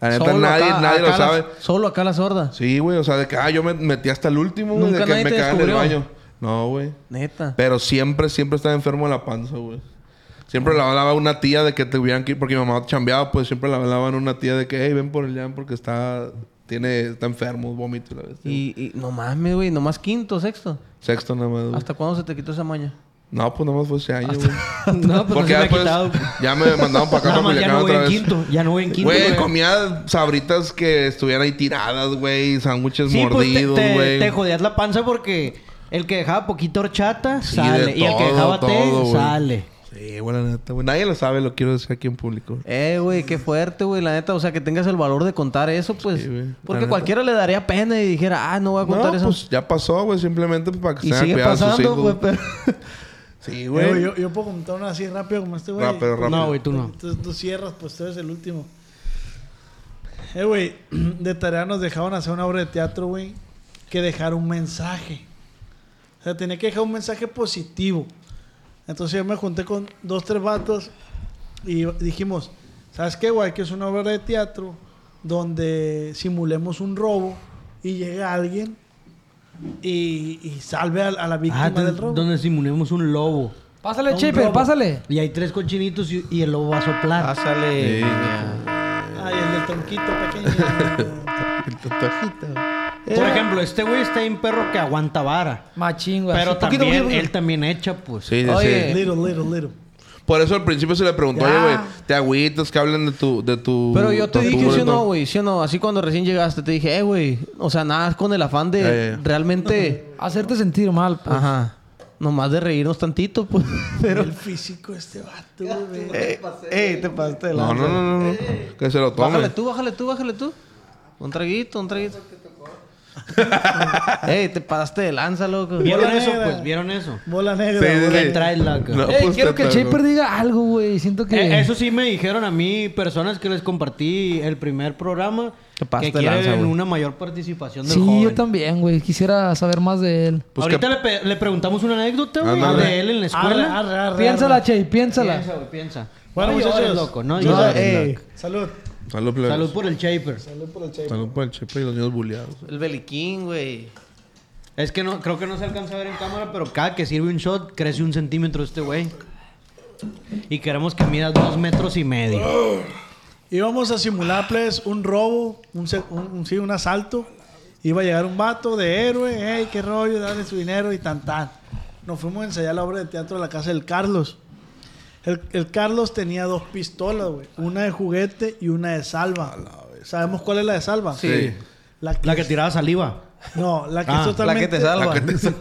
[SPEAKER 5] La neta, nadie,
[SPEAKER 7] acá-
[SPEAKER 5] nadie lo
[SPEAKER 7] acá la-
[SPEAKER 5] sabe.
[SPEAKER 7] solo acá la sorda.
[SPEAKER 5] Sí, güey, o sea, de que, ah, yo me metí hasta el último, güey, de
[SPEAKER 7] Nunca
[SPEAKER 5] que
[SPEAKER 7] nadie
[SPEAKER 5] me
[SPEAKER 7] te
[SPEAKER 5] cagaba en el
[SPEAKER 7] descubrió.
[SPEAKER 5] baño. No, güey.
[SPEAKER 7] Neta.
[SPEAKER 5] Pero siempre, siempre estaba enfermo de la panza, güey. Siempre la hablaba una tía de que tuvieran que ir, porque mi mamá chambeaba, pues siempre la hablaba una tía de que, hey, ven por el Jan porque está Tiene, está enfermo, vómito y la bestia.
[SPEAKER 7] Y, y no mames, güey, nomás quinto, sexto.
[SPEAKER 5] Sexto nada más, güey.
[SPEAKER 7] ¿Hasta cuándo se te quitó esa maña?
[SPEAKER 5] No, pues nada más fue ese año, güey.
[SPEAKER 6] No, pues no
[SPEAKER 5] Porque ya
[SPEAKER 6] se me ha
[SPEAKER 5] después
[SPEAKER 6] quitado.
[SPEAKER 5] ya me mandaron para acá para
[SPEAKER 6] Nada más ya
[SPEAKER 5] Culiacán
[SPEAKER 6] no voy
[SPEAKER 5] otra
[SPEAKER 6] en
[SPEAKER 5] vez.
[SPEAKER 6] quinto. Ya no voy en quinto.
[SPEAKER 5] Güey,
[SPEAKER 6] güey.
[SPEAKER 5] comía sabritas que estuvieran ahí tiradas, güey. Sándwiches
[SPEAKER 6] Sí, pues te,
[SPEAKER 5] mordidos,
[SPEAKER 6] te-
[SPEAKER 5] güey.
[SPEAKER 6] te jodías la panza porque el que dejaba poquito horchata
[SPEAKER 5] Sí,
[SPEAKER 6] sale.
[SPEAKER 5] de
[SPEAKER 6] Y el que
[SPEAKER 5] todo,
[SPEAKER 6] dejaba té
[SPEAKER 5] todo, güey.
[SPEAKER 6] sale.
[SPEAKER 5] Sí, güey, la neta, güey. Nadie lo sabe, lo quiero decir aquí en público.
[SPEAKER 7] Eh, güey, qué fuerte, güey, la neta. O sea, que tengas el valor de contar eso, pues.
[SPEAKER 5] Sí, güey, la
[SPEAKER 7] porque
[SPEAKER 5] neta.
[SPEAKER 7] cualquiera le daría pena y dijera, ah, no voy a
[SPEAKER 5] No,
[SPEAKER 7] contar eso.
[SPEAKER 5] pues ya pasó, güey. Simplemente para que
[SPEAKER 7] y
[SPEAKER 5] se hagan
[SPEAKER 7] sigue
[SPEAKER 5] cuidado de sus
[SPEAKER 7] pasando,
[SPEAKER 5] hijos.
[SPEAKER 7] güey, pero...
[SPEAKER 5] Sí,
[SPEAKER 2] Eh, güey,
[SPEAKER 5] güey.
[SPEAKER 2] yo, yo puedo contar una así rápido como este güey.
[SPEAKER 5] Rápido, rápido.
[SPEAKER 6] No, güey, tú no.
[SPEAKER 2] Entonces tú cierras, pues tú eres el último. Eh, güey, de tarea nos dejaban hacer una obra de teatro, güey, que dejar un mensaje. O sea, tenía que dejar un mensaje positivo. Entonces yo me junté con dos, tres vatos y dijimos, ¿sabes qué, güey? Que es una obra de teatro donde simulemos un robo y llega alguien y, y salve a, a la víctima
[SPEAKER 6] Ah,
[SPEAKER 2] del robo.
[SPEAKER 6] donde simulemos un lobo.
[SPEAKER 4] Pásale,
[SPEAKER 2] Un
[SPEAKER 4] Chepe,
[SPEAKER 2] robo.
[SPEAKER 4] pásale.
[SPEAKER 6] Y hay tres cochinitos y, y el lobo va a soplar.
[SPEAKER 7] Ah,
[SPEAKER 5] Ah,
[SPEAKER 7] Pásale.
[SPEAKER 5] Sí.
[SPEAKER 2] Ay, el del tronquito pequeño.
[SPEAKER 5] El tatajito.
[SPEAKER 6] Por ejemplo, este güey está ahí un perro que aguanta vara.
[SPEAKER 4] Machín,
[SPEAKER 7] Pues,
[SPEAKER 4] güey.
[SPEAKER 6] Pero
[SPEAKER 4] así, poquito, poquito,
[SPEAKER 6] también,
[SPEAKER 4] poquito.
[SPEAKER 6] él también echa, pues.
[SPEAKER 5] Sí, sí,
[SPEAKER 7] Oye.
[SPEAKER 5] sí.
[SPEAKER 2] Little, little, little.
[SPEAKER 5] Por eso al principio se le preguntó, oye, güey, te agüitas que hablen de tu, de tu.
[SPEAKER 7] Pero yo te dije,
[SPEAKER 5] tortura y
[SPEAKER 7] sí o no,
[SPEAKER 5] todo?
[SPEAKER 7] güey, sí o no. Así cuando recién llegaste, te dije, eh, güey. O sea, nada, es con el afán de
[SPEAKER 5] Ya, ya, ya.
[SPEAKER 7] realmente.
[SPEAKER 4] Hacerte sentir mal, pues.
[SPEAKER 7] Ajá. Nomás de reírnos tantito, pues. Pero.
[SPEAKER 2] El físico este vato, güey.
[SPEAKER 7] Eh, eh, te pasaste de
[SPEAKER 5] No,
[SPEAKER 7] lanza.
[SPEAKER 5] no, no, no, no. Que se lo
[SPEAKER 7] eh, Bájale
[SPEAKER 5] tome.
[SPEAKER 7] tú, bájale tú, bájale tú. Un traguito, un traguito. Ey, te pasaste de lanza, loco.
[SPEAKER 6] ¿Vieron
[SPEAKER 2] Bola
[SPEAKER 6] eso,
[SPEAKER 2] negra.
[SPEAKER 6] pues? ¿Vieron eso?
[SPEAKER 2] Bola negra.
[SPEAKER 5] Sí,
[SPEAKER 2] güey.
[SPEAKER 5] sí,
[SPEAKER 6] ¿Qué
[SPEAKER 5] sí.
[SPEAKER 6] traes, loco?
[SPEAKER 5] No,
[SPEAKER 7] Eh,
[SPEAKER 4] Ey,
[SPEAKER 5] pues,
[SPEAKER 4] quiero que el
[SPEAKER 5] te-
[SPEAKER 4] Shaper diga algo, güey. Siento que.
[SPEAKER 6] Eh, eso sí me dijeron a mí personas que les compartí el primer programa
[SPEAKER 7] Te pasaste
[SPEAKER 6] que
[SPEAKER 7] de
[SPEAKER 6] quieren
[SPEAKER 7] lanza, güey.
[SPEAKER 6] una mayor participación del
[SPEAKER 4] Sí,
[SPEAKER 6] joven.
[SPEAKER 4] yo también, güey. Quisiera saber más de él.
[SPEAKER 5] Pues
[SPEAKER 6] Ahorita
[SPEAKER 5] que-
[SPEAKER 6] le, pe- le preguntamos una anécdota, güey,
[SPEAKER 5] Ándale.
[SPEAKER 6] de él en
[SPEAKER 2] Arre,
[SPEAKER 6] la escuela.
[SPEAKER 2] arre, arre,
[SPEAKER 4] Piénsala,
[SPEAKER 2] arre.
[SPEAKER 4] Che, piénsala.
[SPEAKER 6] Piensa, güey, piensa.
[SPEAKER 2] Bueno,
[SPEAKER 6] no llores,
[SPEAKER 2] muchachos.
[SPEAKER 6] loco, no,
[SPEAKER 7] No,
[SPEAKER 6] llores,
[SPEAKER 7] ey.
[SPEAKER 6] loco.
[SPEAKER 2] Salud.
[SPEAKER 5] Salud, plebes.
[SPEAKER 6] Salud por el Shaper.
[SPEAKER 5] Salud por el chepe y los niños bulleados.
[SPEAKER 7] El beliquín, güey.
[SPEAKER 6] Es que no, creo que no se alcanza a ver en cámara, pero cada que sirve un shot crece un centímetro este güey. Y queremos que mida dos metros y medio.
[SPEAKER 2] Íbamos a simular, pues, un robo, un, se- un- un- sí, un asalto. Iba a llegar un vato de héroe, hey, qué rollo, dale su dinero y tan tan. Nos fuimos a ensayar la obra de teatro a la casa del Carlos. El, el Carlos tenía dos pistolas, güey. Una de juguete y una de salva. ¿Sabemos cuál es la de salva?
[SPEAKER 5] Sí.
[SPEAKER 2] La que,
[SPEAKER 6] La que tiraba saliva.
[SPEAKER 2] No, la que
[SPEAKER 6] Ah,
[SPEAKER 2] es
[SPEAKER 7] La
[SPEAKER 2] totalmente...
[SPEAKER 7] que te
[SPEAKER 5] La
[SPEAKER 7] salva.
[SPEAKER 5] que te-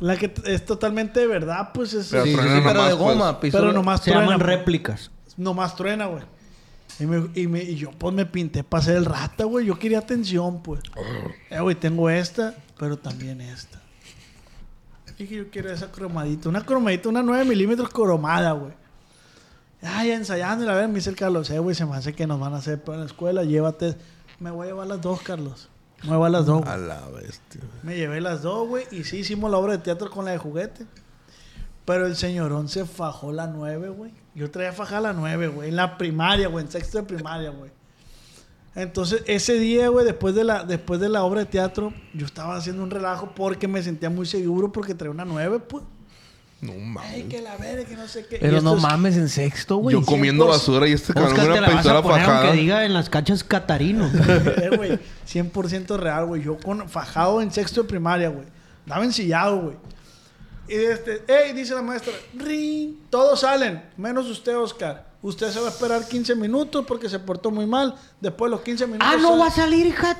[SPEAKER 2] La que t- es totalmente de verdad, pues es.
[SPEAKER 5] Pero
[SPEAKER 7] Sí, sí,
[SPEAKER 5] truena
[SPEAKER 7] sí, pero
[SPEAKER 5] nomás,
[SPEAKER 7] de goma,
[SPEAKER 2] pero
[SPEAKER 7] pistola.
[SPEAKER 2] nomás
[SPEAKER 6] Se
[SPEAKER 2] truena.
[SPEAKER 6] llaman
[SPEAKER 2] pues.
[SPEAKER 6] réplicas.
[SPEAKER 2] nomás truena, güey. Y, me- y me- y yo, pues me pinté para ser el rata, güey. Yo quería atención, pues. Eh, güey, tengo esta, pero también esta. Dije, yo quiero esa cromadita. Una cromadita, una 9 milímetros cromada, güey. Ay, ensayando y la verdad me dice el Carlos, eh, güey, se me hace que nos van a hacer para la escuela, llévate. Me voy a llevar las dos, Carlos. Me voy a llevar las dos. güey.
[SPEAKER 5] A la bestia.
[SPEAKER 2] Me llevé las dos, güey, y sí hicimos la obra de teatro con la de juguete. Pero el señorón se fajó la nueve, güey. Yo traía fajada la nueve, güey, en la primaria, güey, en sexto de primaria, güey. Entonces, ese día, güey, después de, la, después de la obra de teatro, yo estaba haciendo un relajo porque me sentía muy seguro porque traía una nueve, pues.
[SPEAKER 5] No mames.
[SPEAKER 2] Ay, que la verga, que no sé qué. Y
[SPEAKER 7] Pero no
[SPEAKER 2] estos-
[SPEAKER 7] mames, en sexto, güey.
[SPEAKER 5] Yo comiendo
[SPEAKER 2] 100%.
[SPEAKER 7] pues.
[SPEAKER 5] basura y este cabrón
[SPEAKER 6] Oscar,
[SPEAKER 5] con
[SPEAKER 6] te
[SPEAKER 5] una
[SPEAKER 6] la vas
[SPEAKER 5] pistola
[SPEAKER 6] a poner
[SPEAKER 5] fajada.
[SPEAKER 6] aunque diga en las canchas catarino.
[SPEAKER 2] Eh, güey, 100% real, güey. Yo con fajado en sexto de primaria, güey. Estaba ensillado, güey. Y este, hey, dice la maestra, ring, todos salen, menos usted, Oscar. Usted se va a esperar 15 minutos porque se portó muy mal. Después de los 15 minutos.
[SPEAKER 6] ah, no
[SPEAKER 2] sale".
[SPEAKER 6] va a salir, hija.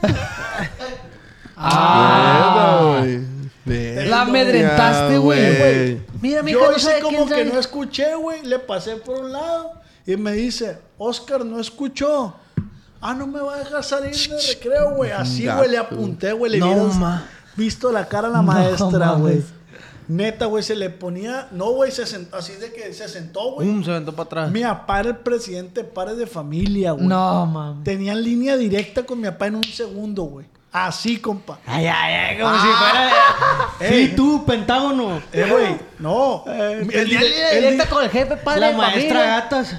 [SPEAKER 5] Ah, güey.
[SPEAKER 4] La amedrentaste, güey. Mira, mi
[SPEAKER 2] Yo hice como que no escuché, güey. Le pasé por un lado y me dice, Oscar no escuchó. Ah, no me va a dejar salir de recreo, güey. Así, güey, le apunté, güey. Le
[SPEAKER 7] No,
[SPEAKER 2] hubieras
[SPEAKER 7] ma.
[SPEAKER 2] visto la cara a la maestra, güey. Neta, güey, se le ponía... No, güey, se sentó así de que se sentó, güey.
[SPEAKER 7] Um, se aventó para atrás.
[SPEAKER 2] Mi papá era el presidente de pares de familia, güey.
[SPEAKER 4] No, mames.
[SPEAKER 2] Tenían línea directa con mi papá en un segundo, güey. Así, compa.
[SPEAKER 6] Ay, ay, ay, como si fuera. Sí, tú, Pentágono.
[SPEAKER 2] Eh, güey, no. El
[SPEAKER 8] Tenía
[SPEAKER 2] dire-
[SPEAKER 8] línea
[SPEAKER 2] el di-
[SPEAKER 8] directa con el jefe, padre
[SPEAKER 6] la
[SPEAKER 8] de
[SPEAKER 6] maestra
[SPEAKER 8] familia.
[SPEAKER 6] gatas.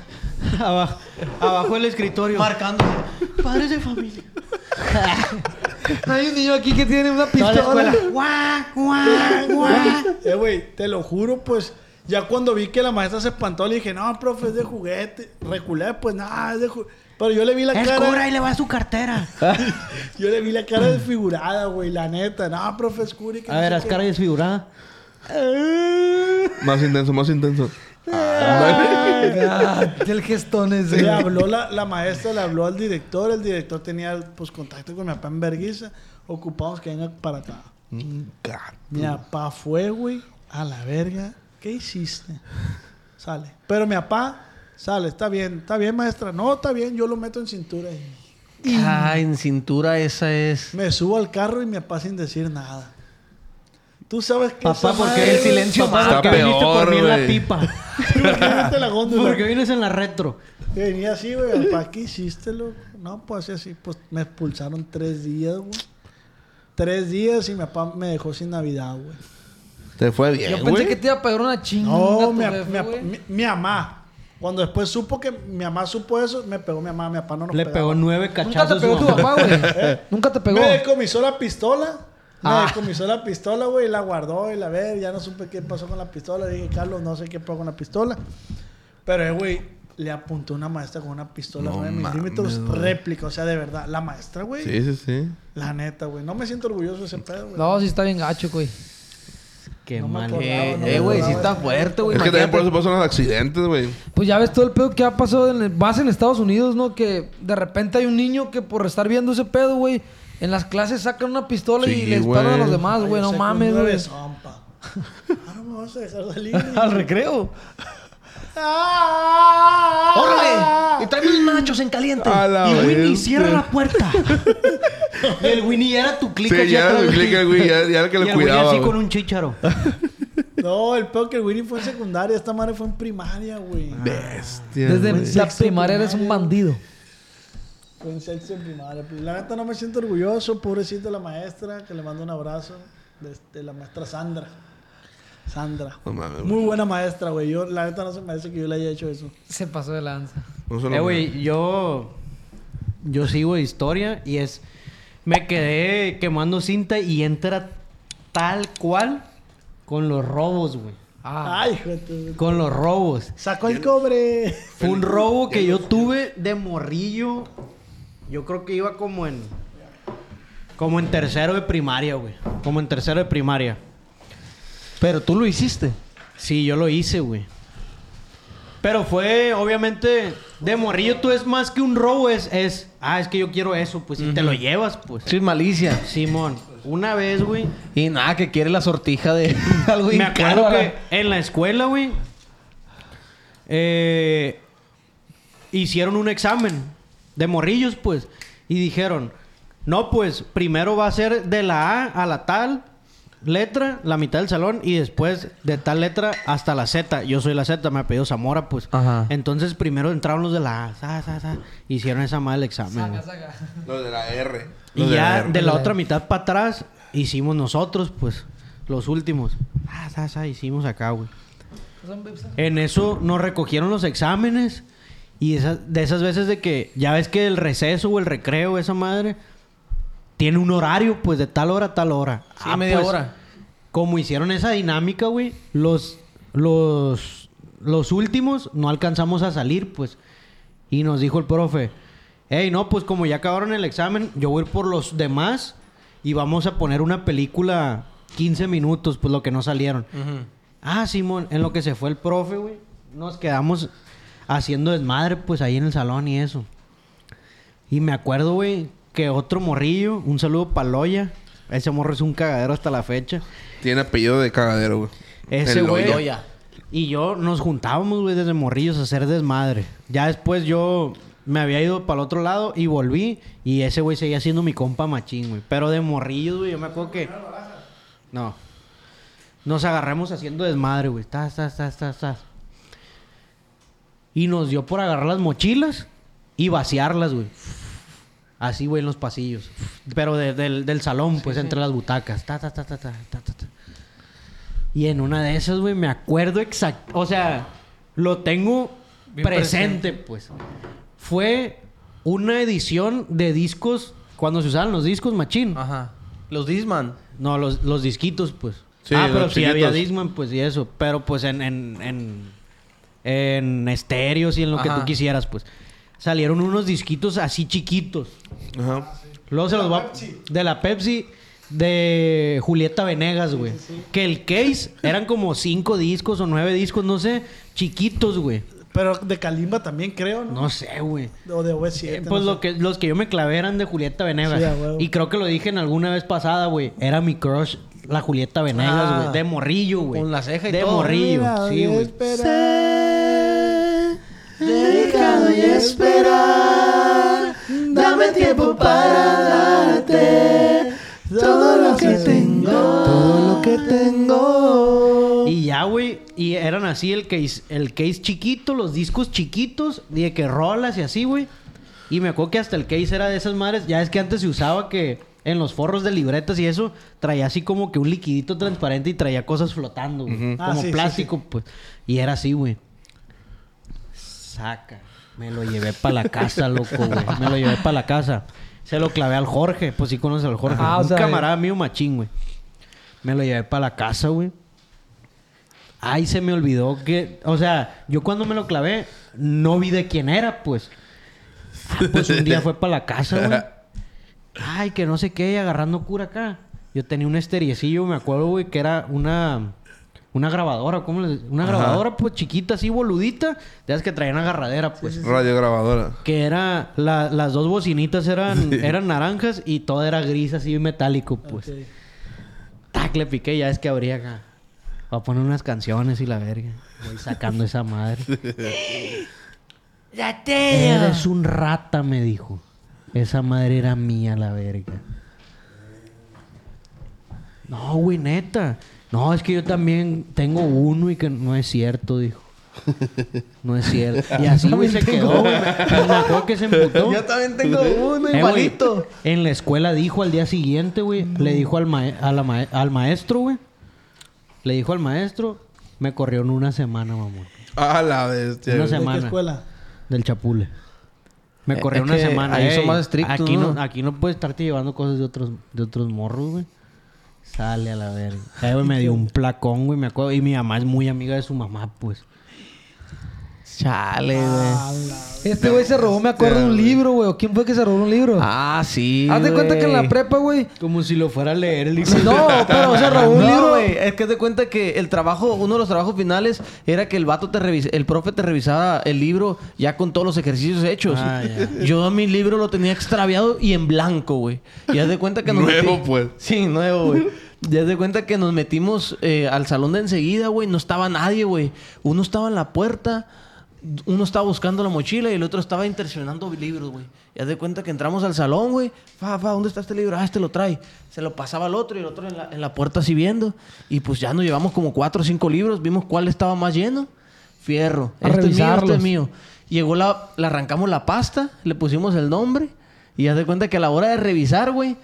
[SPEAKER 6] Abajo, abajo del escritorio.
[SPEAKER 7] Marcando.
[SPEAKER 6] Padres de familia.
[SPEAKER 4] Hay un niño aquí que tiene una
[SPEAKER 6] Toda la
[SPEAKER 4] pistola.
[SPEAKER 6] escuela. Guau, guau, guau.
[SPEAKER 2] Eh, güey, te lo juro, pues. Ya cuando vi que la maestra se espantó, le dije, no, profe, es de juguete. Reculé, pues nada, es de juguete. Pero yo le vi la
[SPEAKER 6] Es
[SPEAKER 2] cara.
[SPEAKER 6] cura y le va su cartera.
[SPEAKER 2] Yo le vi la cara desfigurada, güey, la neta. No, profe, es cura. y que
[SPEAKER 6] A
[SPEAKER 2] no
[SPEAKER 6] ver,
[SPEAKER 2] sé
[SPEAKER 6] haz
[SPEAKER 2] qué".
[SPEAKER 6] cara desfigurada.
[SPEAKER 5] Más intenso, más intenso.
[SPEAKER 4] Ah, el gestón ese.
[SPEAKER 2] Le habló la, la maestra, le habló al director. El director tenía, pues, contacto con mi papá en Berguisa. Ocupamos que venga para acá. Mi
[SPEAKER 6] Mm.
[SPEAKER 2] papá fue, güey, a la verga. ¿Qué hiciste? Sale. Pero mi papá sale. Está bien, está bien, maestra. No, está bien, yo lo meto en cintura. Y
[SPEAKER 7] Ah, en cintura esa es.
[SPEAKER 2] me subo al carro y mi papá sin decir nada. Tú sabes que
[SPEAKER 6] Papá,
[SPEAKER 2] esa
[SPEAKER 6] ¿por
[SPEAKER 2] madre,
[SPEAKER 6] qué el
[SPEAKER 2] güey,
[SPEAKER 6] silencio
[SPEAKER 5] Papá,
[SPEAKER 6] más?
[SPEAKER 5] está
[SPEAKER 6] que viniste por
[SPEAKER 5] peor,
[SPEAKER 6] mí en la
[SPEAKER 5] güey.
[SPEAKER 6] pipa.
[SPEAKER 2] Imagínate la góndola.
[SPEAKER 6] Porque vienes en la retro.
[SPEAKER 2] Te venía así, güey. Papá, ¿qué hiciste, loco? No, pues así, así. Pues me expulsaron tres días, güey. Tres días y mi papá me dejó sin Navidad, güey.
[SPEAKER 5] Te fue
[SPEAKER 4] Yo
[SPEAKER 5] bien,
[SPEAKER 4] pensé que
[SPEAKER 5] güey.
[SPEAKER 4] te iba a pegar una
[SPEAKER 6] Mm,
[SPEAKER 4] chinga.
[SPEAKER 2] No,
[SPEAKER 4] tu
[SPEAKER 2] mi,
[SPEAKER 4] jefe,
[SPEAKER 2] mi-
[SPEAKER 4] güey.
[SPEAKER 2] mi- mi mamá. Cuando después supo que mi mamá supo eso, me pegó mi mamá. Mi papá no nos
[SPEAKER 6] Le
[SPEAKER 2] pegaba.
[SPEAKER 6] pegó nueve
[SPEAKER 4] Nunca te
[SPEAKER 6] cachazos. a su
[SPEAKER 4] pegó tu
[SPEAKER 6] mamá.
[SPEAKER 4] papá, güey. Nunca te pegó.
[SPEAKER 2] Me decomisó la pistola. Me
[SPEAKER 6] Ah.
[SPEAKER 2] decomisó la pistola, güey, y la guardó y la ver, ya no supe qué pasó con la pistola. Dije, Carlos, no sé qué pasó con la pistola. Pero, eh, güey, le apuntó una maestra con una pistola
[SPEAKER 5] No
[SPEAKER 2] 9
[SPEAKER 5] mames,
[SPEAKER 2] milímetros,
[SPEAKER 5] güey.
[SPEAKER 2] réplica, o sea, de verdad. La maestra, güey,
[SPEAKER 5] Sí, sí, sí.
[SPEAKER 2] la neta, güey. No me siento orgulloso de ese pedo, güey.
[SPEAKER 4] No, sí está bien gacho, güey.
[SPEAKER 6] Qué
[SPEAKER 2] No me
[SPEAKER 6] mal.
[SPEAKER 2] acordaba,
[SPEAKER 7] Eh,
[SPEAKER 2] no me
[SPEAKER 7] eh, güey, sí
[SPEAKER 2] acordaba.
[SPEAKER 7] está fuerte, güey.
[SPEAKER 5] Es que también por
[SPEAKER 7] Imagínate.
[SPEAKER 5] eso pasan los accidentes, güey.
[SPEAKER 4] Pues ya ves todo el pedo que ha pasado, en el- más en Estados Unidos, ¿no? Que de repente hay un niño que por estar viendo ese pedo, güey, en las clases sacan una pistola y
[SPEAKER 5] Sí,
[SPEAKER 4] le disparan a
[SPEAKER 5] güey.
[SPEAKER 4] los demás,
[SPEAKER 2] Ay,
[SPEAKER 4] güey.
[SPEAKER 2] yo
[SPEAKER 4] No
[SPEAKER 2] saco
[SPEAKER 4] mames,
[SPEAKER 2] nueve
[SPEAKER 4] güey.
[SPEAKER 2] son, pa. Ah, no me vas a dejar salir.
[SPEAKER 6] Al recreo.
[SPEAKER 2] Ah.
[SPEAKER 6] ¡Órale! Y tráeme unos nachos en caliente.
[SPEAKER 5] A la
[SPEAKER 6] y Winnie,
[SPEAKER 5] bestia.
[SPEAKER 6] cierra la puerta. y el Winnie era tu clica.
[SPEAKER 5] Sí, ya era tu clica, el güey, ya- ya era el que lo
[SPEAKER 6] y el Winnie
[SPEAKER 5] cuidaba,
[SPEAKER 6] así
[SPEAKER 5] güey.
[SPEAKER 6] con un chícharo.
[SPEAKER 2] No, el pedo que el Winnie fue en secundaria, esta madre fue en primaria, güey.
[SPEAKER 5] Bestia.
[SPEAKER 4] Desde
[SPEAKER 5] güey.
[SPEAKER 4] la primaria eres un bandido.
[SPEAKER 2] Fue en sexto en primaria. pues. La neta no me siento orgulloso, pobrecito de la maestra, que le mando un abrazo, de, de la maestra Sandra. Sandra.
[SPEAKER 5] No mames, güey.
[SPEAKER 2] Muy buena maestra, güey. Yo, la neta no se me hace que yo le haya hecho eso.
[SPEAKER 4] Se pasó de lanza.
[SPEAKER 5] No se lo
[SPEAKER 6] Eh,
[SPEAKER 5] creo.
[SPEAKER 6] güey, yo. Yo sigo de historia y es. Me quedé quemando cinta y entra tal cual con los robos, güey.
[SPEAKER 4] Ah.
[SPEAKER 2] Ay, hijo de tu-
[SPEAKER 6] Con los robos.
[SPEAKER 2] Sacó el cobre.
[SPEAKER 6] Fue un robo que yo tuve de morrillo. Yo creo que iba como en. Como en tercero de primaria, güey. Como en tercero de primaria.
[SPEAKER 7] Pero tú lo hiciste.
[SPEAKER 6] Sí, yo lo hice, güey. Pero fue, obviamente, de morrillo tú es más que un robo, es, es ah, es que yo quiero eso, pues, y te lo llevas, pues.
[SPEAKER 7] Sin malicia.
[SPEAKER 6] Simón, una vez, güey,
[SPEAKER 7] Y nada, que quiere la sortija de algo
[SPEAKER 6] me
[SPEAKER 7] bien
[SPEAKER 6] acuerdo
[SPEAKER 7] caro,
[SPEAKER 6] que
[SPEAKER 7] ¿verdad?
[SPEAKER 6] en la escuela, güey, eh, hicieron un examen de morrillos, pues, y dijeron, no, pues, primero va a ser de la A a la tal letra, la mitad del salón, y después de tal letra hasta la Z. Yo soy la Z, me apellido Zamora, pues.
[SPEAKER 7] Ajá.
[SPEAKER 6] Entonces, primero entraron los de la A, sa, sa, sa, hicieron esa mal el examen. güey.
[SPEAKER 5] Los de la R.
[SPEAKER 6] Y
[SPEAKER 5] Los
[SPEAKER 6] ya
[SPEAKER 5] R.
[SPEAKER 6] de la otra mitad para atrás hicimos nosotros, pues, los últimos. Ah, sa, sa, hicimos acá, güey. En eso nos recogieron los exámenes y esas, de esas veces de que ya ves que el receso o el recreo, esa madre, tiene un horario, pues, de tal hora a tal hora.
[SPEAKER 7] Sí, media
[SPEAKER 6] pues,
[SPEAKER 7] hora.
[SPEAKER 6] Como hicieron esa dinámica, güey, los, los, los últimos no alcanzamos a salir, pues. Y nos dijo el profe, hey, no, pues como ya acabaron el examen, yo voy a ir por los demás y vamos a poner una película 15 minutos, pues lo que no salieron. Ah, Simón, en lo que se fue el profe, güey, nos quedamos haciendo desmadre, pues ahí en el salón y eso. Y me acuerdo, güey, que otro morrillo, un saludo para Loya, ese morro es un cagadero hasta la fecha.
[SPEAKER 5] Tiene apellido de cagadero, güey.
[SPEAKER 6] Ese
[SPEAKER 5] El
[SPEAKER 6] güey.
[SPEAKER 5] hoyo.
[SPEAKER 7] Loya.
[SPEAKER 6] Y yo nos juntábamos, güey, desde morrillos a hacer desmadre. Ya después yo me había ido para el otro lado y volví. Y ese güey seguía siendo mi compa machín, güey. Pero de morrillos, güey, yo me acuerdo que. No. Nos agarramos haciendo desmadre, güey. Tas, tas, tas, tas, tas. Y nos dio por agarrar las mochilas y vaciarlas, güey. Así, güey, en los pasillos. Pero de- del, del salón, pues, entre las butacas. Ta, ta, ta, ta, ta, ta, ta, ta. Y en una de esas, güey, me acuerdo exacto. O sea, lo tengo presente, pues. Fue una edición de discos, cuando se usaban los discos, machín.
[SPEAKER 7] Ajá. Los Disman.
[SPEAKER 6] No, los, los disquitos, pues.
[SPEAKER 5] Sí,
[SPEAKER 6] ah, pero
[SPEAKER 5] los
[SPEAKER 6] sí había
[SPEAKER 5] chiquitos.
[SPEAKER 6] Discman, pues y eso. Pero pues en, en, en, en estéreos y en lo que
[SPEAKER 4] Ajá.
[SPEAKER 6] tú quisieras, pues. Salieron unos disquitos así chiquitos.
[SPEAKER 5] Ajá.
[SPEAKER 6] Luego se los va de la Pepsi de Julieta Venegas, güey. Que el case eran como cinco discos o nueve discos, no sé, chiquitos, güey.
[SPEAKER 2] Pero de Kalimba también, creo, ¿no?
[SPEAKER 6] No sé, güey.
[SPEAKER 2] O de OV7.
[SPEAKER 6] Eh, pues
[SPEAKER 2] no
[SPEAKER 6] lo
[SPEAKER 2] sé.
[SPEAKER 6] que, los que yo me clavé eran de Julieta Venegas.
[SPEAKER 2] Sí, a huevo.
[SPEAKER 6] y creo que lo dije en alguna vez pasada, güey. Era mi crush, la Julieta Venegas,
[SPEAKER 7] Ah.
[SPEAKER 6] güey. de morrillo, güey.
[SPEAKER 7] Con la ceja y
[SPEAKER 6] de
[SPEAKER 7] todo.
[SPEAKER 6] morrillo,
[SPEAKER 2] Mira,
[SPEAKER 6] sí, güey.
[SPEAKER 2] Delicado y esperar. Dame tiempo para darte todo lo que tengo. Todo lo que tengo.
[SPEAKER 6] Y ya, güey. Y eran así el case, el case chiquito, los discos chiquitos, y de que rolas y así, güey. Y me acuerdo que hasta el case era de esas madres. Ya es que antes se usaba que en los forros de libretas y eso, traía así como que un liquidito transparente y traía cosas flotando, güey.
[SPEAKER 2] Ah,
[SPEAKER 6] Como
[SPEAKER 2] sí, sí,
[SPEAKER 6] plástico, pues. Y era así, güey. Saca. Me lo llevé para la casa, loco, güey. Me lo llevé para la casa. Se lo clavé al Jorge. Pues sí conoces al Jorge.
[SPEAKER 4] Ah, o
[SPEAKER 6] un
[SPEAKER 4] sea,
[SPEAKER 6] camarada mío machín, güey. Me lo llevé para la casa, güey. Ay, se me olvidó que... O sea, yo cuando me lo clavé, no vi de quién era, pues. Ah, pues un día fue para la casa, güey. Ay, que no sé qué, y agarrando cura acá. Yo tenía un esteriecillo, me acuerdo, güey, que era una... Una grabadora, ¿cómo le Una
[SPEAKER 5] Ajá.
[SPEAKER 6] grabadora, pues, chiquita, así, boludita. De las que traían agarradera, pues.
[SPEAKER 5] Radio grabadora.
[SPEAKER 6] Que era... la- las dos bocinitas eran, eran naranjas y todo era gris, así, metálico, pues.
[SPEAKER 2] Ok.
[SPEAKER 6] Tac, le piqué, ya es que abría acá. Va a poner unas canciones y la verga. Voy sacando esa madre.
[SPEAKER 8] Dateo.
[SPEAKER 6] Eres un rata, me dijo. Esa madre era mía, la verga. No, güey, neta. No, es que yo también tengo uno y que no es cierto, dijo. No es cierto. Y así, güey, se quedó, güey. Pues Me acuerdo que se emputó.
[SPEAKER 7] Yo también tengo uno
[SPEAKER 6] Eh, güey,
[SPEAKER 7] igualito.
[SPEAKER 6] en la escuela dijo al día siguiente, güey. Le dijo al, mae- a la mae- al maestro, güey. Le dijo al maestro. Me corrió en una semana, mamón.
[SPEAKER 5] A la bestia.
[SPEAKER 6] Una
[SPEAKER 5] güey.
[SPEAKER 2] ¿De qué
[SPEAKER 6] semana.
[SPEAKER 2] escuela?
[SPEAKER 6] Del Chapule. Me
[SPEAKER 7] Eh,
[SPEAKER 6] corrió
[SPEAKER 7] es
[SPEAKER 6] una
[SPEAKER 7] que
[SPEAKER 6] semana.
[SPEAKER 7] ahí son
[SPEAKER 6] Ey,
[SPEAKER 7] más estrictos,
[SPEAKER 6] Aquí no,
[SPEAKER 7] ¿no?
[SPEAKER 6] aquí no puedes estarte llevando cosas de otros, de otros morros, güey. Sale a la verga. Ahí, güey, me dio un placón, güey, me acuerdo. Y mi mamá es muy amiga de su mamá, pues.
[SPEAKER 7] Chale, güey.
[SPEAKER 4] Este güey se robó, me acuerdo, un libro, güey. ¿O quién fue que se robó un libro?
[SPEAKER 7] Ah, sí.
[SPEAKER 4] Haz de cuenta que en la
[SPEAKER 7] güey.
[SPEAKER 4] prepa, güey.
[SPEAKER 6] Como si lo fuera a leer el
[SPEAKER 4] No, pero se robó un
[SPEAKER 7] No,
[SPEAKER 4] libro.
[SPEAKER 7] güey, es que te cuenta que el trabajo, uno de los trabajos finales era que el vato te revis- el profe te revisara el libro ya con todos los ejercicios hechos.
[SPEAKER 6] Ah, ya.
[SPEAKER 7] Yo a mi libro lo tenía extraviado y en blanco, güey. Y haz de cuenta que nos
[SPEAKER 5] Nuevo, pues.
[SPEAKER 7] Sí, nuevo, güey. Ya haz de cuenta que nos metimos eh, al salón de enseguida, güey. No estaba nadie, güey. Uno estaba en la puerta, uno estaba buscando la mochila y el otro estaba intercepcionando libros, güey. Ya de cuenta que entramos al salón, güey. Fa, fa, ¿dónde está este libro? Ah, este lo trae. Se lo pasaba al otro y el otro en la, en la puerta así viendo. Y pues ya nos llevamos como cuatro o cinco libros. Vimos cuál estaba más lleno. Fierro.
[SPEAKER 4] A
[SPEAKER 7] este es mío, este es
[SPEAKER 4] revisarlos.
[SPEAKER 7] mío. Llegó la... Le arrancamos la pasta, le pusimos el nombre. Y ya de cuenta que a la hora de revisar, güey...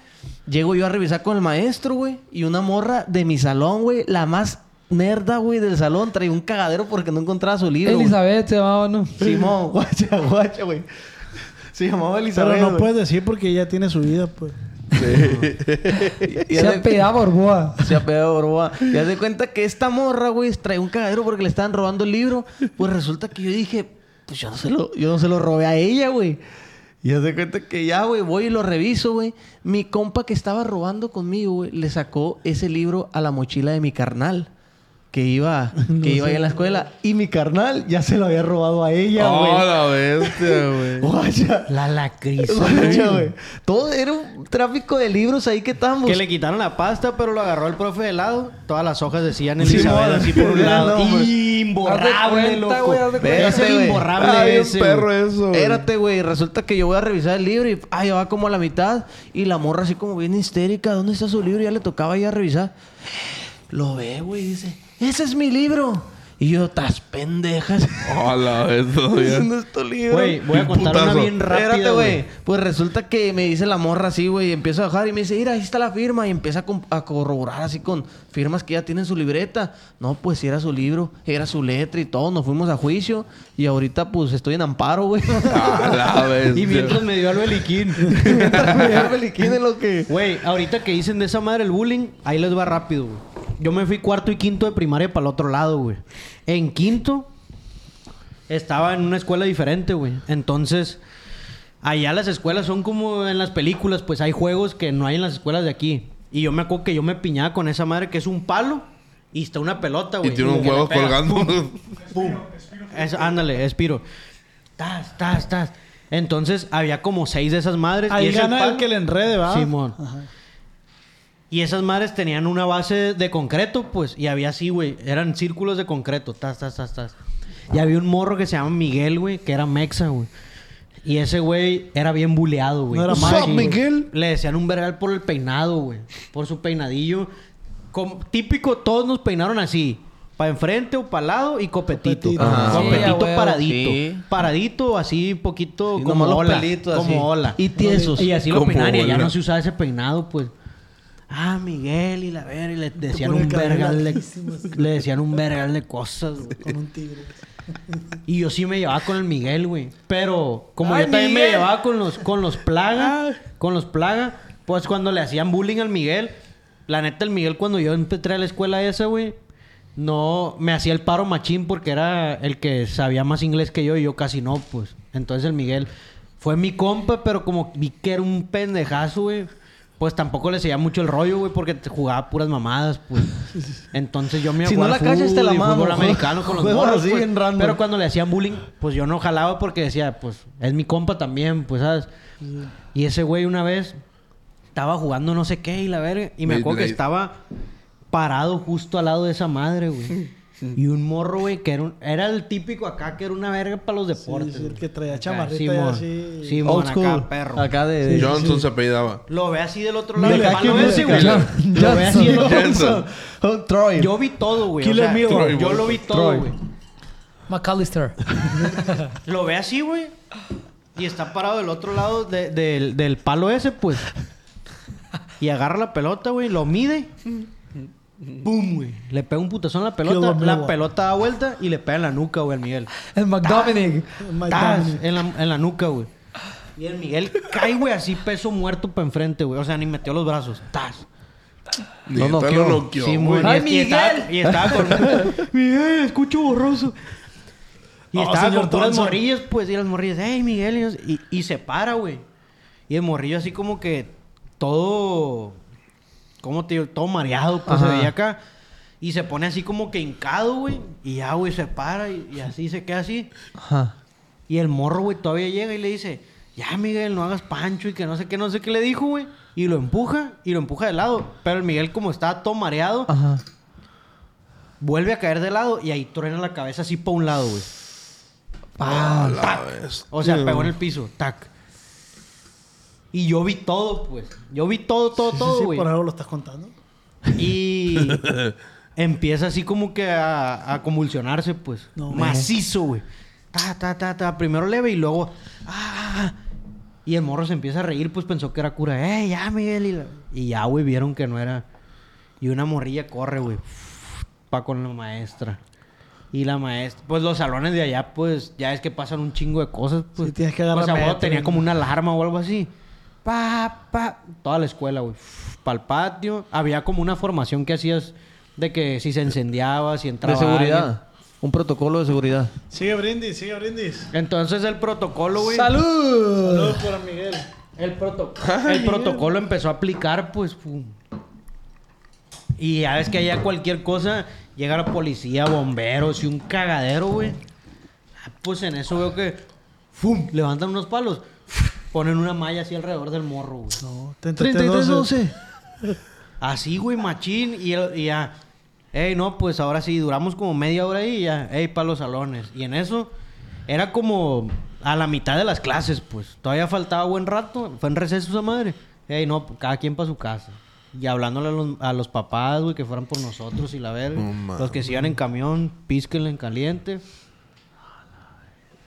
[SPEAKER 7] Llego yo a revisar con el maestro, güey. Y una morra de mi salón, güey. La más nerda, güey, del salón. Traía un cagadero porque no encontraba su libro. güey.
[SPEAKER 4] Elizabeth se llamaba, ¿no?
[SPEAKER 7] Simón, guacha, guacha, güey. Se llamaba Elizabeth.
[SPEAKER 2] Pero no
[SPEAKER 7] güey.
[SPEAKER 2] puedes decir porque ella tiene su vida, pues.
[SPEAKER 7] Y- y
[SPEAKER 4] se
[SPEAKER 7] haz de-
[SPEAKER 4] apellidaba Borboa.
[SPEAKER 7] Se apellidaba Borboa. Y haz de cuenta que esta morra, güey, trae un cagadero porque le estaban robando el libro. Pues resulta que yo dije, pues yo no se lo, yo no se lo robé a ella, güey. Y haz de cuenta que ya, güey, voy y lo reviso, güey. Mi compa que estaba robando conmigo, güey, le sacó ese libro a la mochila de mi carnal. Que iba, que iba ahí en la escuela. Y mi carnal ya se lo había robado a ella,
[SPEAKER 6] Oh,
[SPEAKER 7] güey.
[SPEAKER 5] A Ah, la bestia, güey.
[SPEAKER 7] Guacha.
[SPEAKER 6] La lacriz.
[SPEAKER 7] Guacha, güey. Todo era un tráfico de libros ahí que estábamos.
[SPEAKER 6] Que le quitaron la pasta, pero lo agarró el profe de lado. Todas las hojas decían
[SPEAKER 7] Sí,
[SPEAKER 6] Elizabeth
[SPEAKER 7] no,
[SPEAKER 6] así por un
[SPEAKER 7] era
[SPEAKER 6] lado.
[SPEAKER 7] nombre.
[SPEAKER 4] Haz de
[SPEAKER 6] Imborrable,
[SPEAKER 4] cuenta,
[SPEAKER 6] loco.
[SPEAKER 4] güey, haz de cuenta.
[SPEAKER 6] Es el
[SPEAKER 7] Espérate, güey.
[SPEAKER 6] imborrable
[SPEAKER 5] Ah, bien
[SPEAKER 6] ese,
[SPEAKER 5] perro
[SPEAKER 6] güey.
[SPEAKER 5] eso, güey.
[SPEAKER 7] Espérate, güey. Resulta que yo voy a revisar el libro y ay, va como a la mitad. Y la morra así como bien histérica. ¿Dónde está su libro? Ya le tocaba ir a revisar. Lo ve, güey. y Dice, ese es mi libro. Y yo, tas pendejas.
[SPEAKER 5] A la bestia,
[SPEAKER 7] ¿Dónde
[SPEAKER 5] güey.
[SPEAKER 7] es tu libro?
[SPEAKER 6] Güey, voy a
[SPEAKER 5] Un
[SPEAKER 6] contar una
[SPEAKER 5] putazo.
[SPEAKER 6] bien rápida,
[SPEAKER 7] Espérate,
[SPEAKER 6] güey.
[SPEAKER 7] güey. Pues resulta que me dice la morra así, güey. Empiezo a bajar y me dice, mira, ahí está la firma. Y empieza a, com- a corroborar así con firmas que ya tienen su libreta. No, pues sí era su libro, era su letra y todo. Nos fuimos a juicio. Y ahorita, pues, estoy en amparo, güey.
[SPEAKER 5] A la bestia.
[SPEAKER 6] Y mientras me dio al beliquín.
[SPEAKER 7] Mientras me dio el beliquín en lo que...
[SPEAKER 6] Güey, ahorita que dicen de esa madre el bullying, ahí les va rápido, güey. yo me fui cuarto y quinto de primaria para el otro lado, güey. En quinto estaba en una escuela diferente, güey. Entonces, allá las escuelas son como en las películas, pues hay juegos que no hay en las escuelas de aquí. Y yo me acuerdo que yo me piñaba con esa madre que es un palo y está una pelota,
[SPEAKER 5] Y
[SPEAKER 6] güey.
[SPEAKER 5] tiene un
[SPEAKER 6] que le
[SPEAKER 5] huevo
[SPEAKER 6] pega.
[SPEAKER 5] colgando.
[SPEAKER 6] ¡Pum! Es- ándale, espiro. Tas, tas, tas. Entonces había como seis de esas madres. y
[SPEAKER 2] Ahí
[SPEAKER 6] ese
[SPEAKER 2] gana el
[SPEAKER 6] palo-
[SPEAKER 2] que le enrede, ¿va?
[SPEAKER 6] Simón.
[SPEAKER 2] Ajá.
[SPEAKER 6] y esas madres tenían una base de concreto, pues. Y había así, güey. Eran círculos de concreto. Tas, tas, tas, tas. Y había un morro que se llama Miguel, güey, que era mexa, güey. Y ese güey era bien buleado, güey.
[SPEAKER 2] No era
[SPEAKER 6] Sí,
[SPEAKER 2] mago,
[SPEAKER 6] güey.
[SPEAKER 5] Miguel?
[SPEAKER 6] Le decían un vergal por el peinado, güey. Por su peinadillo. Com- típico, todos nos peinaron así. Para enfrente o para lado y copetito.
[SPEAKER 2] Copetito.
[SPEAKER 6] Ajá.
[SPEAKER 7] Sí,
[SPEAKER 6] Copetito
[SPEAKER 4] a huevo.
[SPEAKER 6] paradito.
[SPEAKER 7] Sí.
[SPEAKER 6] Paradito así, poquito
[SPEAKER 7] Sí,
[SPEAKER 6] como
[SPEAKER 7] nomás los
[SPEAKER 6] ola.
[SPEAKER 7] pelitos
[SPEAKER 6] como
[SPEAKER 7] así.
[SPEAKER 6] ola.
[SPEAKER 7] Y tiesos.
[SPEAKER 6] Y así lo
[SPEAKER 5] Como
[SPEAKER 6] peinaron. Y ya
[SPEAKER 5] ola.
[SPEAKER 6] no se usaba ese peinado, pues. Ah, Miguel y la verga. Y le decían
[SPEAKER 2] pone
[SPEAKER 6] un
[SPEAKER 2] el cabello
[SPEAKER 6] vergal de...
[SPEAKER 2] larguísimo, así.
[SPEAKER 6] Le decían un vergal de cosas, güey.
[SPEAKER 2] Con un tigre.
[SPEAKER 6] Y yo sí me llevaba con el Miguel, güey. Pero como
[SPEAKER 4] ¡Ay,
[SPEAKER 6] yo también
[SPEAKER 4] Miguel!
[SPEAKER 6] me llevaba con los, con los
[SPEAKER 7] Ah.
[SPEAKER 6] plaga, con los plaga, pues cuando le hacían bullying al Miguel, la neta, el Miguel cuando yo entré a la escuela esa, güey, no me hacía el paro machín porque era el que sabía más inglés que yo y yo casi no, pues. Entonces el Miguel fue mi compa, pero como vi que era un pendejazo, güey. Pues tampoco le seguía mucho el rollo, güey, porque te jugaba puras mamadas, pues. Entonces yo me iba a
[SPEAKER 7] Si no
[SPEAKER 6] jugar
[SPEAKER 7] la cachas, te la
[SPEAKER 6] fútbol y
[SPEAKER 7] mamo.
[SPEAKER 6] fútbol americano con los
[SPEAKER 7] Juegos
[SPEAKER 6] morros,
[SPEAKER 7] así,
[SPEAKER 6] pues.
[SPEAKER 7] bien random.
[SPEAKER 6] Pero cuando le hacían bullying, pues yo no jalaba porque decía, pues es mi compa también, pues sabes. Y ese güey una vez estaba jugando no sé qué y la verga. Y me acuerdo que
[SPEAKER 5] Beyblade.
[SPEAKER 6] estaba parado justo al lado de esa madre, güey. Y un morro, güey, que era, un- era el típico acá, que era una verga para los deportes.
[SPEAKER 2] sí, el
[SPEAKER 6] güey.
[SPEAKER 2] que traía
[SPEAKER 6] Acá,
[SPEAKER 2] chamarrita y
[SPEAKER 6] Simón.
[SPEAKER 2] así.
[SPEAKER 6] Simón,
[SPEAKER 7] Old school.
[SPEAKER 6] acá, perro.
[SPEAKER 7] Acá de... de-
[SPEAKER 5] Johnson se apellidaba.
[SPEAKER 6] Lo ve así del otro
[SPEAKER 2] Mira,
[SPEAKER 6] lado. nomás
[SPEAKER 2] aquí
[SPEAKER 6] lo ve
[SPEAKER 2] mira,
[SPEAKER 6] así,
[SPEAKER 5] acá.
[SPEAKER 6] güey. Lo ve así del otro
[SPEAKER 5] Johnson.
[SPEAKER 7] Oh, Troy.
[SPEAKER 6] Yo vi todo, güey. O
[SPEAKER 2] Killer
[SPEAKER 6] sea,
[SPEAKER 2] Milo.
[SPEAKER 5] Troy,
[SPEAKER 6] yo
[SPEAKER 5] güey.
[SPEAKER 6] lo vi todo, güey.
[SPEAKER 4] McAllister.
[SPEAKER 6] Lo ve así, güey. Y está parado del otro lado de- del, del palo ese, pues. Y agarra la pelota, güey. Lo mide. ¡Bum, güey! Le pega un putazón a la pelota.
[SPEAKER 2] Kill the
[SPEAKER 6] La
[SPEAKER 2] Milo.
[SPEAKER 6] pelota da vuelta y le pega en la nuca, güey, al Miguel.
[SPEAKER 4] El McDominic.
[SPEAKER 2] My
[SPEAKER 6] ¡Tas!
[SPEAKER 2] Dominic.
[SPEAKER 6] En la, en la nuca, güey. Y el Miguel cae, güey, así peso muerto para enfrente, güey. O sea, ni metió los brazos. ¡Tas!
[SPEAKER 5] No,
[SPEAKER 7] No
[SPEAKER 5] no,
[SPEAKER 7] noqueó.
[SPEAKER 5] no. noqueó,
[SPEAKER 6] Sí,
[SPEAKER 5] güey.
[SPEAKER 6] güey.
[SPEAKER 4] ¡Ay,
[SPEAKER 6] y, y estaba,
[SPEAKER 4] Miguel!
[SPEAKER 6] y estaba con... Miguel, eh, escucho borroso. Y
[SPEAKER 2] Oh,
[SPEAKER 6] estaba
[SPEAKER 2] señor
[SPEAKER 6] con puras
[SPEAKER 2] Thompson.
[SPEAKER 6] morrillas, pues, y las morrillas, ¡Ey, Miguel! y nos- Y, y se para, güey. Y el morrillo así como que todo... ¿Cómo te digo? Todo mareado, pues,
[SPEAKER 7] Ajá.
[SPEAKER 6] se veía acá. Y se pone así como que hincado, güey. Y ya, güey, se para y, y así se queda así.
[SPEAKER 7] Ajá.
[SPEAKER 6] Y el morro, güey, todavía llega y le dice, ya, Miguel, no hagas pancho y que no sé qué, no sé qué le dijo, güey. Y lo empuja, y lo empuja de lado. Pero el Miguel, como estaba todo mareado,
[SPEAKER 7] Ajá.
[SPEAKER 6] vuelve a caer de lado y ahí truena la cabeza así para un lado, güey.
[SPEAKER 5] A la vez.
[SPEAKER 6] O sea, pegó en el piso, tac. Y yo vi todo, pues. Yo vi todo, todo,
[SPEAKER 2] Sí, sí,
[SPEAKER 6] todo,
[SPEAKER 2] sí,
[SPEAKER 6] güey.
[SPEAKER 2] por algo lo estás contando.
[SPEAKER 6] Y empieza así como que a, a convulsionarse, pues.
[SPEAKER 2] No,
[SPEAKER 6] Macizo, güey. Ta, ta, ta, ta. Primero leve y luego. ah, ah, ah. Y el morro se empieza a reír, pues pensó que era cura. ¡Eh, ya, Miguel! Y, la- y ya, güey, vieron que no era. Y una morrilla corre, güey. Pa con la maestra. Y la maestra. Pues los salones de allá, pues ya es que pasan un chingo de cosas, pues.
[SPEAKER 2] Sí, tienes que agarrar
[SPEAKER 6] O sea,
[SPEAKER 2] metro,
[SPEAKER 6] güey, tenía
[SPEAKER 2] ¿no?
[SPEAKER 6] como una alarma o algo así. Pa, pa. Toda la escuela, güey. Para el patio. Había como una formación que hacías de que si se incendiaba, si
[SPEAKER 7] De
[SPEAKER 6] entraba. alguien.
[SPEAKER 7] seguridad. Un protocolo de seguridad.
[SPEAKER 2] Sigue brindis, sigue brindis.
[SPEAKER 6] Entonces el protocolo, güey. Uh.
[SPEAKER 4] ¡Salud!
[SPEAKER 2] Saludos por Miguel.
[SPEAKER 6] El, proto- el protocolo empezó a aplicar, pues. fu- Y ya ves que allá cualquier cosa, llega la policía, bomberos y un cagadero, güey. Ah, Pues en eso veo que. ¡Fum! Levantan unos palos. Ponen una malla así alrededor del morro, güey.
[SPEAKER 2] No, te
[SPEAKER 7] 3312.
[SPEAKER 6] Así, güey, machín. Y, el- y ya. Ey, no, pues ahora sí, duramos como media hora ahí y ya. Ey, para los salones. Y en eso, era como a la mitad de las clases, pues. Todavía faltaba buen rato. Fue en receso esa madre. Ey, no, pues, cada quien para su casa. Y hablándole a los, a los papás, güey, que fueran por nosotros y la verga.
[SPEAKER 5] No mames.
[SPEAKER 6] los que se iban en camión, písquenle en caliente.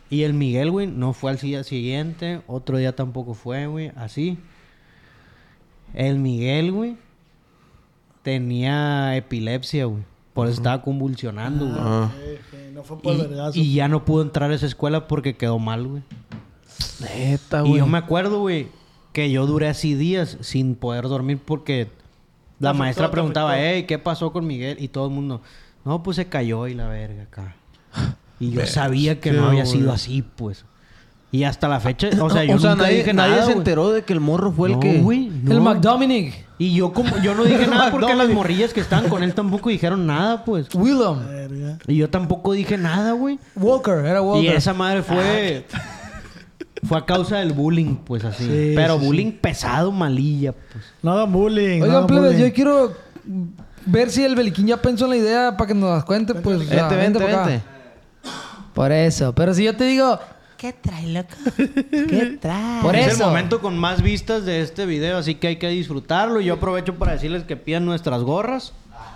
[SPEAKER 6] Y el Miguel, güey, no fue al día siguiente. Otro día tampoco fue, güey. Así. El Miguel, güey, tenía epilepsia, güey. Por eso estaba convulsionando, güey.
[SPEAKER 5] Ah.
[SPEAKER 2] Eh, No fue por el vergazo.
[SPEAKER 6] Y, y ya no pudo entrar a esa escuela porque quedó mal, güey.
[SPEAKER 7] Neta,
[SPEAKER 6] Y
[SPEAKER 7] güey.
[SPEAKER 6] yo me acuerdo, güey, que yo duré así días sin poder dormir porque La
[SPEAKER 2] Afectó,
[SPEAKER 6] maestra
[SPEAKER 2] te
[SPEAKER 6] preguntaba,
[SPEAKER 2] afectó.
[SPEAKER 6] hey, ¿qué pasó con Miguel? Y todo el mundo, no, pues se cayó y la verga acá. Y yo sabía que no había sido así, pues. Y hasta la fecha, o sea, yo nunca
[SPEAKER 7] nadie,
[SPEAKER 6] dije
[SPEAKER 7] nadie
[SPEAKER 6] nada,
[SPEAKER 7] se
[SPEAKER 6] güey.
[SPEAKER 7] enteró de que el morro fue
[SPEAKER 6] No,
[SPEAKER 7] el que.
[SPEAKER 6] güey, no.
[SPEAKER 4] El McDominic.
[SPEAKER 6] Y yo como yo no dije nada porque las
[SPEAKER 7] McDonald's.
[SPEAKER 6] morrillas que estaban con él tampoco dijeron nada, pues.
[SPEAKER 4] Willem.
[SPEAKER 2] Verga.
[SPEAKER 6] Y yo tampoco dije nada, güey.
[SPEAKER 4] Walker, era
[SPEAKER 6] Y
[SPEAKER 4] Walker.
[SPEAKER 6] esa madre fue fue a causa del bullying, pues así.
[SPEAKER 2] Sí,
[SPEAKER 6] Pero
[SPEAKER 2] sí, sí.
[SPEAKER 6] bullying pesado, malilla, pues.
[SPEAKER 2] No hagan bullying. no
[SPEAKER 4] Oigan,
[SPEAKER 2] hagan
[SPEAKER 4] plebes,
[SPEAKER 2] bullying.
[SPEAKER 4] yo quiero ver si el Beliquín ya pensó en la idea para que nos las cuente. Pues, o
[SPEAKER 7] Vente,
[SPEAKER 4] sea,
[SPEAKER 7] vente,
[SPEAKER 4] para acá.
[SPEAKER 7] vente.
[SPEAKER 4] Por eso. Pero si yo te digo,
[SPEAKER 8] ¿Qué trae, loco? ¿Qué trae?
[SPEAKER 4] Por
[SPEAKER 6] es
[SPEAKER 4] eso.
[SPEAKER 6] el momento con más vistas de este video, así que hay que disfrutarlo. Yo aprovecho para decirles que pidan nuestras gorras.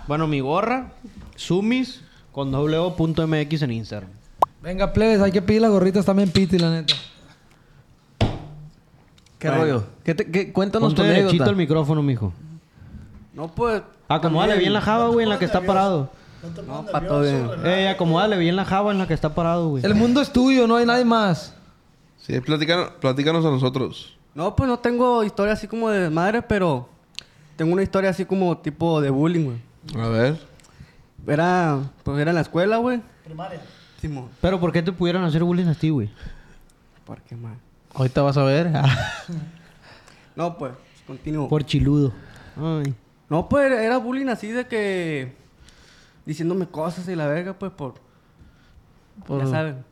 [SPEAKER 6] Bueno, mi gorra, sumis con w.mx en Instagram.
[SPEAKER 4] venga, plebes, hay que pedir las gorritas también, Piti, la neta.
[SPEAKER 7] ¿Qué rollo? ¿Qué te- qué- cuéntanos
[SPEAKER 6] Ponte
[SPEAKER 7] tu
[SPEAKER 6] derechito
[SPEAKER 7] anécdota.
[SPEAKER 6] el micrófono, mijo.
[SPEAKER 3] No, pues.
[SPEAKER 6] Acomódale bien la java, güey, en la que está parado.
[SPEAKER 3] No, para todo bien.
[SPEAKER 6] Eh, acomódale bien la java en la que está parado, güey.
[SPEAKER 4] El mundo es tuyo, no hay nadie más.
[SPEAKER 5] Sí, platícanos, platícanos a nosotros.
[SPEAKER 3] No, pues no tengo historia así como de madre, pero tengo una historia así como tipo de bullying, güey.
[SPEAKER 5] A ver.
[SPEAKER 3] Era, pues era en la escuela, güey.
[SPEAKER 2] Primaria.
[SPEAKER 3] Simón,
[SPEAKER 6] Pero ¿por qué te pudieron hacer bullying a ti, güey?
[SPEAKER 3] ¿por qué más?
[SPEAKER 7] Ahorita vas a ver.
[SPEAKER 3] No, pues, continúo.
[SPEAKER 6] Por chiludo. Ay.
[SPEAKER 3] No, pues era bullying así de que diciéndome cosas y la verga, pues por,
[SPEAKER 6] Por-
[SPEAKER 3] ya saben.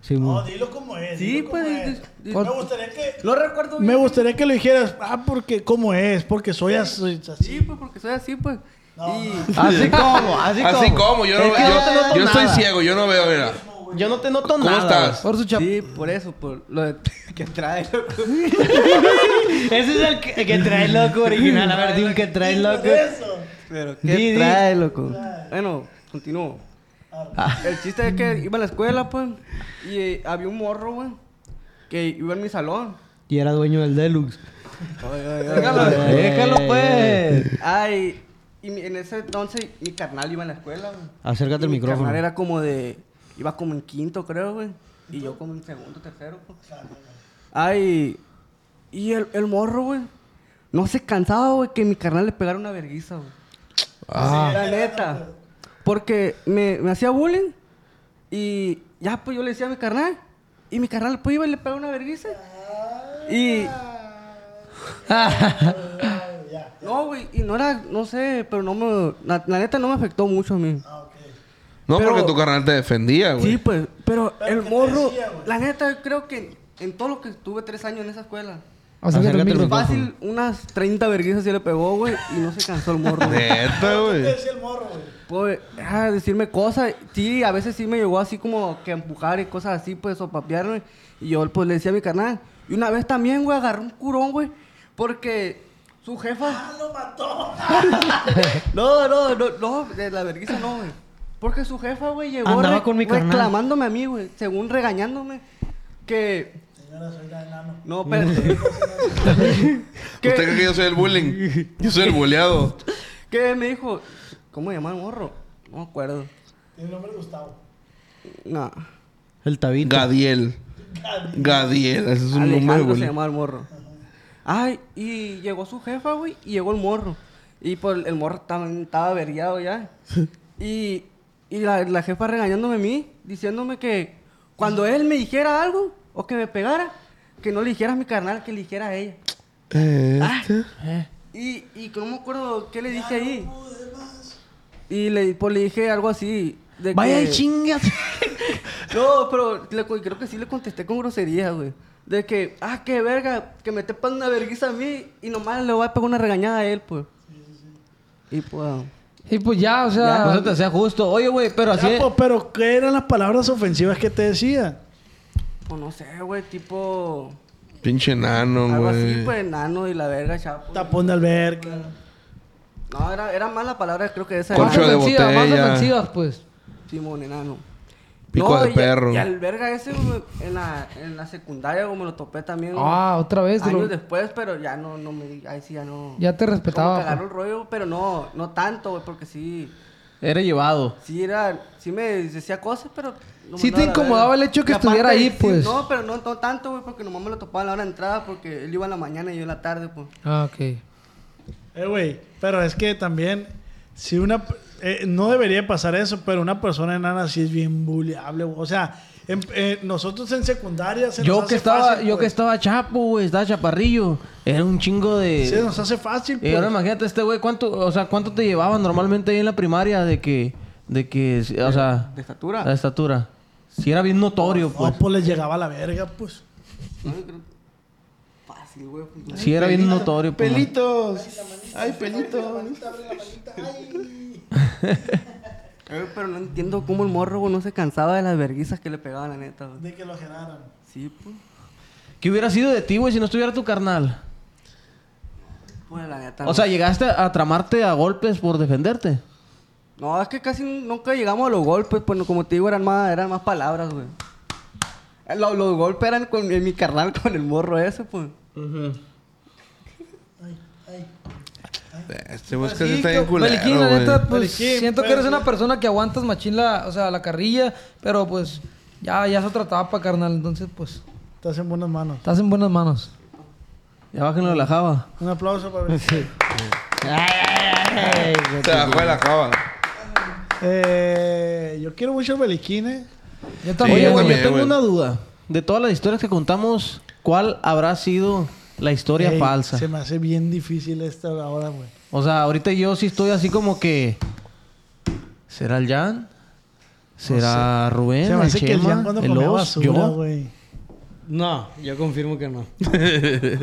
[SPEAKER 6] Sí,
[SPEAKER 2] No,
[SPEAKER 6] mo-
[SPEAKER 2] dilo como es.
[SPEAKER 3] Sí,
[SPEAKER 2] dilo como
[SPEAKER 3] pues,
[SPEAKER 2] es.
[SPEAKER 3] di- di-
[SPEAKER 2] Me gustaría que.
[SPEAKER 3] No recuerdo bien.
[SPEAKER 2] Me gustaría que lo dijeras. Ah, porque cómo es, porque soy así.
[SPEAKER 3] Sí, pues porque soy así, pues.
[SPEAKER 2] No,
[SPEAKER 3] y
[SPEAKER 7] Así como, así como.
[SPEAKER 5] Así como, yo no
[SPEAKER 7] Es que
[SPEAKER 5] veo.
[SPEAKER 7] no te noto
[SPEAKER 5] Yo, yo estoy
[SPEAKER 7] nada.
[SPEAKER 5] ciego, yo no veo, mira.
[SPEAKER 7] Yo no te noto
[SPEAKER 5] ¿Cómo
[SPEAKER 7] nada.
[SPEAKER 5] estás?
[SPEAKER 4] Por su chap...
[SPEAKER 3] sí, por eso, por lo de- que trae. loco.
[SPEAKER 6] Ese es el que, que trae loco original. A ver, di un que trae loco.
[SPEAKER 2] Eso.
[SPEAKER 3] Pero
[SPEAKER 6] Di, di.
[SPEAKER 3] qué trae, loco. Ah. Bueno, continúo. El chiste es que iba a la escuela, pues, y eh, había un morro, güey, que iba en mi salón.
[SPEAKER 6] Y era dueño del Deluxe.
[SPEAKER 7] Déjalo, déjalo, pues.
[SPEAKER 3] Ay, y mi- en ese entonces mi carnal iba a la escuela, güey.
[SPEAKER 6] Acércate
[SPEAKER 3] Y
[SPEAKER 6] al
[SPEAKER 3] mi
[SPEAKER 6] micrófono.
[SPEAKER 3] carnal era como de. Iba como en quinto, creo, güey. Y yo como en segundo, tercero, pues. Ay. Y el, el morro, güey. No se cansaba, güey, que mi carnal le pegara una verguiza, güey.
[SPEAKER 6] Ah.
[SPEAKER 3] La neta. Porque me, me hacía bullying. Y ya, pues yo le decía a mi carnal. Y mi carnal, pues iba y le pegaba una verguiza. Y. No, güey, y no era, no sé, pero no me. La, la neta no me afectó mucho a mí.
[SPEAKER 2] Ah,
[SPEAKER 5] No,
[SPEAKER 3] Pero-
[SPEAKER 5] porque tu carnal te defendía, güey.
[SPEAKER 3] Sí, pues, pero,
[SPEAKER 2] Pero ¿qué
[SPEAKER 3] el
[SPEAKER 2] te
[SPEAKER 3] morro,
[SPEAKER 2] decía, güey?
[SPEAKER 3] la neta, yo creo que en todo lo que estuve tres años en esa escuela,
[SPEAKER 4] Acércate al
[SPEAKER 6] Acércate al
[SPEAKER 4] micro.
[SPEAKER 3] fácil, unas 30 verguizas se le pegó, güey, y no se cansó el morro. güey.
[SPEAKER 2] Ah,
[SPEAKER 5] Neta, güey.
[SPEAKER 2] Es el morro, güey.
[SPEAKER 3] Pues, ah, decirme cosas, sí, a veces sí me llegó así como que a empujar y cosas así, pues, o papearme, y yo, pues, le decía a mi carnal, y una vez también, güey, agarró un curón, güey, porque su jefa...
[SPEAKER 2] Ah, Lo mató.
[SPEAKER 3] No, no, no, no, de la vergüenza no, güey. Porque su jefa, güey, llegó
[SPEAKER 6] Andaba
[SPEAKER 3] re-
[SPEAKER 6] con mi carnal.
[SPEAKER 3] reclamándome a mí, güey, según regañándome, que...
[SPEAKER 2] Señora, soy la enano.
[SPEAKER 3] No, espérate. que,
[SPEAKER 5] ¿Usted cree que yo soy el bullying? Yo soy el bulleado.
[SPEAKER 3] que me dijo, ¿cómo se llama el morro? No me acuerdo.
[SPEAKER 2] Tiene nombre Gustavo.
[SPEAKER 3] No.
[SPEAKER 6] El tabito.
[SPEAKER 5] Gadiel. Gadiel, ese es un nombre,
[SPEAKER 3] Alejandro se
[SPEAKER 5] güey.
[SPEAKER 3] llamaba el morro. Ay, y llegó su jefa, güey, y llegó el morro. Y pues el morro también estaba averiado ya. Y, y la, la jefa regañándome a mí, diciéndome que cuando él me dijera algo o que me pegara, que no le dijera a mi carnal, que le dijera a ella.
[SPEAKER 5] Eh,
[SPEAKER 3] Ah, y, y que no me acuerdo qué le dije ahí. Y le, pues, le dije algo así. De
[SPEAKER 6] Vaya
[SPEAKER 3] que-
[SPEAKER 6] el chingas.
[SPEAKER 3] No, pero le co- creo que sí le contesté con grosería, güey. De que, ah, qué verga, que me te pagan una vergüenza a mí y nomás le voy a pegar una regañada a él, pues. Y pues.
[SPEAKER 4] Y pues ya, o
[SPEAKER 7] No se
[SPEAKER 4] sea...
[SPEAKER 7] te hacía justo. Oye, güey, pero así.
[SPEAKER 2] Ya, pues, pero ¿qué eran las palabras ofensivas que te decía?
[SPEAKER 3] Pues no sé, güey, tipo.
[SPEAKER 5] pinche enano,
[SPEAKER 3] Algo así,
[SPEAKER 5] güey.
[SPEAKER 3] pues, nano y la verga, chapo.
[SPEAKER 2] Tapón de alberca.
[SPEAKER 3] No, era, era mala palabra, creo que esa.
[SPEAKER 5] Corcho
[SPEAKER 4] Más
[SPEAKER 3] era.
[SPEAKER 5] Corcho de
[SPEAKER 4] ofensivas, más
[SPEAKER 5] botella.
[SPEAKER 4] ofensivas, pues.
[SPEAKER 3] Simón, enano.
[SPEAKER 5] Pico de
[SPEAKER 3] y-
[SPEAKER 5] perro.
[SPEAKER 3] Y al verga ese, güey, en la, en la secundaria, güey, me lo topé también. güey.
[SPEAKER 4] Ah, otra vez. te
[SPEAKER 3] años
[SPEAKER 4] lo-
[SPEAKER 3] después, pero ya no, no me. Ahí sí, ya no.
[SPEAKER 4] Ya te
[SPEAKER 3] Como
[SPEAKER 4] respetaba.
[SPEAKER 3] que
[SPEAKER 4] pues.
[SPEAKER 3] agarró el rollo, pero no, no tanto, güey, porque sí,
[SPEAKER 7] Era llevado.
[SPEAKER 3] sí era, sí me decía cosas, pero... lo
[SPEAKER 4] Sí te
[SPEAKER 3] mandaba a la
[SPEAKER 4] incomodaba
[SPEAKER 3] verga.
[SPEAKER 4] el hecho que
[SPEAKER 3] Y
[SPEAKER 4] estuviera ahí,
[SPEAKER 3] sí,
[SPEAKER 4] pues.
[SPEAKER 3] no, pero no, no tanto, güey, porque nomás me lo topaba a la hora de entrada, porque él iba en la mañana y yo en la tarde, pues.
[SPEAKER 4] Ah, ok.
[SPEAKER 2] Eh, güey, pero es que también, si una. eh, no debería pasar eso, pero una persona enana sí es bien bulleable. güey. O sea, en- eh, nosotros en secundaria se
[SPEAKER 7] Yo
[SPEAKER 2] nos
[SPEAKER 7] que
[SPEAKER 2] hace
[SPEAKER 7] estaba,
[SPEAKER 2] fácil,
[SPEAKER 7] yo que
[SPEAKER 2] pues.
[SPEAKER 7] estaba chapo, güey, estaba chaparrillo. Era un chingo de.
[SPEAKER 2] Se nos hace fácil,
[SPEAKER 7] Y ahora
[SPEAKER 2] pues.
[SPEAKER 7] imagínate este güey, ¿cuánto, o sea, cuánto te llevaban normalmente ahí en la primaria de que, de que, o sea,
[SPEAKER 3] de estatura?
[SPEAKER 7] La
[SPEAKER 4] Ah,
[SPEAKER 7] estatura. Si era bien notorio,
[SPEAKER 2] No,
[SPEAKER 7] pues.
[SPEAKER 2] pues les llegaba la verga, pues.
[SPEAKER 3] Fácil, güey. pues.
[SPEAKER 7] Si era bien notorio, pues.
[SPEAKER 6] Pelitos. Ay, pelitos.
[SPEAKER 3] Eh, Pero no entiendo cómo el morro, güey, no se cansaba de las verguizas que le pegaban, la neta, güey.
[SPEAKER 2] De que lo generaran.
[SPEAKER 3] Sí, pues.
[SPEAKER 7] ¿Qué hubiera sido de ti, güey, si no estuviera tu carnal?
[SPEAKER 3] Pues, la neta.
[SPEAKER 7] O sea, llegaste a tramarte a golpes por defenderte.
[SPEAKER 3] No, es que casi nunca llegamos a los golpes, pues no, como te digo, eran más, eran más palabras, güey. Eh, lo- Los, golpes eran con en mi carnal con el morro ese, pues.
[SPEAKER 5] Este güey es que sí
[SPEAKER 4] Sí,
[SPEAKER 5] está bien
[SPEAKER 4] que- Beliquín, la
[SPEAKER 5] culero,
[SPEAKER 4] neta,
[SPEAKER 5] güey.
[SPEAKER 4] pues,
[SPEAKER 2] Beliquín,
[SPEAKER 4] siento
[SPEAKER 2] pues,
[SPEAKER 4] que eres
[SPEAKER 2] sí.
[SPEAKER 4] una persona que aguantas machín la, o sea, la carrilla, pero pues ya, ya es otra etapa, carnal. Entonces, pues,
[SPEAKER 2] Estás en buenas manos.
[SPEAKER 4] estás en buenas manos.
[SPEAKER 7] Ya bájenlo de la java.
[SPEAKER 2] Un aplauso para ver.
[SPEAKER 5] Se bajó de la cava.
[SPEAKER 2] Eh, yo quiero mucho el Beliquín, eh.
[SPEAKER 4] Yo
[SPEAKER 5] Sí,
[SPEAKER 4] también.
[SPEAKER 7] Oye,
[SPEAKER 4] güey.
[SPEAKER 7] güey, yo
[SPEAKER 5] también,
[SPEAKER 7] tengo
[SPEAKER 5] güey.
[SPEAKER 7] una duda. De todas las historias que contamos, ¿cuál habrá sido la historia
[SPEAKER 2] Ey,
[SPEAKER 7] falsa?
[SPEAKER 2] Se me hace bien difícil esta ahora, güey.
[SPEAKER 7] O sea, ahorita yo sí estoy así como que. ¿Será el Jan? ¿Será Rubén?
[SPEAKER 2] Se me
[SPEAKER 7] ¿El
[SPEAKER 2] hace que el Jan
[SPEAKER 7] Chema?
[SPEAKER 2] cuando
[SPEAKER 7] ¿El
[SPEAKER 2] comía
[SPEAKER 7] Os?
[SPEAKER 2] basura,
[SPEAKER 7] ¿Yo?
[SPEAKER 2] güey.
[SPEAKER 6] No, yo confirmo que no.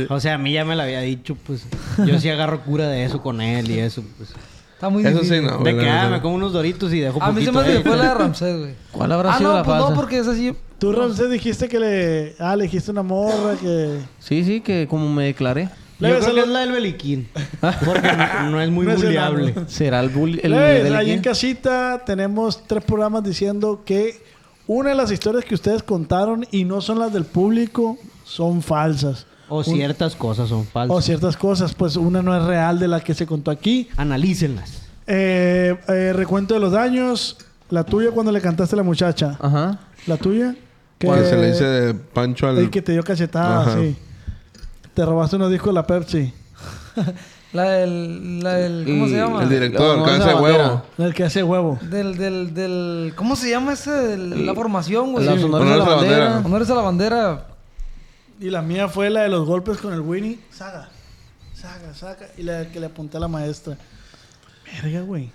[SPEAKER 6] o sea, a mí ya me lo había dicho, pues. Yo sí agarro cura de eso con él y eso, pues.
[SPEAKER 4] Está muy
[SPEAKER 5] Eso
[SPEAKER 4] difícil.
[SPEAKER 5] sí, no.
[SPEAKER 6] de
[SPEAKER 5] güey,
[SPEAKER 6] que,
[SPEAKER 5] la
[SPEAKER 6] ah,
[SPEAKER 5] neta.
[SPEAKER 6] me como unos doritos y dejo
[SPEAKER 4] A mí se me hace
[SPEAKER 6] poquito ahí.
[SPEAKER 4] que fue la de Ramsés, güey.
[SPEAKER 7] ¿Cuál habrá
[SPEAKER 4] Ah,
[SPEAKER 7] sido
[SPEAKER 4] no,
[SPEAKER 7] la
[SPEAKER 4] pues
[SPEAKER 7] falsa?
[SPEAKER 4] no, porque es así.
[SPEAKER 2] Tú, Ramsés, dijiste que le... Ah, le dijiste una morra que...
[SPEAKER 7] Sí, sí, que como me declaré.
[SPEAKER 6] Yo creo
[SPEAKER 2] Leves, a
[SPEAKER 6] que es
[SPEAKER 2] los-
[SPEAKER 6] la del Beliquín. Porque no, no es muy
[SPEAKER 2] No es el
[SPEAKER 6] buleable.
[SPEAKER 2] árbol.
[SPEAKER 7] ¿Será el bully? El,
[SPEAKER 2] Leves,
[SPEAKER 7] el-
[SPEAKER 2] ahí
[SPEAKER 7] el-
[SPEAKER 2] en casita tenemos tres programas diciendo que una de las historias que ustedes contaron y no son las del público son falsas.
[SPEAKER 6] O ciertas cosas son falsas.
[SPEAKER 2] O ciertas cosas, pues una no es real de la que se contó aquí.
[SPEAKER 6] Analícenlas.
[SPEAKER 2] Eh, eh, recuento de los daños. La tuya cuando le cantaste a la muchacha.
[SPEAKER 7] Ajá.
[SPEAKER 2] La tuya.
[SPEAKER 5] Cuando se le dice de Pancho al...
[SPEAKER 2] El que te dio cachetada,
[SPEAKER 5] Ajá.
[SPEAKER 2] sí. Te robaste unos discos de la Pepsi.
[SPEAKER 4] La del, la del, ¿cómo se
[SPEAKER 7] Y-
[SPEAKER 4] llama?
[SPEAKER 5] El director,
[SPEAKER 7] Vamos a
[SPEAKER 5] cabeza de
[SPEAKER 7] la bandera.
[SPEAKER 5] huevo.
[SPEAKER 2] El que hace huevo.
[SPEAKER 4] Del, del, del, ¿cómo se llama ese? Del- la formación, güey.
[SPEAKER 7] Los
[SPEAKER 4] Sí.
[SPEAKER 7] honores a la
[SPEAKER 5] Honores a la
[SPEAKER 7] bandera.
[SPEAKER 5] bandera.
[SPEAKER 4] Honores a la bandera.
[SPEAKER 2] Y la mía fue la de los golpes con el Winnie. Saga. Saga, saga. Y la que le apunté a la maestra. Verga, güey.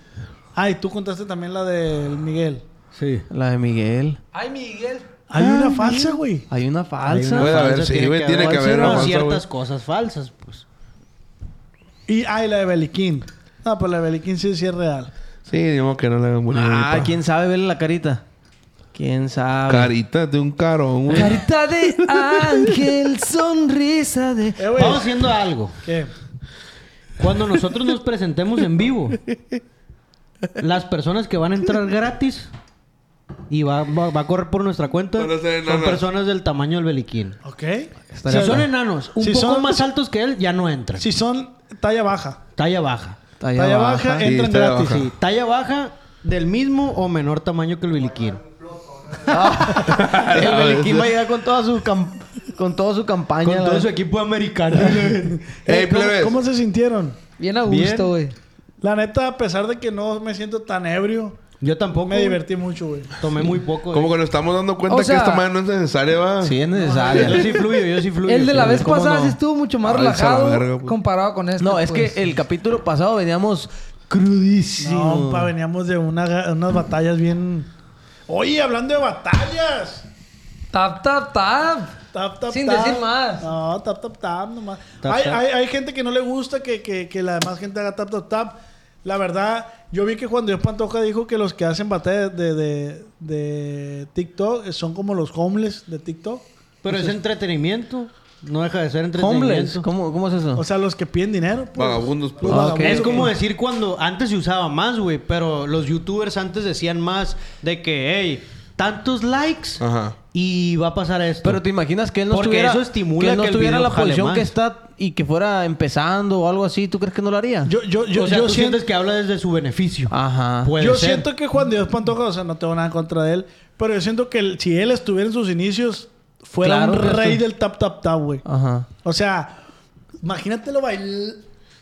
[SPEAKER 2] Ah, y tú contaste también la del Miguel.
[SPEAKER 6] Sí.
[SPEAKER 7] La de Miguel.
[SPEAKER 4] Ay, Miguel.
[SPEAKER 2] Hay una falsa, güey.
[SPEAKER 7] Hay una falsa.
[SPEAKER 5] Puede haber, sí, güey, tiene que haber una
[SPEAKER 6] O
[SPEAKER 5] falsa,
[SPEAKER 6] ciertas
[SPEAKER 5] güey.
[SPEAKER 6] cosas falsas, pues.
[SPEAKER 2] Y hay la de Beliquín. Ah, pues la de Beliquín sí, sí es real.
[SPEAKER 5] Sí, digamos que no le hagan bullying.
[SPEAKER 7] ah,
[SPEAKER 5] ahorita.
[SPEAKER 7] quién sabe, vele la carita. Quién sabe.
[SPEAKER 5] Carita de un carón, güey.
[SPEAKER 4] Carita de ángel, sonrisa de...
[SPEAKER 2] Eh, güey.
[SPEAKER 6] Vamos haciendo algo.
[SPEAKER 2] ¿Qué?
[SPEAKER 6] Cuando nosotros nos presentemos en vivo, las personas que van a entrar gratis y va, va- va a correr por nuestra cuenta
[SPEAKER 5] Van a ser
[SPEAKER 6] son
[SPEAKER 5] enanas.
[SPEAKER 6] personas del tamaño del Beliquín.
[SPEAKER 2] ¿Ok?
[SPEAKER 6] Si son
[SPEAKER 2] Si
[SPEAKER 6] enanos, un
[SPEAKER 2] Si
[SPEAKER 6] poco
[SPEAKER 2] son-
[SPEAKER 6] más altos que él, ya no entran.
[SPEAKER 2] si son talla baja.
[SPEAKER 6] Talla baja.
[SPEAKER 7] Talla,
[SPEAKER 2] Talla
[SPEAKER 7] baja.
[SPEAKER 2] baja,
[SPEAKER 5] Sí,
[SPEAKER 2] entran
[SPEAKER 5] talla
[SPEAKER 2] gratis.
[SPEAKER 5] baja.
[SPEAKER 6] Sí, talla baja del mismo o menor tamaño que el Beliquín.
[SPEAKER 7] El Beliquín va a llegar con toda su, cam- con toda su campaña. la verdad.
[SPEAKER 6] equipo americano.
[SPEAKER 5] Ey,
[SPEAKER 2] Eh, ¿cómo,
[SPEAKER 5] plebes.
[SPEAKER 2] cómo se sintieron?
[SPEAKER 4] Bien a gusto, güey.
[SPEAKER 2] La neta, a pesar de que no me siento tan ebrio,
[SPEAKER 6] Yo tampoco.
[SPEAKER 2] me divertí mucho, güey.
[SPEAKER 6] Tomé muy poco.
[SPEAKER 5] Como
[SPEAKER 6] güey.
[SPEAKER 5] que nos estamos dando cuenta
[SPEAKER 4] O sea-
[SPEAKER 5] que esta madre no es necesaria, va.
[SPEAKER 7] Sí, es
[SPEAKER 6] Yo
[SPEAKER 7] necesaria.
[SPEAKER 6] sí fluyo, yo sí fluyo.
[SPEAKER 4] El de la
[SPEAKER 6] Sí,
[SPEAKER 4] vez
[SPEAKER 6] ¿cómo
[SPEAKER 4] pasada
[SPEAKER 6] no?
[SPEAKER 4] sí estuvo mucho más
[SPEAKER 5] Ay,
[SPEAKER 4] relajado
[SPEAKER 5] se la verga, pues.
[SPEAKER 4] comparado con este.
[SPEAKER 7] No, es
[SPEAKER 4] pues.
[SPEAKER 7] que el capítulo pasado veníamos crudísimo.
[SPEAKER 2] No, pa, veníamos de una ga- unas batallas bien. Oye, hablando de batallas.
[SPEAKER 4] Tap, tap, tap.
[SPEAKER 2] Tap, tap,
[SPEAKER 4] Sin
[SPEAKER 2] tap.
[SPEAKER 4] decir más.
[SPEAKER 2] No, tap, tap, tap, nomás.
[SPEAKER 6] Tap,
[SPEAKER 2] hay,
[SPEAKER 6] tap.
[SPEAKER 2] Hay, hay gente que no le gusta que, que, que la demás gente haga tap, tap, tap. La verdad, yo vi que Juan Dios Pantoja dijo que los que hacen batallas de, de, de TikTok son como los homeless de TikTok.
[SPEAKER 6] Pero es entretenimiento. No deja de ser
[SPEAKER 7] Homeless.
[SPEAKER 6] entretenimiento.
[SPEAKER 7] ¿Cómo, ¿Cómo es eso?
[SPEAKER 2] O sea, los que piden dinero. pues.
[SPEAKER 5] Vagabundos, pues.
[SPEAKER 2] Los
[SPEAKER 7] Ah, ok.
[SPEAKER 6] Ah. Es
[SPEAKER 2] vagabundos.
[SPEAKER 6] como decir cuando antes se usaba más, güey, pero los youtubers antes decían más de que, hey, tantos likes
[SPEAKER 5] Ajá.
[SPEAKER 6] y va a pasar esto.
[SPEAKER 7] Pero te imaginas que él no
[SPEAKER 6] Porque
[SPEAKER 7] estuviera,
[SPEAKER 6] eso estimula
[SPEAKER 7] que él no
[SPEAKER 6] que el
[SPEAKER 7] estuviera en
[SPEAKER 6] video
[SPEAKER 7] la
[SPEAKER 6] jale
[SPEAKER 7] posición
[SPEAKER 6] más.
[SPEAKER 7] que está y que fuera empezando o algo así, ¿tú crees que no lo haría?
[SPEAKER 2] Yo, yo, yo,
[SPEAKER 6] o sea,
[SPEAKER 2] yo siento,
[SPEAKER 6] tú sientes que habla desde su beneficio.
[SPEAKER 7] Ajá.
[SPEAKER 6] Puede
[SPEAKER 2] yo
[SPEAKER 6] ser.
[SPEAKER 2] siento que Juan Dios Pantoja, o sea, no tengo nada contra de él, pero yo siento que el- si él estuviera en sus inicios, fuera
[SPEAKER 7] Claro Ah.
[SPEAKER 2] un
[SPEAKER 7] que
[SPEAKER 2] rey
[SPEAKER 7] sí.
[SPEAKER 2] del tap tap tap, güey.
[SPEAKER 7] Ajá.
[SPEAKER 2] O sea, imagínatelo bail-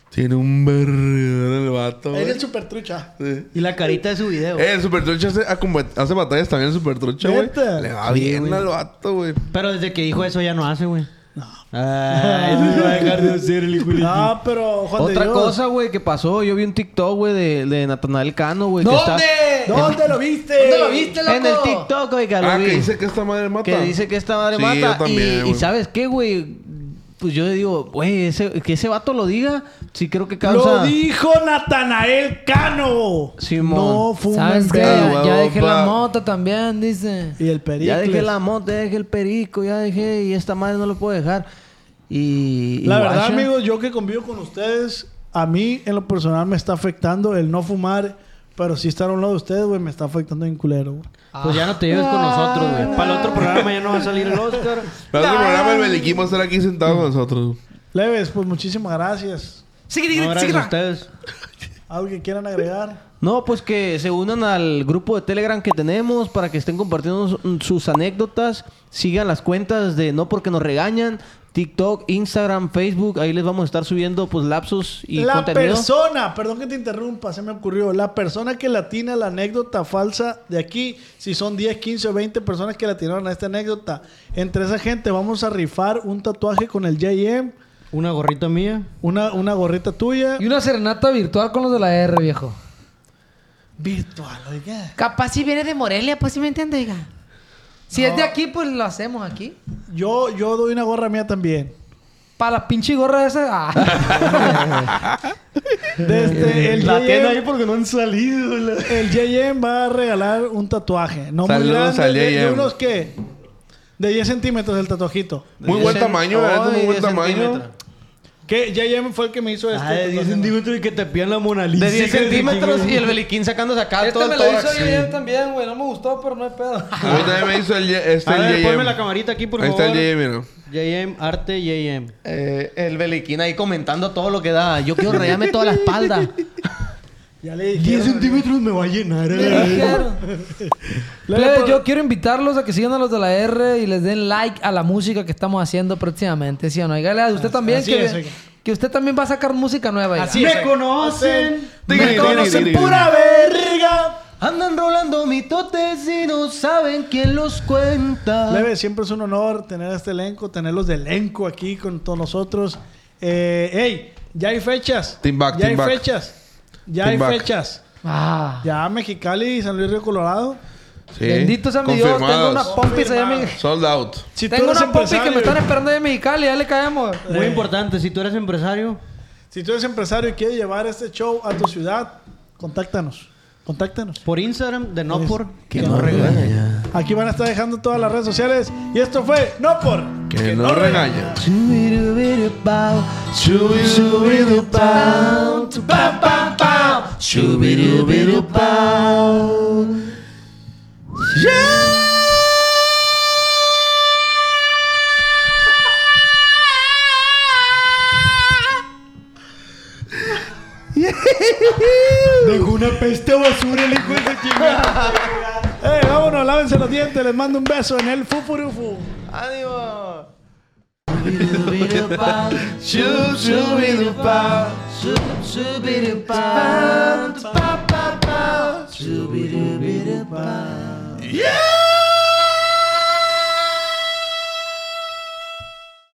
[SPEAKER 5] Tiene un verga el vato, güey.
[SPEAKER 2] Era el super trucha.
[SPEAKER 5] Sí.
[SPEAKER 6] Y la carita de su video.
[SPEAKER 5] Eh, el Supertrucha hace, ah, como hace batallas también el Supertrucha, güey.
[SPEAKER 2] ¿Neta?
[SPEAKER 5] Le va bien al vato, güey.
[SPEAKER 6] Pero desde que dijo eso ya no hace, güey. No. Ay, Ah, no va a dejar de hacer el hijo de-
[SPEAKER 2] Ah, pero Juan de
[SPEAKER 7] Otra
[SPEAKER 2] Dios,
[SPEAKER 7] cosa, güey, que pasó. Yo vi un TikTok, güey, de, de Natanael Cano, güey. que está-
[SPEAKER 4] ¿Dónde?
[SPEAKER 2] ¿Dónde lo viste?
[SPEAKER 4] ¿Dónde lo viste, loco?
[SPEAKER 7] En el TikTok, oiga, lo
[SPEAKER 5] Ah,
[SPEAKER 7] vi.
[SPEAKER 5] que dice que esta madre mata.
[SPEAKER 7] Que dice que esta madre
[SPEAKER 5] Sí,
[SPEAKER 7] mata.
[SPEAKER 5] yo también,
[SPEAKER 7] y, y
[SPEAKER 5] güey.
[SPEAKER 7] ¿sabes qué, güey? Pues yo digo, güey, ese- que ese vato lo diga, sí creo que causa...
[SPEAKER 2] Lo dijo Natanael Cano.
[SPEAKER 7] Simón.
[SPEAKER 2] No fumes
[SPEAKER 4] ¿Sabes qué?
[SPEAKER 5] Ah,
[SPEAKER 4] Ya,
[SPEAKER 5] huevo,
[SPEAKER 4] ya dejé la
[SPEAKER 5] pa.
[SPEAKER 4] mota también, dice.
[SPEAKER 2] Y el perico.
[SPEAKER 7] Ya dejé la mota, ya dejé el perico, ya dejé... Y esta madre no lo puedo dejar. Y... y
[SPEAKER 2] La verdad,
[SPEAKER 7] guacha.
[SPEAKER 2] amigos, yo que convivo con ustedes, a mí en lo personal me está afectando el no fumar, pero si estar a un lado de ustedes, güey, me está afectando en culero, güey.
[SPEAKER 6] Pues ya no te lleves con nosotros, güey. Para el otro programa ya no va a salir el Oscar.
[SPEAKER 5] Para otro programa el Beliquín va a estar aquí sentado con nosotros.
[SPEAKER 2] Leves, pues muchísimas gracias.
[SPEAKER 6] No, gracias a ustedes.
[SPEAKER 2] ¿Algo que quieran agregar?
[SPEAKER 7] No, pues que se unan al grupo de Telegram que tenemos para que estén compartiendo sus- sus anécdotas. Sigan las cuentas de No Porque Nos Regañan, TikTok, Instagram, Facebook. Ahí les vamos a estar subiendo pues lapsos y
[SPEAKER 2] la
[SPEAKER 7] contenido.
[SPEAKER 2] persona, perdón que te interrumpa, se me ocurrió, la persona que la tiene a la anécdota falsa de aquí, si son 10, 15 o 20 personas que la tiraron a esta anécdota, entre esa gente vamos a rifar un tatuaje con el JM,
[SPEAKER 6] Una gorrita mía.
[SPEAKER 2] una, una gorrita tuya.
[SPEAKER 4] Y una serenata virtual con los de la R, viejo.
[SPEAKER 2] Virtual, oiga.
[SPEAKER 8] Capaz si viene de Morelia, pues si me entiende, diga. Si es de aquí, pues lo hacemos aquí.
[SPEAKER 2] Yo, yo doy una gorra mía también.
[SPEAKER 4] Para la pinche gorra esa. ah.
[SPEAKER 2] Desde el
[SPEAKER 6] Eh, La
[SPEAKER 2] JM
[SPEAKER 6] tienda ahí porque no han salido. la-
[SPEAKER 2] El JM va a regalar un tatuaje. No
[SPEAKER 5] Saludos
[SPEAKER 2] muy
[SPEAKER 5] al
[SPEAKER 2] grande. de- de
[SPEAKER 5] JM.
[SPEAKER 2] unos que. De 10 centímetros el tatuajito.
[SPEAKER 5] Muy buen
[SPEAKER 7] Dicen,
[SPEAKER 5] tamaño, la verdad,
[SPEAKER 7] "Ay,
[SPEAKER 5] muy buen
[SPEAKER 7] 10
[SPEAKER 5] tamaño.
[SPEAKER 7] centímetros".
[SPEAKER 2] Que JM fue el que me hizo este.
[SPEAKER 6] Ah, de 10
[SPEAKER 2] tatuaje, ¿no?
[SPEAKER 6] centímetros y que te pillan la Mona Lisa.
[SPEAKER 7] De 10
[SPEAKER 6] que te
[SPEAKER 7] centímetros
[SPEAKER 6] chingue.
[SPEAKER 7] y el Beliquín sacando acá
[SPEAKER 4] Este
[SPEAKER 7] todo el
[SPEAKER 4] me lo hizo
[SPEAKER 7] tórax.
[SPEAKER 4] ayer también, güey. No me gustó, pero no hay pedo.
[SPEAKER 5] A mí también me hizo el Ye- este
[SPEAKER 6] A
[SPEAKER 5] el
[SPEAKER 6] ver,
[SPEAKER 5] JM.
[SPEAKER 6] ponme la camarita aquí, por
[SPEAKER 5] Ahí
[SPEAKER 6] favor.
[SPEAKER 5] está el JM, mira.
[SPEAKER 6] JM, arte JM.
[SPEAKER 7] Eh, el Beliquín ahí comentando todo lo que da. Yo quiero rayarme toda la espalda.
[SPEAKER 2] Ya le dije.
[SPEAKER 6] centímetros me va a llenar. eh.
[SPEAKER 2] Luego,
[SPEAKER 4] Plebe,
[SPEAKER 2] por-
[SPEAKER 4] yo quiero invitarlos a que sigan a los de la R y les den like a la música que estamos haciendo próximamente, ¿sí o no? Dígale a usted también
[SPEAKER 2] así
[SPEAKER 4] que,
[SPEAKER 2] es, oiga.
[SPEAKER 4] que usted también va a sacar música nueva. oiga.
[SPEAKER 2] Así es.
[SPEAKER 6] Me conocen.
[SPEAKER 2] Me
[SPEAKER 5] Digri,
[SPEAKER 2] conocen
[SPEAKER 5] digri, digri.
[SPEAKER 2] pura verga.
[SPEAKER 7] Andan rolando mitotes y no saben quién los cuenta.
[SPEAKER 2] Leve, siempre es un honor tener a este elenco, tenerlos de elenco aquí con todos nosotros. Eh, ¡Ey! Ya hay fechas.
[SPEAKER 5] Team back,
[SPEAKER 2] ya
[SPEAKER 5] team
[SPEAKER 2] hay
[SPEAKER 5] back.
[SPEAKER 2] fechas. Ya
[SPEAKER 5] Team
[SPEAKER 2] hay
[SPEAKER 5] back.
[SPEAKER 2] fechas.
[SPEAKER 4] Ah.
[SPEAKER 2] Ya Mexicali y San Luis Río Colorado.
[SPEAKER 5] Sí.
[SPEAKER 4] Bendito sea mi Dios. Tengo una
[SPEAKER 5] Confirmados.
[SPEAKER 4] pompis allá en mi-
[SPEAKER 5] Sold out.
[SPEAKER 2] Si tú
[SPEAKER 4] Tengo
[SPEAKER 2] eres
[SPEAKER 4] una pompis que
[SPEAKER 2] empresario-
[SPEAKER 4] me están esperando allá en Mexicali. Ya le caemos.
[SPEAKER 6] Muy importante, si tú eres empresario,
[SPEAKER 2] Si tú eres empresario y quieres llevar este show a tu ciudad, contáctanos. Contáctanos.
[SPEAKER 6] por Instagram, de no por.
[SPEAKER 2] Que no regaña. Aquí van a estar dejando todas las redes sociales. Y esto fue No Por.
[SPEAKER 5] Que, no, regaña.
[SPEAKER 6] Dejó una peste basura el hijo de ese
[SPEAKER 2] ¡Eh, vámonos! Lávense los dientes. Les mando un beso en el Fufurufu.
[SPEAKER 5] Shoo, shoo, bidupa. Yeah!